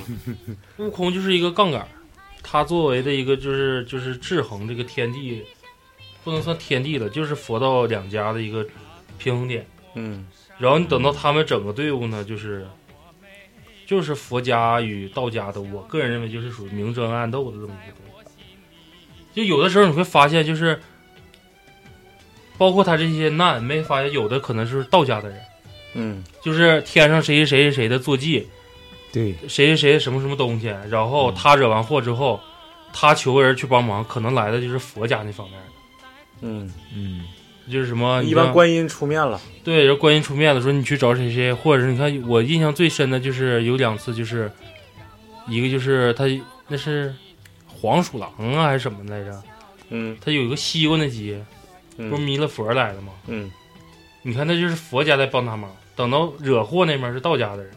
Speaker 1: 悟空就是一个杠杆儿，他作为的一个就是就是制衡这个天地，不能算天地了，就是佛道两家的一个平衡点。
Speaker 2: 嗯，
Speaker 1: 然后你等到他们整个队伍呢，就是就是佛家与道家的，我个人认为就是属于明争暗斗的这么一个东西。就有的时候你会发现，就是包括他这些难，没发现有的可能是道家的人，
Speaker 2: 嗯，
Speaker 1: 就是天上谁谁谁谁谁的坐骑，
Speaker 3: 对，
Speaker 1: 谁谁谁什么什么东西，然后
Speaker 2: 嗯
Speaker 1: 他惹完祸之后，他求人去帮忙，可能来的就是佛家那方面的，
Speaker 2: 嗯，
Speaker 3: 嗯，
Speaker 1: 就是什么
Speaker 2: 一般
Speaker 1: 关
Speaker 2: 观音出面了，
Speaker 1: 对，然后观音出面了，说你去找谁谁，或者是你看我印象最深的就是有两次，就是一个就是他那是黄鼠狼啊还是什么来着，
Speaker 2: 嗯
Speaker 1: 他有一个西瓜那集，不是
Speaker 2: 嗯
Speaker 1: 弥勒佛来的吗？
Speaker 2: 嗯，
Speaker 1: 你看，那就是佛家在帮他忙。等到惹祸那边是道家的人，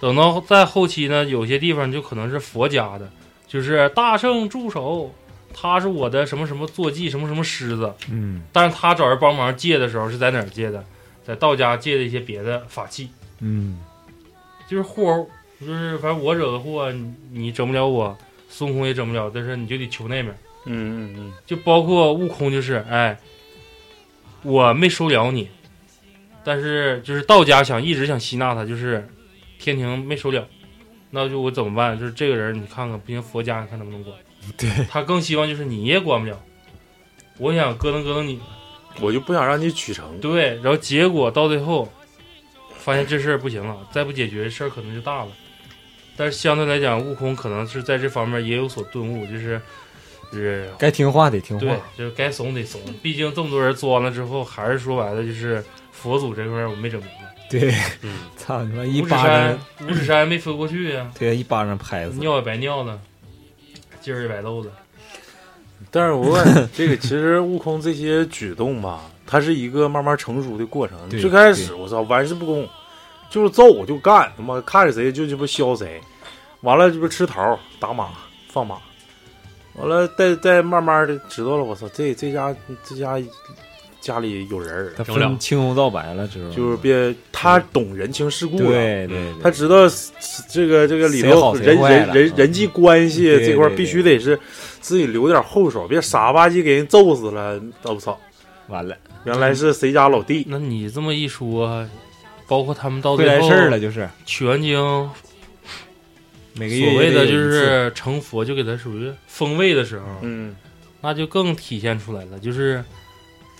Speaker 1: 等到在后期呢，有些地方就可能是佛家的，就是大圣助手，他是我的什么什么坐骑，什么什么狮子。
Speaker 3: 嗯
Speaker 1: 但是他找人帮忙借的时候是在哪儿借的？在道家借的一些别的法器，
Speaker 3: 嗯，
Speaker 1: 就是祸，就是反正我惹个祸，你你整不了我，孙悟空也整不了，但是你就得求那边。
Speaker 2: 嗯嗯
Speaker 1: 就包括悟空，就是哎，我没收了你，但是就是道家想一直想吸纳他，就是天庭没收了，那就我怎么办？就是这个人你看看，不行，佛家你看能不能管？
Speaker 3: 对，
Speaker 1: 他更希望就是你也管不了，我想咯噔咯噔你，
Speaker 2: 嗯，我就不想让你取成。
Speaker 1: 对，然后结果到最后发现这事儿不行了，再不解决事儿可能就大了。但是相对来讲，悟空可能是在这方面也有所顿悟，就是呃就是
Speaker 3: 该听话得听话
Speaker 1: 对，就是该怂得怂。毕竟这么多人钻了之后，还是说白了就是佛祖这块儿我没整明白。
Speaker 3: 对，
Speaker 1: 嗯，
Speaker 3: 操你妈一
Speaker 1: 五指
Speaker 3: 巴
Speaker 1: 山
Speaker 3: 掌，，
Speaker 1: 五指山没飞过去呀、
Speaker 3: 对，一巴掌拍死。
Speaker 1: 尿也白尿了，劲儿也白漏了。
Speaker 2: 但是我问这个，其实悟空这些举动吧，它是一个慢慢成熟的过程。
Speaker 3: 对
Speaker 2: 最开始
Speaker 3: 对
Speaker 2: 我操玩世不恭，就是揍我就干，他妈看着谁就鸡巴削谁，完了这不吃桃打马放马，完了再再慢慢的知道了，我操这这家这家家里有人儿，
Speaker 3: 他分青红皂白了之后，
Speaker 2: 就是别他懂人情世故了，
Speaker 3: 嗯
Speaker 1: 嗯
Speaker 3: 对对对
Speaker 2: 他知道这个这个里
Speaker 3: 谁
Speaker 2: 头
Speaker 3: 好谁
Speaker 2: 人
Speaker 3: 坏
Speaker 2: 人
Speaker 3: 了
Speaker 2: 人人际关系
Speaker 3: 对
Speaker 2: 这块儿
Speaker 3: 对
Speaker 2: 必须得是自己留点后手，别傻吧唧给人揍死了，我操！
Speaker 3: 完了，
Speaker 2: 原来是谁家老弟？
Speaker 1: 那你这么一说，包括他们到
Speaker 3: 会
Speaker 1: 最
Speaker 3: 来
Speaker 1: 后
Speaker 3: 事儿了就是
Speaker 1: 全经
Speaker 3: 每个月
Speaker 1: 所谓的
Speaker 3: 得
Speaker 1: 就
Speaker 3: 有一次
Speaker 1: 是成佛，就给他属于封位的时候，
Speaker 2: 嗯，
Speaker 1: 那就更体现出来了。就是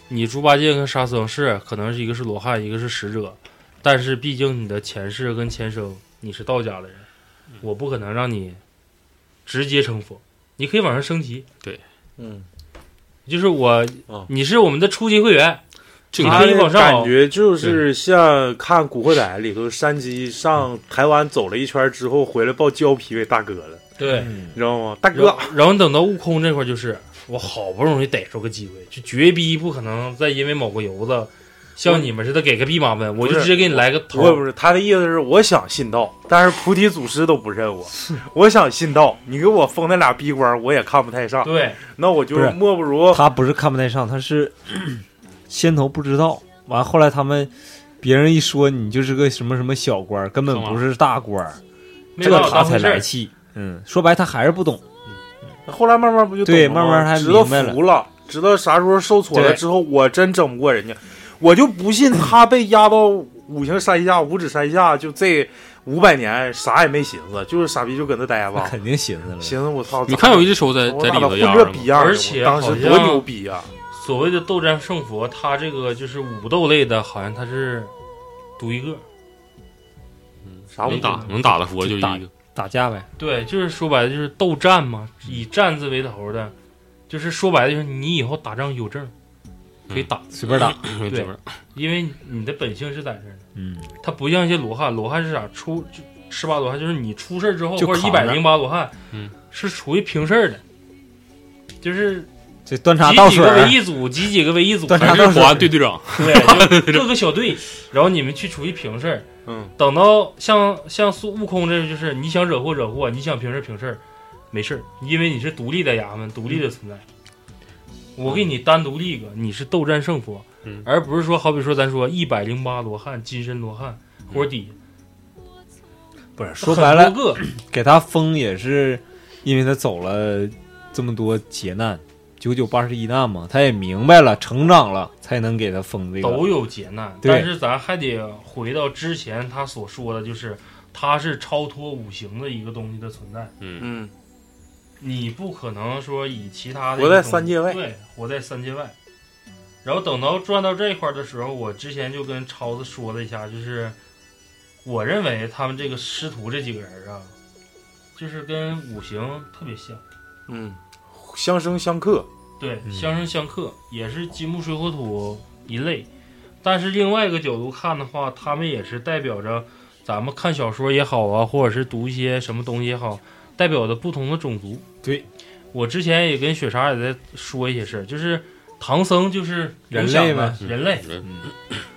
Speaker 1: 你猪八戒跟沙僧是可能是一个是罗汉，一个是使者，但是毕竟你的前世跟前生你是道家的人，我不可能让你直接成佛，你可以往上升级。
Speaker 4: 对，
Speaker 2: 嗯，
Speaker 1: 就是我，你是我们的初级会员，你
Speaker 2: 他
Speaker 1: 可以
Speaker 2: 的
Speaker 1: 往上
Speaker 2: 感觉就是像看《古惑仔》里头，山鸡上台湾走了一圈之后回来抱胶皮给大哥了，
Speaker 1: 对，
Speaker 2: 你知道吗？大哥
Speaker 1: 然后，然后你等到悟空这块，就是我好不容易逮住个机会，就绝逼不可能再因为某个油子，像你们似的给个弼马温，我就直接给你来个头
Speaker 2: 不是不是，他的意思是我想信道，但是菩提祖师都不认我。我想信道，你给我封那俩逼官，我也看不太上。
Speaker 1: 对，
Speaker 2: 那我就
Speaker 3: 不是
Speaker 2: 莫不如
Speaker 3: 他不是看不太上，他是 先头不知道，完后来他们别人一说你就是个什么什么小官儿，根本不是大官儿，
Speaker 1: 没
Speaker 3: 这
Speaker 1: 把我
Speaker 3: 他
Speaker 1: 当回
Speaker 3: 才
Speaker 1: 事儿
Speaker 3: 来气。嗯，说白他还是不懂，
Speaker 2: 后来慢慢不就懂
Speaker 3: 对
Speaker 2: 了吗
Speaker 3: 慢慢还
Speaker 2: 知道
Speaker 3: 明白了
Speaker 2: 服了，知道啥时候受挫了
Speaker 3: 对
Speaker 2: 之后，我真整不过人家，我就不信他被压到五行山下、五指山下，就这五百年啥也没寻思，就是傻逼就搁那待
Speaker 1: 哦
Speaker 3: 那
Speaker 2: 吧。
Speaker 3: 肯定寻思了。
Speaker 2: 寻思我操，
Speaker 4: 你看有一只手在在里头
Speaker 2: 压
Speaker 4: 压
Speaker 2: 这
Speaker 4: 着
Speaker 2: 逼
Speaker 4: 吗，
Speaker 2: 样儿，
Speaker 1: 而且
Speaker 2: 我当时多牛逼啊！
Speaker 1: 所谓的斗战胜佛，他这个就是武斗类的，好像他是独一个。
Speaker 2: 啥
Speaker 4: 能打能打的佛就一
Speaker 3: 打
Speaker 4: 个。
Speaker 3: 打架呗，
Speaker 1: 对，就是说白了就是斗战嘛，以战字为头的，就是说白了就是你以后打仗有证，可以打，
Speaker 3: 随 便打。
Speaker 1: 对
Speaker 4: 这边儿
Speaker 1: 因为你的本性是在这儿呢。
Speaker 3: 嗯，
Speaker 1: 他不像一些罗汉，罗汉是啥出就十八罗汉，就是你出事儿之后
Speaker 3: 就
Speaker 1: 或者一
Speaker 3: 扛
Speaker 1: 百
Speaker 3: 着
Speaker 1: 零八罗汉，
Speaker 4: 嗯，
Speaker 1: 是属于平事儿的，就是
Speaker 3: 这端茶
Speaker 1: 几
Speaker 3: 倒
Speaker 1: 几
Speaker 3: 水
Speaker 1: 个
Speaker 3: 儿
Speaker 1: 为，一组，几几个为一组，
Speaker 3: 端
Speaker 4: 还
Speaker 3: 茶
Speaker 4: 是
Speaker 3: 倒
Speaker 4: 哎保
Speaker 3: 水
Speaker 4: 安
Speaker 3: 儿。
Speaker 4: 队队长，
Speaker 1: 对，就各个小队，然后你们去处理平事儿。
Speaker 2: 嗯，
Speaker 1: 等到像像孙悟空这，就是你想惹祸惹祸，你想平事儿平事儿，没事儿，因为你是独立的衙门，独立的存在。我给你单独立一个，你是斗战胜佛，
Speaker 4: 嗯
Speaker 1: 而不是说好比说咱说一百零八罗汉、金身罗汉或者底
Speaker 3: 不是呃说白了
Speaker 1: 很，多个，
Speaker 3: 给他封也是因为他走了这么多劫难，九九八十一难嘛，他也明白了，成长了，才能给他封这
Speaker 1: 都
Speaker 3: 个。
Speaker 1: 有劫难，
Speaker 3: 对
Speaker 1: 但是咱还得回到之前他所说的，就是它是超脱五行的一个东西的存在，
Speaker 4: 嗯，
Speaker 2: 嗯，
Speaker 1: 你不可能说以其他的
Speaker 2: 活在
Speaker 1: 一种
Speaker 2: 三界外
Speaker 1: 对，活在三界外。然后等到转到这一块儿的时候，我之前就跟超子说了一下，就是我认为他们这个师徒这几个人啊，就是跟五行特别像，
Speaker 2: 嗯，相生相克，
Speaker 1: 对，
Speaker 3: 嗯
Speaker 1: 相生相克，也是金木水火土一类。但是另外一个角度看的话，他们也是代表着咱们看小说也好啊，或者是读一些什么东西也好，代表的不同的种族。
Speaker 3: 对，
Speaker 1: 我之前也跟雪茶也在说一些事儿，就是唐僧就是
Speaker 3: 人
Speaker 1: 影响
Speaker 3: 类
Speaker 1: 的
Speaker 3: 呗
Speaker 1: 人类。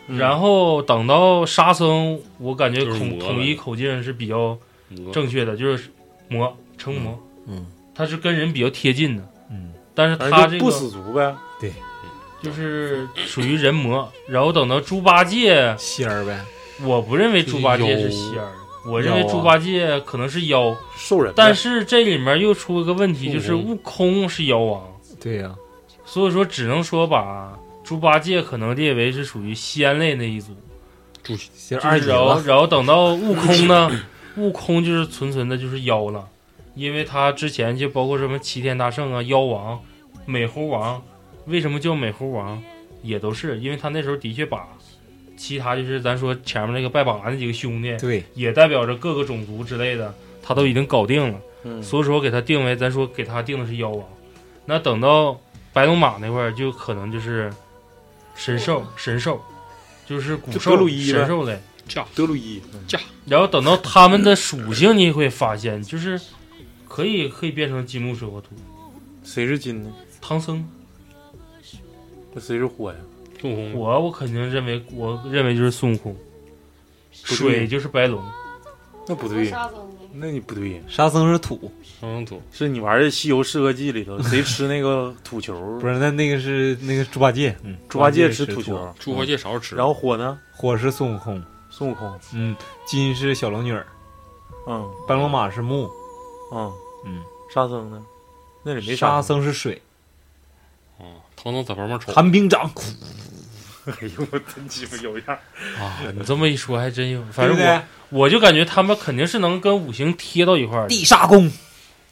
Speaker 4: 嗯
Speaker 1: 然后等到沙僧，我感觉
Speaker 4: 就是
Speaker 1: 统
Speaker 4: 魔
Speaker 1: 统
Speaker 4: 了
Speaker 1: 一口径是比较
Speaker 4: 嗯
Speaker 1: 正确的，就是魔成魔，
Speaker 3: 嗯，
Speaker 1: 他是跟人比较贴近的，
Speaker 3: 嗯，
Speaker 1: 但是
Speaker 2: 反
Speaker 1: 他
Speaker 2: 正
Speaker 1: 这
Speaker 2: 就
Speaker 1: 个
Speaker 2: 不死族呗。
Speaker 1: 就是属于人魔。然后等到猪八戒，
Speaker 3: 仙儿呗，
Speaker 1: 我不认为猪八戒是仙儿，我认为
Speaker 3: 妖啊
Speaker 1: 猪八戒可能是妖。
Speaker 2: 兽人呗，
Speaker 1: 但是这里面又出一个问题，就是
Speaker 4: 悟
Speaker 1: 悟空是妖王，
Speaker 3: 对呀、
Speaker 1: 所以说只能说把猪八戒可能列为是属于仙类那一组。
Speaker 3: 仙儿
Speaker 1: 就
Speaker 3: 二
Speaker 1: 是
Speaker 3: 级
Speaker 1: 然后
Speaker 3: 了，
Speaker 1: 然后等到悟空呢，悟空就是纯纯的就是妖了，因为他之前就包括什么齐天大圣啊、妖王、美猴王，为什么叫美猴王，也都是因为他那时候的确把其他就是咱说前面那个拜把那几个兄弟，
Speaker 3: 对，
Speaker 1: 也代表着各个种族之类的，他都已经搞定了，
Speaker 2: 嗯
Speaker 1: 所以说给他定为咱说给他定的是妖王。那等到白龙马那块儿，就可能就是神兽，神兽就是古兽
Speaker 2: 哦就德鲁伊呗
Speaker 1: 神兽类。
Speaker 4: 驾
Speaker 2: 德鲁伊
Speaker 4: 驾，
Speaker 1: 然后等到它们的属性，你会发现就是可以可以变成金木水火土。
Speaker 2: 谁是金呢？
Speaker 1: 唐僧
Speaker 2: 那谁是火呀？
Speaker 4: 孙悟空
Speaker 1: 火，我肯定认为我认为就是孙悟空，
Speaker 2: 对啊
Speaker 1: 水就是白龙。
Speaker 2: 那不对，
Speaker 6: 沙僧呢？
Speaker 2: 那你不对，
Speaker 3: 沙僧是土，
Speaker 4: 唐僧土，
Speaker 2: 是你玩的《西游释厄纪》里 头，谁吃那个土球？
Speaker 3: 不是那那个是那个猪八戒，嗯，
Speaker 2: 猪八戒
Speaker 3: 是
Speaker 2: 吃土球，
Speaker 4: 猪八戒少吃
Speaker 2: 然，后火呢？
Speaker 3: 火是孙悟空，
Speaker 2: 孙悟空，
Speaker 3: 嗯，金是小龙女儿，
Speaker 2: 嗯
Speaker 3: 白龙马是木，
Speaker 2: 嗯，
Speaker 3: 嗯，
Speaker 2: 沙僧呢？那里没
Speaker 3: 沙
Speaker 2: 僧。
Speaker 3: 僧是水，
Speaker 4: 啊，唐僧在旁边瞅
Speaker 3: 寒冰掌，
Speaker 2: 哎呦，我真鸡巴有样儿。
Speaker 1: 啊，你这么一说还真有，反
Speaker 3: 对
Speaker 1: 正
Speaker 3: 不对
Speaker 1: 我？我就感觉他们肯定是能跟五行贴到一块儿的。
Speaker 3: 地煞功，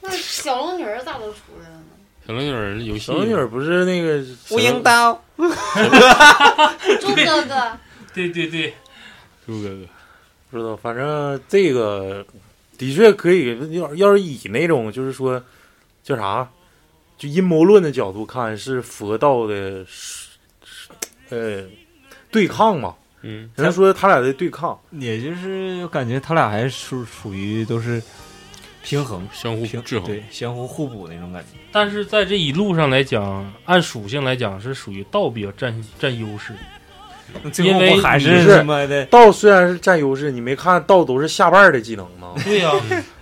Speaker 6: 那小龙女儿咋都出 来了呢？
Speaker 4: 小龙女儿游戏
Speaker 2: 小龙女儿不是那个
Speaker 3: 无影刀，
Speaker 6: 猪哥哥，
Speaker 1: 对对对，
Speaker 4: 猪哥哥，
Speaker 2: 不知道，反正这个的确可以。要要是以那种就是说叫啥，就阴谋论的角度看，是佛道的呃对抗嘛？
Speaker 4: 嗯，
Speaker 2: 人家说他俩在对抗，
Speaker 3: 也就是感觉他俩还属属于都是平衡。
Speaker 4: 相互
Speaker 3: 平
Speaker 4: 制衡
Speaker 3: 对，相互互补那种感觉。
Speaker 1: 但是在这一路上来讲，按属性来讲是属于道比较占占优势。
Speaker 3: 最后
Speaker 1: 因为
Speaker 3: 不还
Speaker 2: 你
Speaker 3: 是
Speaker 2: 是
Speaker 3: 他妈的
Speaker 2: 道虽然是占优势，你没看道都是下半儿的技能 吗？
Speaker 1: 对呀、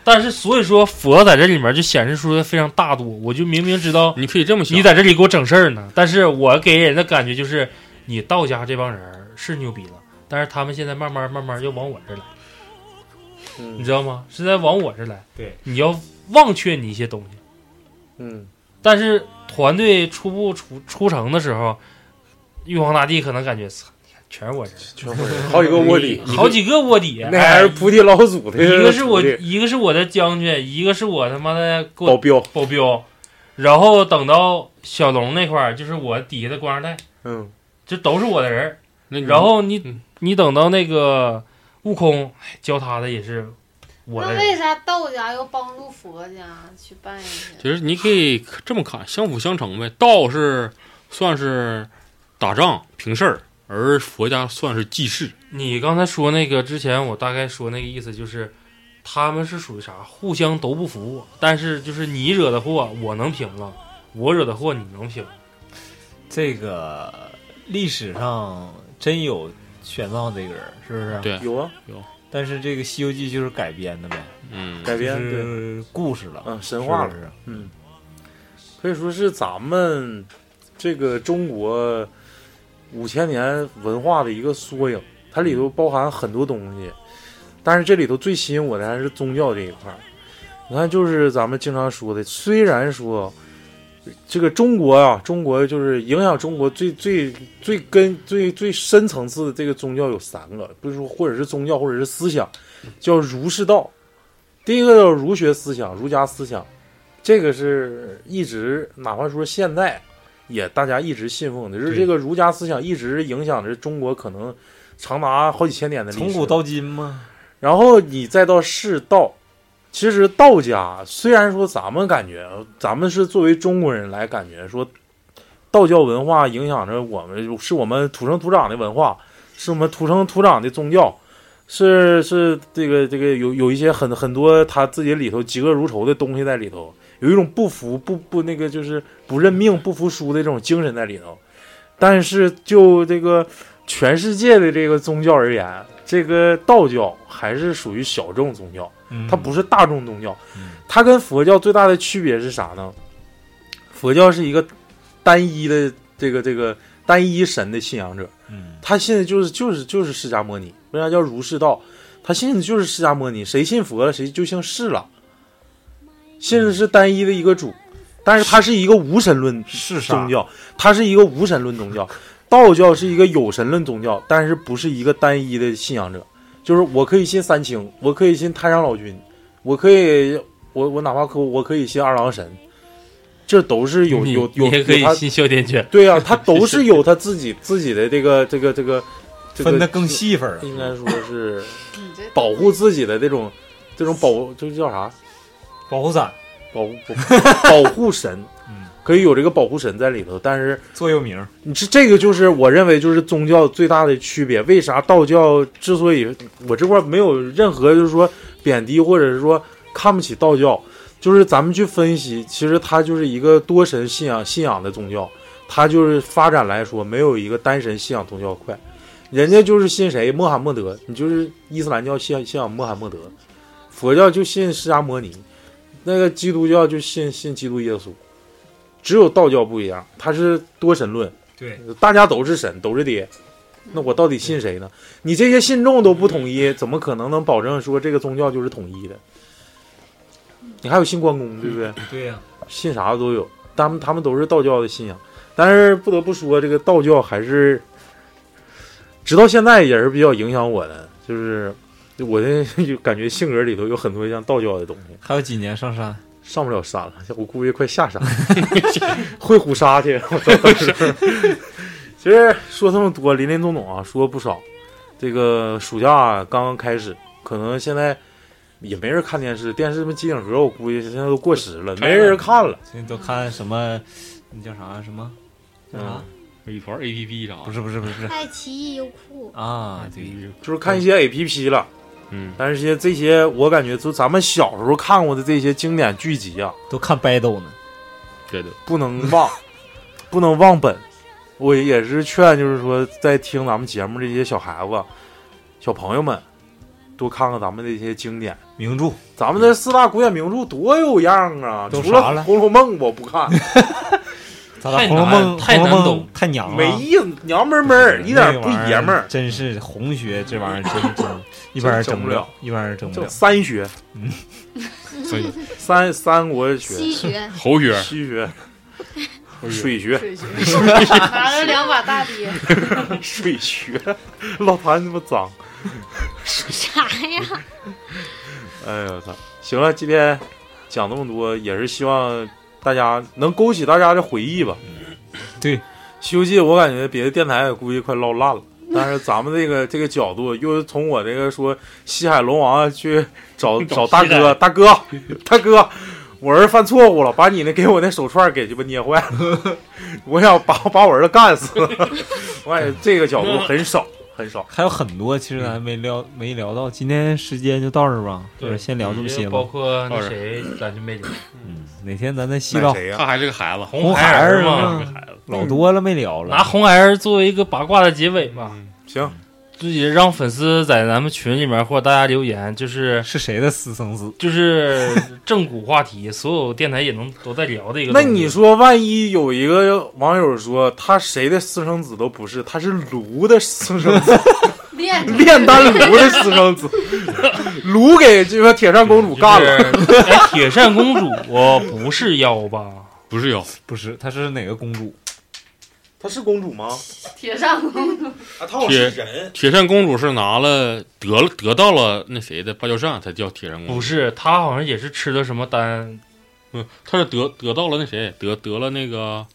Speaker 1: 但是所以说佛在这里面就显示出了非常大度。我就明明知道
Speaker 4: 你可以这么想，
Speaker 1: 你在这里给我整事儿呢，但是我给人的感觉就是你道家这帮人儿是牛逼了，但是他们现在慢慢慢慢要往我这儿来，你
Speaker 2: 嗯
Speaker 1: 知道吗？是在往我这儿来。
Speaker 3: 对，
Speaker 1: 你要忘却你一些东西。
Speaker 2: 嗯，
Speaker 1: 但是团队初步出出城的时候，玉皇大帝可能感觉， 操，你看全是我人，
Speaker 2: 全会儿好几个卧底，
Speaker 1: 好几个卧底，
Speaker 2: 那还是
Speaker 1: 哎
Speaker 2: 菩提老祖的徒弟，
Speaker 1: 一个是我，一个是我的将军，一个是我他妈的给
Speaker 2: 保
Speaker 1: 我
Speaker 2: 镖，
Speaker 1: 保镖，然后等到小龙那块儿，就是我底下的官二代，
Speaker 2: 嗯，
Speaker 1: 这都是我的人儿。
Speaker 4: 那你
Speaker 1: 然后你、
Speaker 4: 嗯
Speaker 1: 你等到那个悟空哎教他的也是我
Speaker 6: 那
Speaker 1: 的人，
Speaker 6: 为啥道家要帮助佛家去办一些？
Speaker 4: 其实你可以这么看，相辅相成呗。道是算是打仗平事儿，而佛家算是济世。
Speaker 1: 你刚才说那个之前，我大概说那个意思就是，他们是属于啥？互相都不服，但是就是你惹的祸我能平了，我惹的祸你能平。
Speaker 3: 这个历史上真有玄奘这个人，是不是？
Speaker 4: 对
Speaker 2: 有啊，
Speaker 3: 但是这个《西游记》就是改编的呗，
Speaker 4: 嗯，
Speaker 2: 改编
Speaker 3: 就
Speaker 2: 对。
Speaker 3: 是故事了，
Speaker 2: 嗯，神话了
Speaker 3: 是，不是
Speaker 2: 嗯，可以说是咱们这个中国五千年文化的一个缩影，它里头包含很多东西，但是这里头最吸引我的还是宗教这一块儿。你看，就是咱们经常说的，虽然说这个中国啊，中国就是影响中国最最最根最最深层次的这个宗教有三个，不是说或者是宗教或者是思想，叫儒释道。第一个叫儒学思想、儒家思想，这个是一直哪怕说现在也大家一直信奉的，就是这个儒家思想一直影响着中国可能长达好几千年的历史，
Speaker 3: 从古到今嘛。
Speaker 2: 然后你再到世道，其实道家虽然说咱们感觉，咱们是作为中国人来感觉说，道教文化影响着我们，是我们土生土长的文化，是我们土生土长的宗教，是是这个这个有有一些很很多他自己里头嫉恶如仇的东西在里头，有一种不服不不那个就是不认命不服输的这种精神在里头，但是就这个。全世界的这个宗教而言，这个道教还是属于小众宗教，
Speaker 3: 嗯
Speaker 2: 它不是大众宗教
Speaker 3: 嗯，
Speaker 2: 它跟佛教最大的区别是啥呢？佛教是一个单一的这个这个单一神的信仰者，
Speaker 3: 嗯
Speaker 2: 他信的就是就是就是释迦摩尼，为啥叫儒释道？他信的就是释迦摩尼，谁信佛了谁就姓释了，信的是单一的一个主，但是它是一个无神论
Speaker 3: 是啥
Speaker 2: 宗？教，它是一个无神论宗教，道教是一个有神论宗教，但是不是一个单一的信仰者，就是我可以信三清，我可以信太上老君，我可以我我哪怕可我可以信二郎神，这都是有有
Speaker 1: 你
Speaker 2: 有
Speaker 1: 你也可以
Speaker 2: 有他
Speaker 1: 信哮天犬，
Speaker 2: 对 呀、他都是有他自己自己的这个这个这个这个嗯
Speaker 3: 分的更，细分儿啊了。
Speaker 2: 应该说是
Speaker 6: 你这
Speaker 2: 保护自己的这种这种保，这叫啥？
Speaker 3: 保护伞，
Speaker 2: 保护保护神
Speaker 3: 嗯，
Speaker 2: 可以有这个保护神在里头，但是
Speaker 3: 座右铭，
Speaker 2: 你这这个就是我认为就是宗教最大的区别。为啥道教之所以我这块没有任何就是说贬低或者是说看不起道教，就是咱们去分析，其实它就是一个多神信仰信仰的宗教，它就是发展来说没有一个单神信仰宗教快。人家就是信谁穆罕默德，你就是伊斯兰教信仰信仰穆罕默德，佛教就信释迦摩尼，那个基督教就信信基督耶稣，只有道教不一样，它是多神论，
Speaker 3: 对，
Speaker 2: 大家都是神，都是爹，那我到底信谁呢？你这些信众都不统一，怎么可能能保证说这个宗教就是统一的？你还有信关公，对不对？
Speaker 3: 对呀、
Speaker 2: 信啥的都有，他们他们都是道教的信仰，但是不得不说，这个道教还是直到现在也是比较影响我的，就是我的 就感觉性格里头有很多像道教的东西。
Speaker 3: 还有几年上山？
Speaker 2: 上不了山了，我估计快下山了，会虎鲨去。我操！当时其实说这么多，林林总总啊，说不少。这个暑假刚刚开始，可能现在也没人看电视，电视什么机顶盒，我估计现在都过时了，没人看了。
Speaker 3: 现在都看什么？那叫啥？什么？
Speaker 2: 嗯
Speaker 3: 叫啥？
Speaker 4: 美团 APP 啥？
Speaker 3: 不是不是不是
Speaker 5: 爱奇艺、优酷，
Speaker 3: 啊，对，
Speaker 2: 就是看一些 A P P 了。
Speaker 4: 嗯，
Speaker 2: 但是些这些，我感觉就咱们小时候看过的这些经典剧集啊，
Speaker 3: 都看 battle 呢。
Speaker 4: 对的，
Speaker 2: 不能忘，不能忘本。我也是劝，就是说，在听咱们节目这些小孩子、小朋友们，多看看咱们的一些经典
Speaker 3: 名著。
Speaker 2: 咱们的四大古典名著多有样啊！
Speaker 3: 都
Speaker 2: 除了
Speaker 3: 啥
Speaker 2: 《
Speaker 3: 了
Speaker 2: 红楼梦》，我不看，
Speaker 3: 咱俩《
Speaker 4: 太
Speaker 3: 红楼
Speaker 4: 哎难
Speaker 3: 梦》
Speaker 4: 太
Speaker 3: 红楼
Speaker 4: 难
Speaker 3: 梦
Speaker 4: 懂
Speaker 3: 太娘了，
Speaker 2: 没意思，娘们儿闷儿，一点不爷们儿。
Speaker 3: 真是红学这玩意儿，真真一般人整不了，一般人整不
Speaker 2: 这
Speaker 3: 了。
Speaker 2: 三学，
Speaker 4: 所以
Speaker 2: 三三国学、
Speaker 5: 西学
Speaker 4: 侯爵
Speaker 2: 西学、水学、
Speaker 6: 水学， 拿了两把大鳖，
Speaker 2: 水学，老谭这么脏。
Speaker 5: 啥呀？
Speaker 2: 哎呦我操！行了，今天讲那么多，也是希望大家能勾起大家的回忆吧。
Speaker 3: 对
Speaker 2: 《西游记》，我感觉别的电台也估计快唠烂了，但是咱们这个这个角度，又是从我这个说西海龙王去找找大哥，大哥，大哥，我儿子犯错误了，把你那给我那手串给鸡巴捏坏了， 我想把把我儿子干死。 我感觉这个角度很少很少。
Speaker 3: 还有很多，其实咱没聊没聊到，今天时间就到这儿吧，就是先聊这么些吧
Speaker 1: 包。括那
Speaker 4: 到这儿
Speaker 1: 谁，咱就没聊。
Speaker 3: 哪天咱再细唠
Speaker 2: 那，谁呀、
Speaker 4: 他还是个孩子，
Speaker 3: 红孩
Speaker 4: 儿
Speaker 3: 儿
Speaker 4: 嘛，
Speaker 3: 嘛
Speaker 4: 这个孩子。
Speaker 2: 嗯
Speaker 3: 老多了没聊
Speaker 1: 拿
Speaker 3: 了。
Speaker 1: 红孩儿作为一个八卦的结尾吧，
Speaker 4: 嗯
Speaker 2: 行，
Speaker 1: 就也让粉丝在咱们群里面或者大家留言，就是
Speaker 3: 是谁的私生子？
Speaker 1: 就是正骨话题，所有电台也能都在聊的一个
Speaker 2: 那
Speaker 1: 东西。
Speaker 2: 你说，万一有一个网友说他谁的私生子都不是，他是卢的私生子，
Speaker 6: 练
Speaker 2: 炼丹炉的私生子， 卢给这个铁扇公主干了。
Speaker 1: 就是哎，铁扇公主不是妖吧？
Speaker 4: 不是有，
Speaker 3: 不是，她是哪个公主？
Speaker 2: 她是公主吗？
Speaker 6: 铁扇公主，
Speaker 2: 啊，她
Speaker 4: 好像是
Speaker 2: 人。
Speaker 4: 铁扇公主是拿了得了得到了那谁的芭蕉扇才叫铁扇公
Speaker 1: 不
Speaker 4: 主，
Speaker 1: 是，她好像也是吃的什么丹，
Speaker 4: 嗯，她是得得到了那谁得得了那个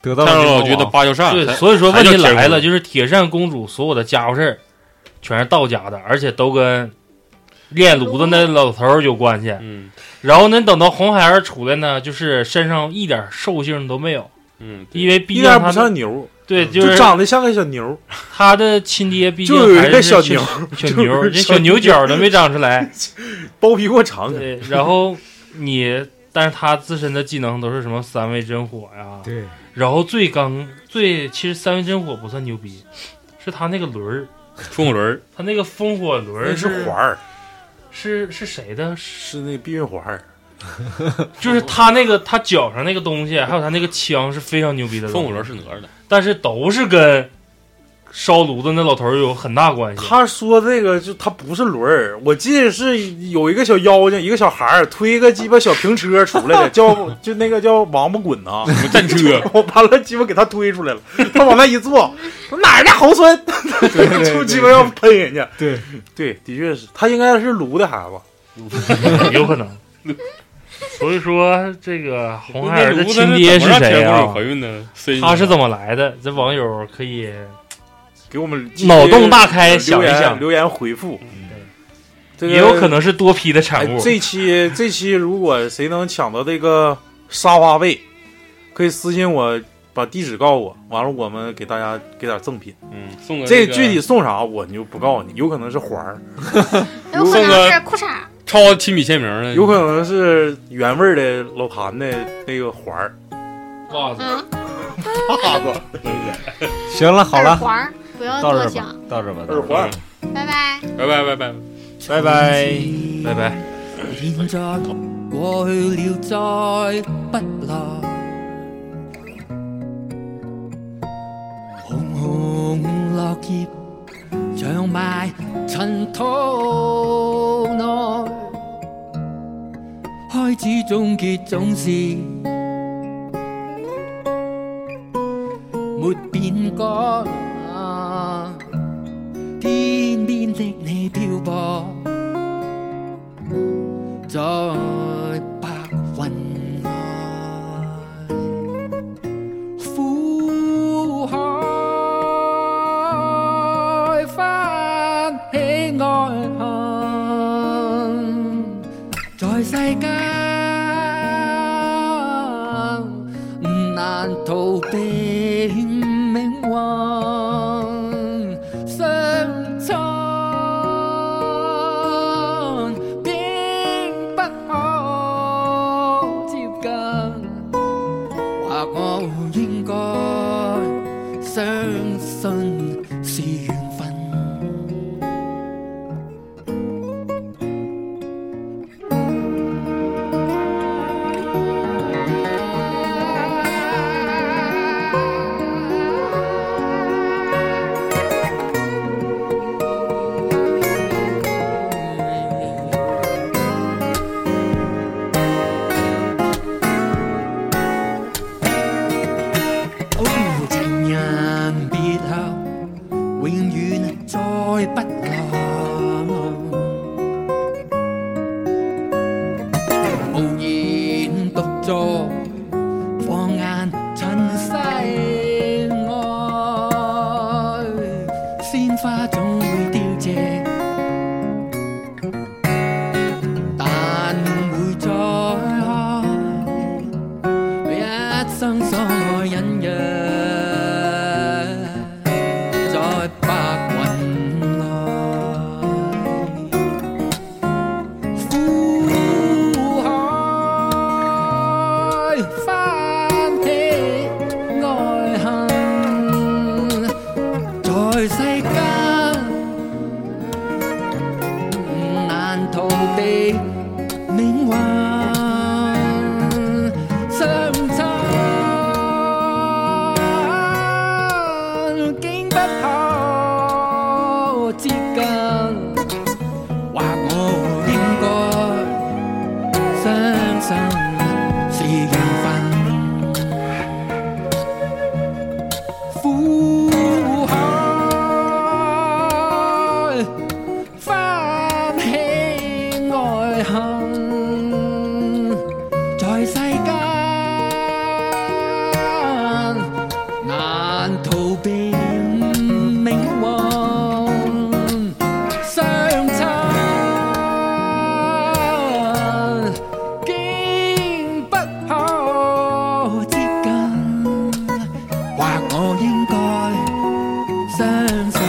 Speaker 3: 得到
Speaker 4: 太
Speaker 3: 了啊
Speaker 4: 上
Speaker 3: 这个
Speaker 4: 老君
Speaker 2: 啊
Speaker 4: 的
Speaker 3: 王
Speaker 4: 芭蕉扇，
Speaker 1: 对，
Speaker 4: 才
Speaker 1: 所以说问
Speaker 4: 才
Speaker 1: 题
Speaker 4: 啊叫铁
Speaker 1: 来
Speaker 4: 公
Speaker 1: 了，
Speaker 4: 主
Speaker 1: 就是铁扇公主所有的家伙事儿全是道家的，而且都跟炼炉子那老头儿有关系。
Speaker 4: 嗯
Speaker 1: 然后呢，等到红孩儿出来呢，就是身上一点兽性都没有，
Speaker 4: 嗯，对
Speaker 1: 因为毕
Speaker 2: 一
Speaker 1: 竟
Speaker 2: 点
Speaker 1: 他
Speaker 2: 不
Speaker 1: 的
Speaker 2: 像牛，
Speaker 1: 对，就
Speaker 2: 就是长得像个小牛，
Speaker 1: 他的亲爹毕竟
Speaker 2: 就有
Speaker 1: 还
Speaker 2: 一个
Speaker 1: 是
Speaker 2: 小牛，
Speaker 1: 小牛，
Speaker 2: 就是
Speaker 1: 这
Speaker 2: 小
Speaker 1: 小牛角都没长出来。
Speaker 2: 包皮过长。
Speaker 1: 对， 然后你，但是他自身的技能都是什么三味真火呀，
Speaker 3: 对，
Speaker 1: 然后最刚最其实三味真火不算牛逼，是他那个轮儿，
Speaker 4: 风火轮儿
Speaker 1: 他那个风火轮
Speaker 2: 那
Speaker 1: 儿
Speaker 2: 是环儿，
Speaker 1: 是是谁的？是
Speaker 2: 是那避孕环儿。
Speaker 1: 就是他那个他脚上那个东西，还有他那个枪是非常牛逼的东西。
Speaker 4: 风火轮儿是哪儿的？
Speaker 1: 但是都是跟烧炉子那老头儿有很大 关系。
Speaker 2: 他说这个就他不是轮儿，我记得是有一个小妖精，一个小孩儿推个鸡巴小平车出来的，叫 就那个叫王八滚呐。
Speaker 4: 什么战车？
Speaker 2: 我完了，鸡巴给他推出来了，他往那一坐，说哪儿的猢狲， 就鸡巴要喷人家。
Speaker 3: 对
Speaker 2: 对，的确是他应该是卢的孩子，
Speaker 1: 有可能。所以说，这个红孩
Speaker 4: 那
Speaker 1: 儿的
Speaker 4: 炉子
Speaker 1: 亲
Speaker 4: 那
Speaker 1: 爹是
Speaker 4: 怎么让
Speaker 1: 谁
Speaker 4: 铁公
Speaker 1: 啊
Speaker 4: 主怀？孕呢？塞进去
Speaker 1: 他是怎么来的？这网友可以
Speaker 2: 给我们
Speaker 1: 脑洞大开想一
Speaker 2: 留言
Speaker 1: 想
Speaker 2: 留言回复，这个
Speaker 1: 也有可。能是多批的
Speaker 2: 哎
Speaker 1: 产物。
Speaker 2: 这期这期如果谁能抢到这个沙发位，可以私信我，把地址告我，完了我们给大家给点赠品。
Speaker 4: 嗯，送个
Speaker 2: 这
Speaker 4: 那个
Speaker 2: 具体送啥我就不告诉你，有可能是环儿，
Speaker 5: 有可
Speaker 4: 送
Speaker 5: 能是
Speaker 4: 个
Speaker 5: 裤衩，
Speaker 4: 超亲笔签名
Speaker 1: 嗯
Speaker 4: 的，
Speaker 2: 有可能是原味儿的老坛的那个环儿。
Speaker 1: 袜子
Speaker 5: 嗯，
Speaker 2: 袜子，
Speaker 3: 行了，好
Speaker 5: 耳
Speaker 3: 了，
Speaker 5: 环儿，不要
Speaker 3: 到这
Speaker 5: 多
Speaker 3: 儿
Speaker 5: 想
Speaker 3: 吧，，到这儿吧，
Speaker 2: 耳环。
Speaker 5: 拜拜。
Speaker 4: 拜拜拜拜。
Speaker 3: 拜拜。
Speaker 1: 拜拜。
Speaker 9: 譴責過去了，再不來。紅紅落葉長埋塵土內，開始終結總是沒變改。天邊的你漂泊。在白云外苦海翻起愛恨，在世間難逃避命運相親，並不可接近。或我應該相信是緣分。哦，情人別後，永遠再不來。無言獨坐，放眼塵世外，鮮花總會凋謝，但會再開。一生所愛隱約，在白雲內，苦海翻起愛恨，在世間難逃避命運。相親，竟不可接近。或我應該相信是緣分。苦海翻起愛恨。在世間難逃避命運相親，竟不可接近，或我應該相信。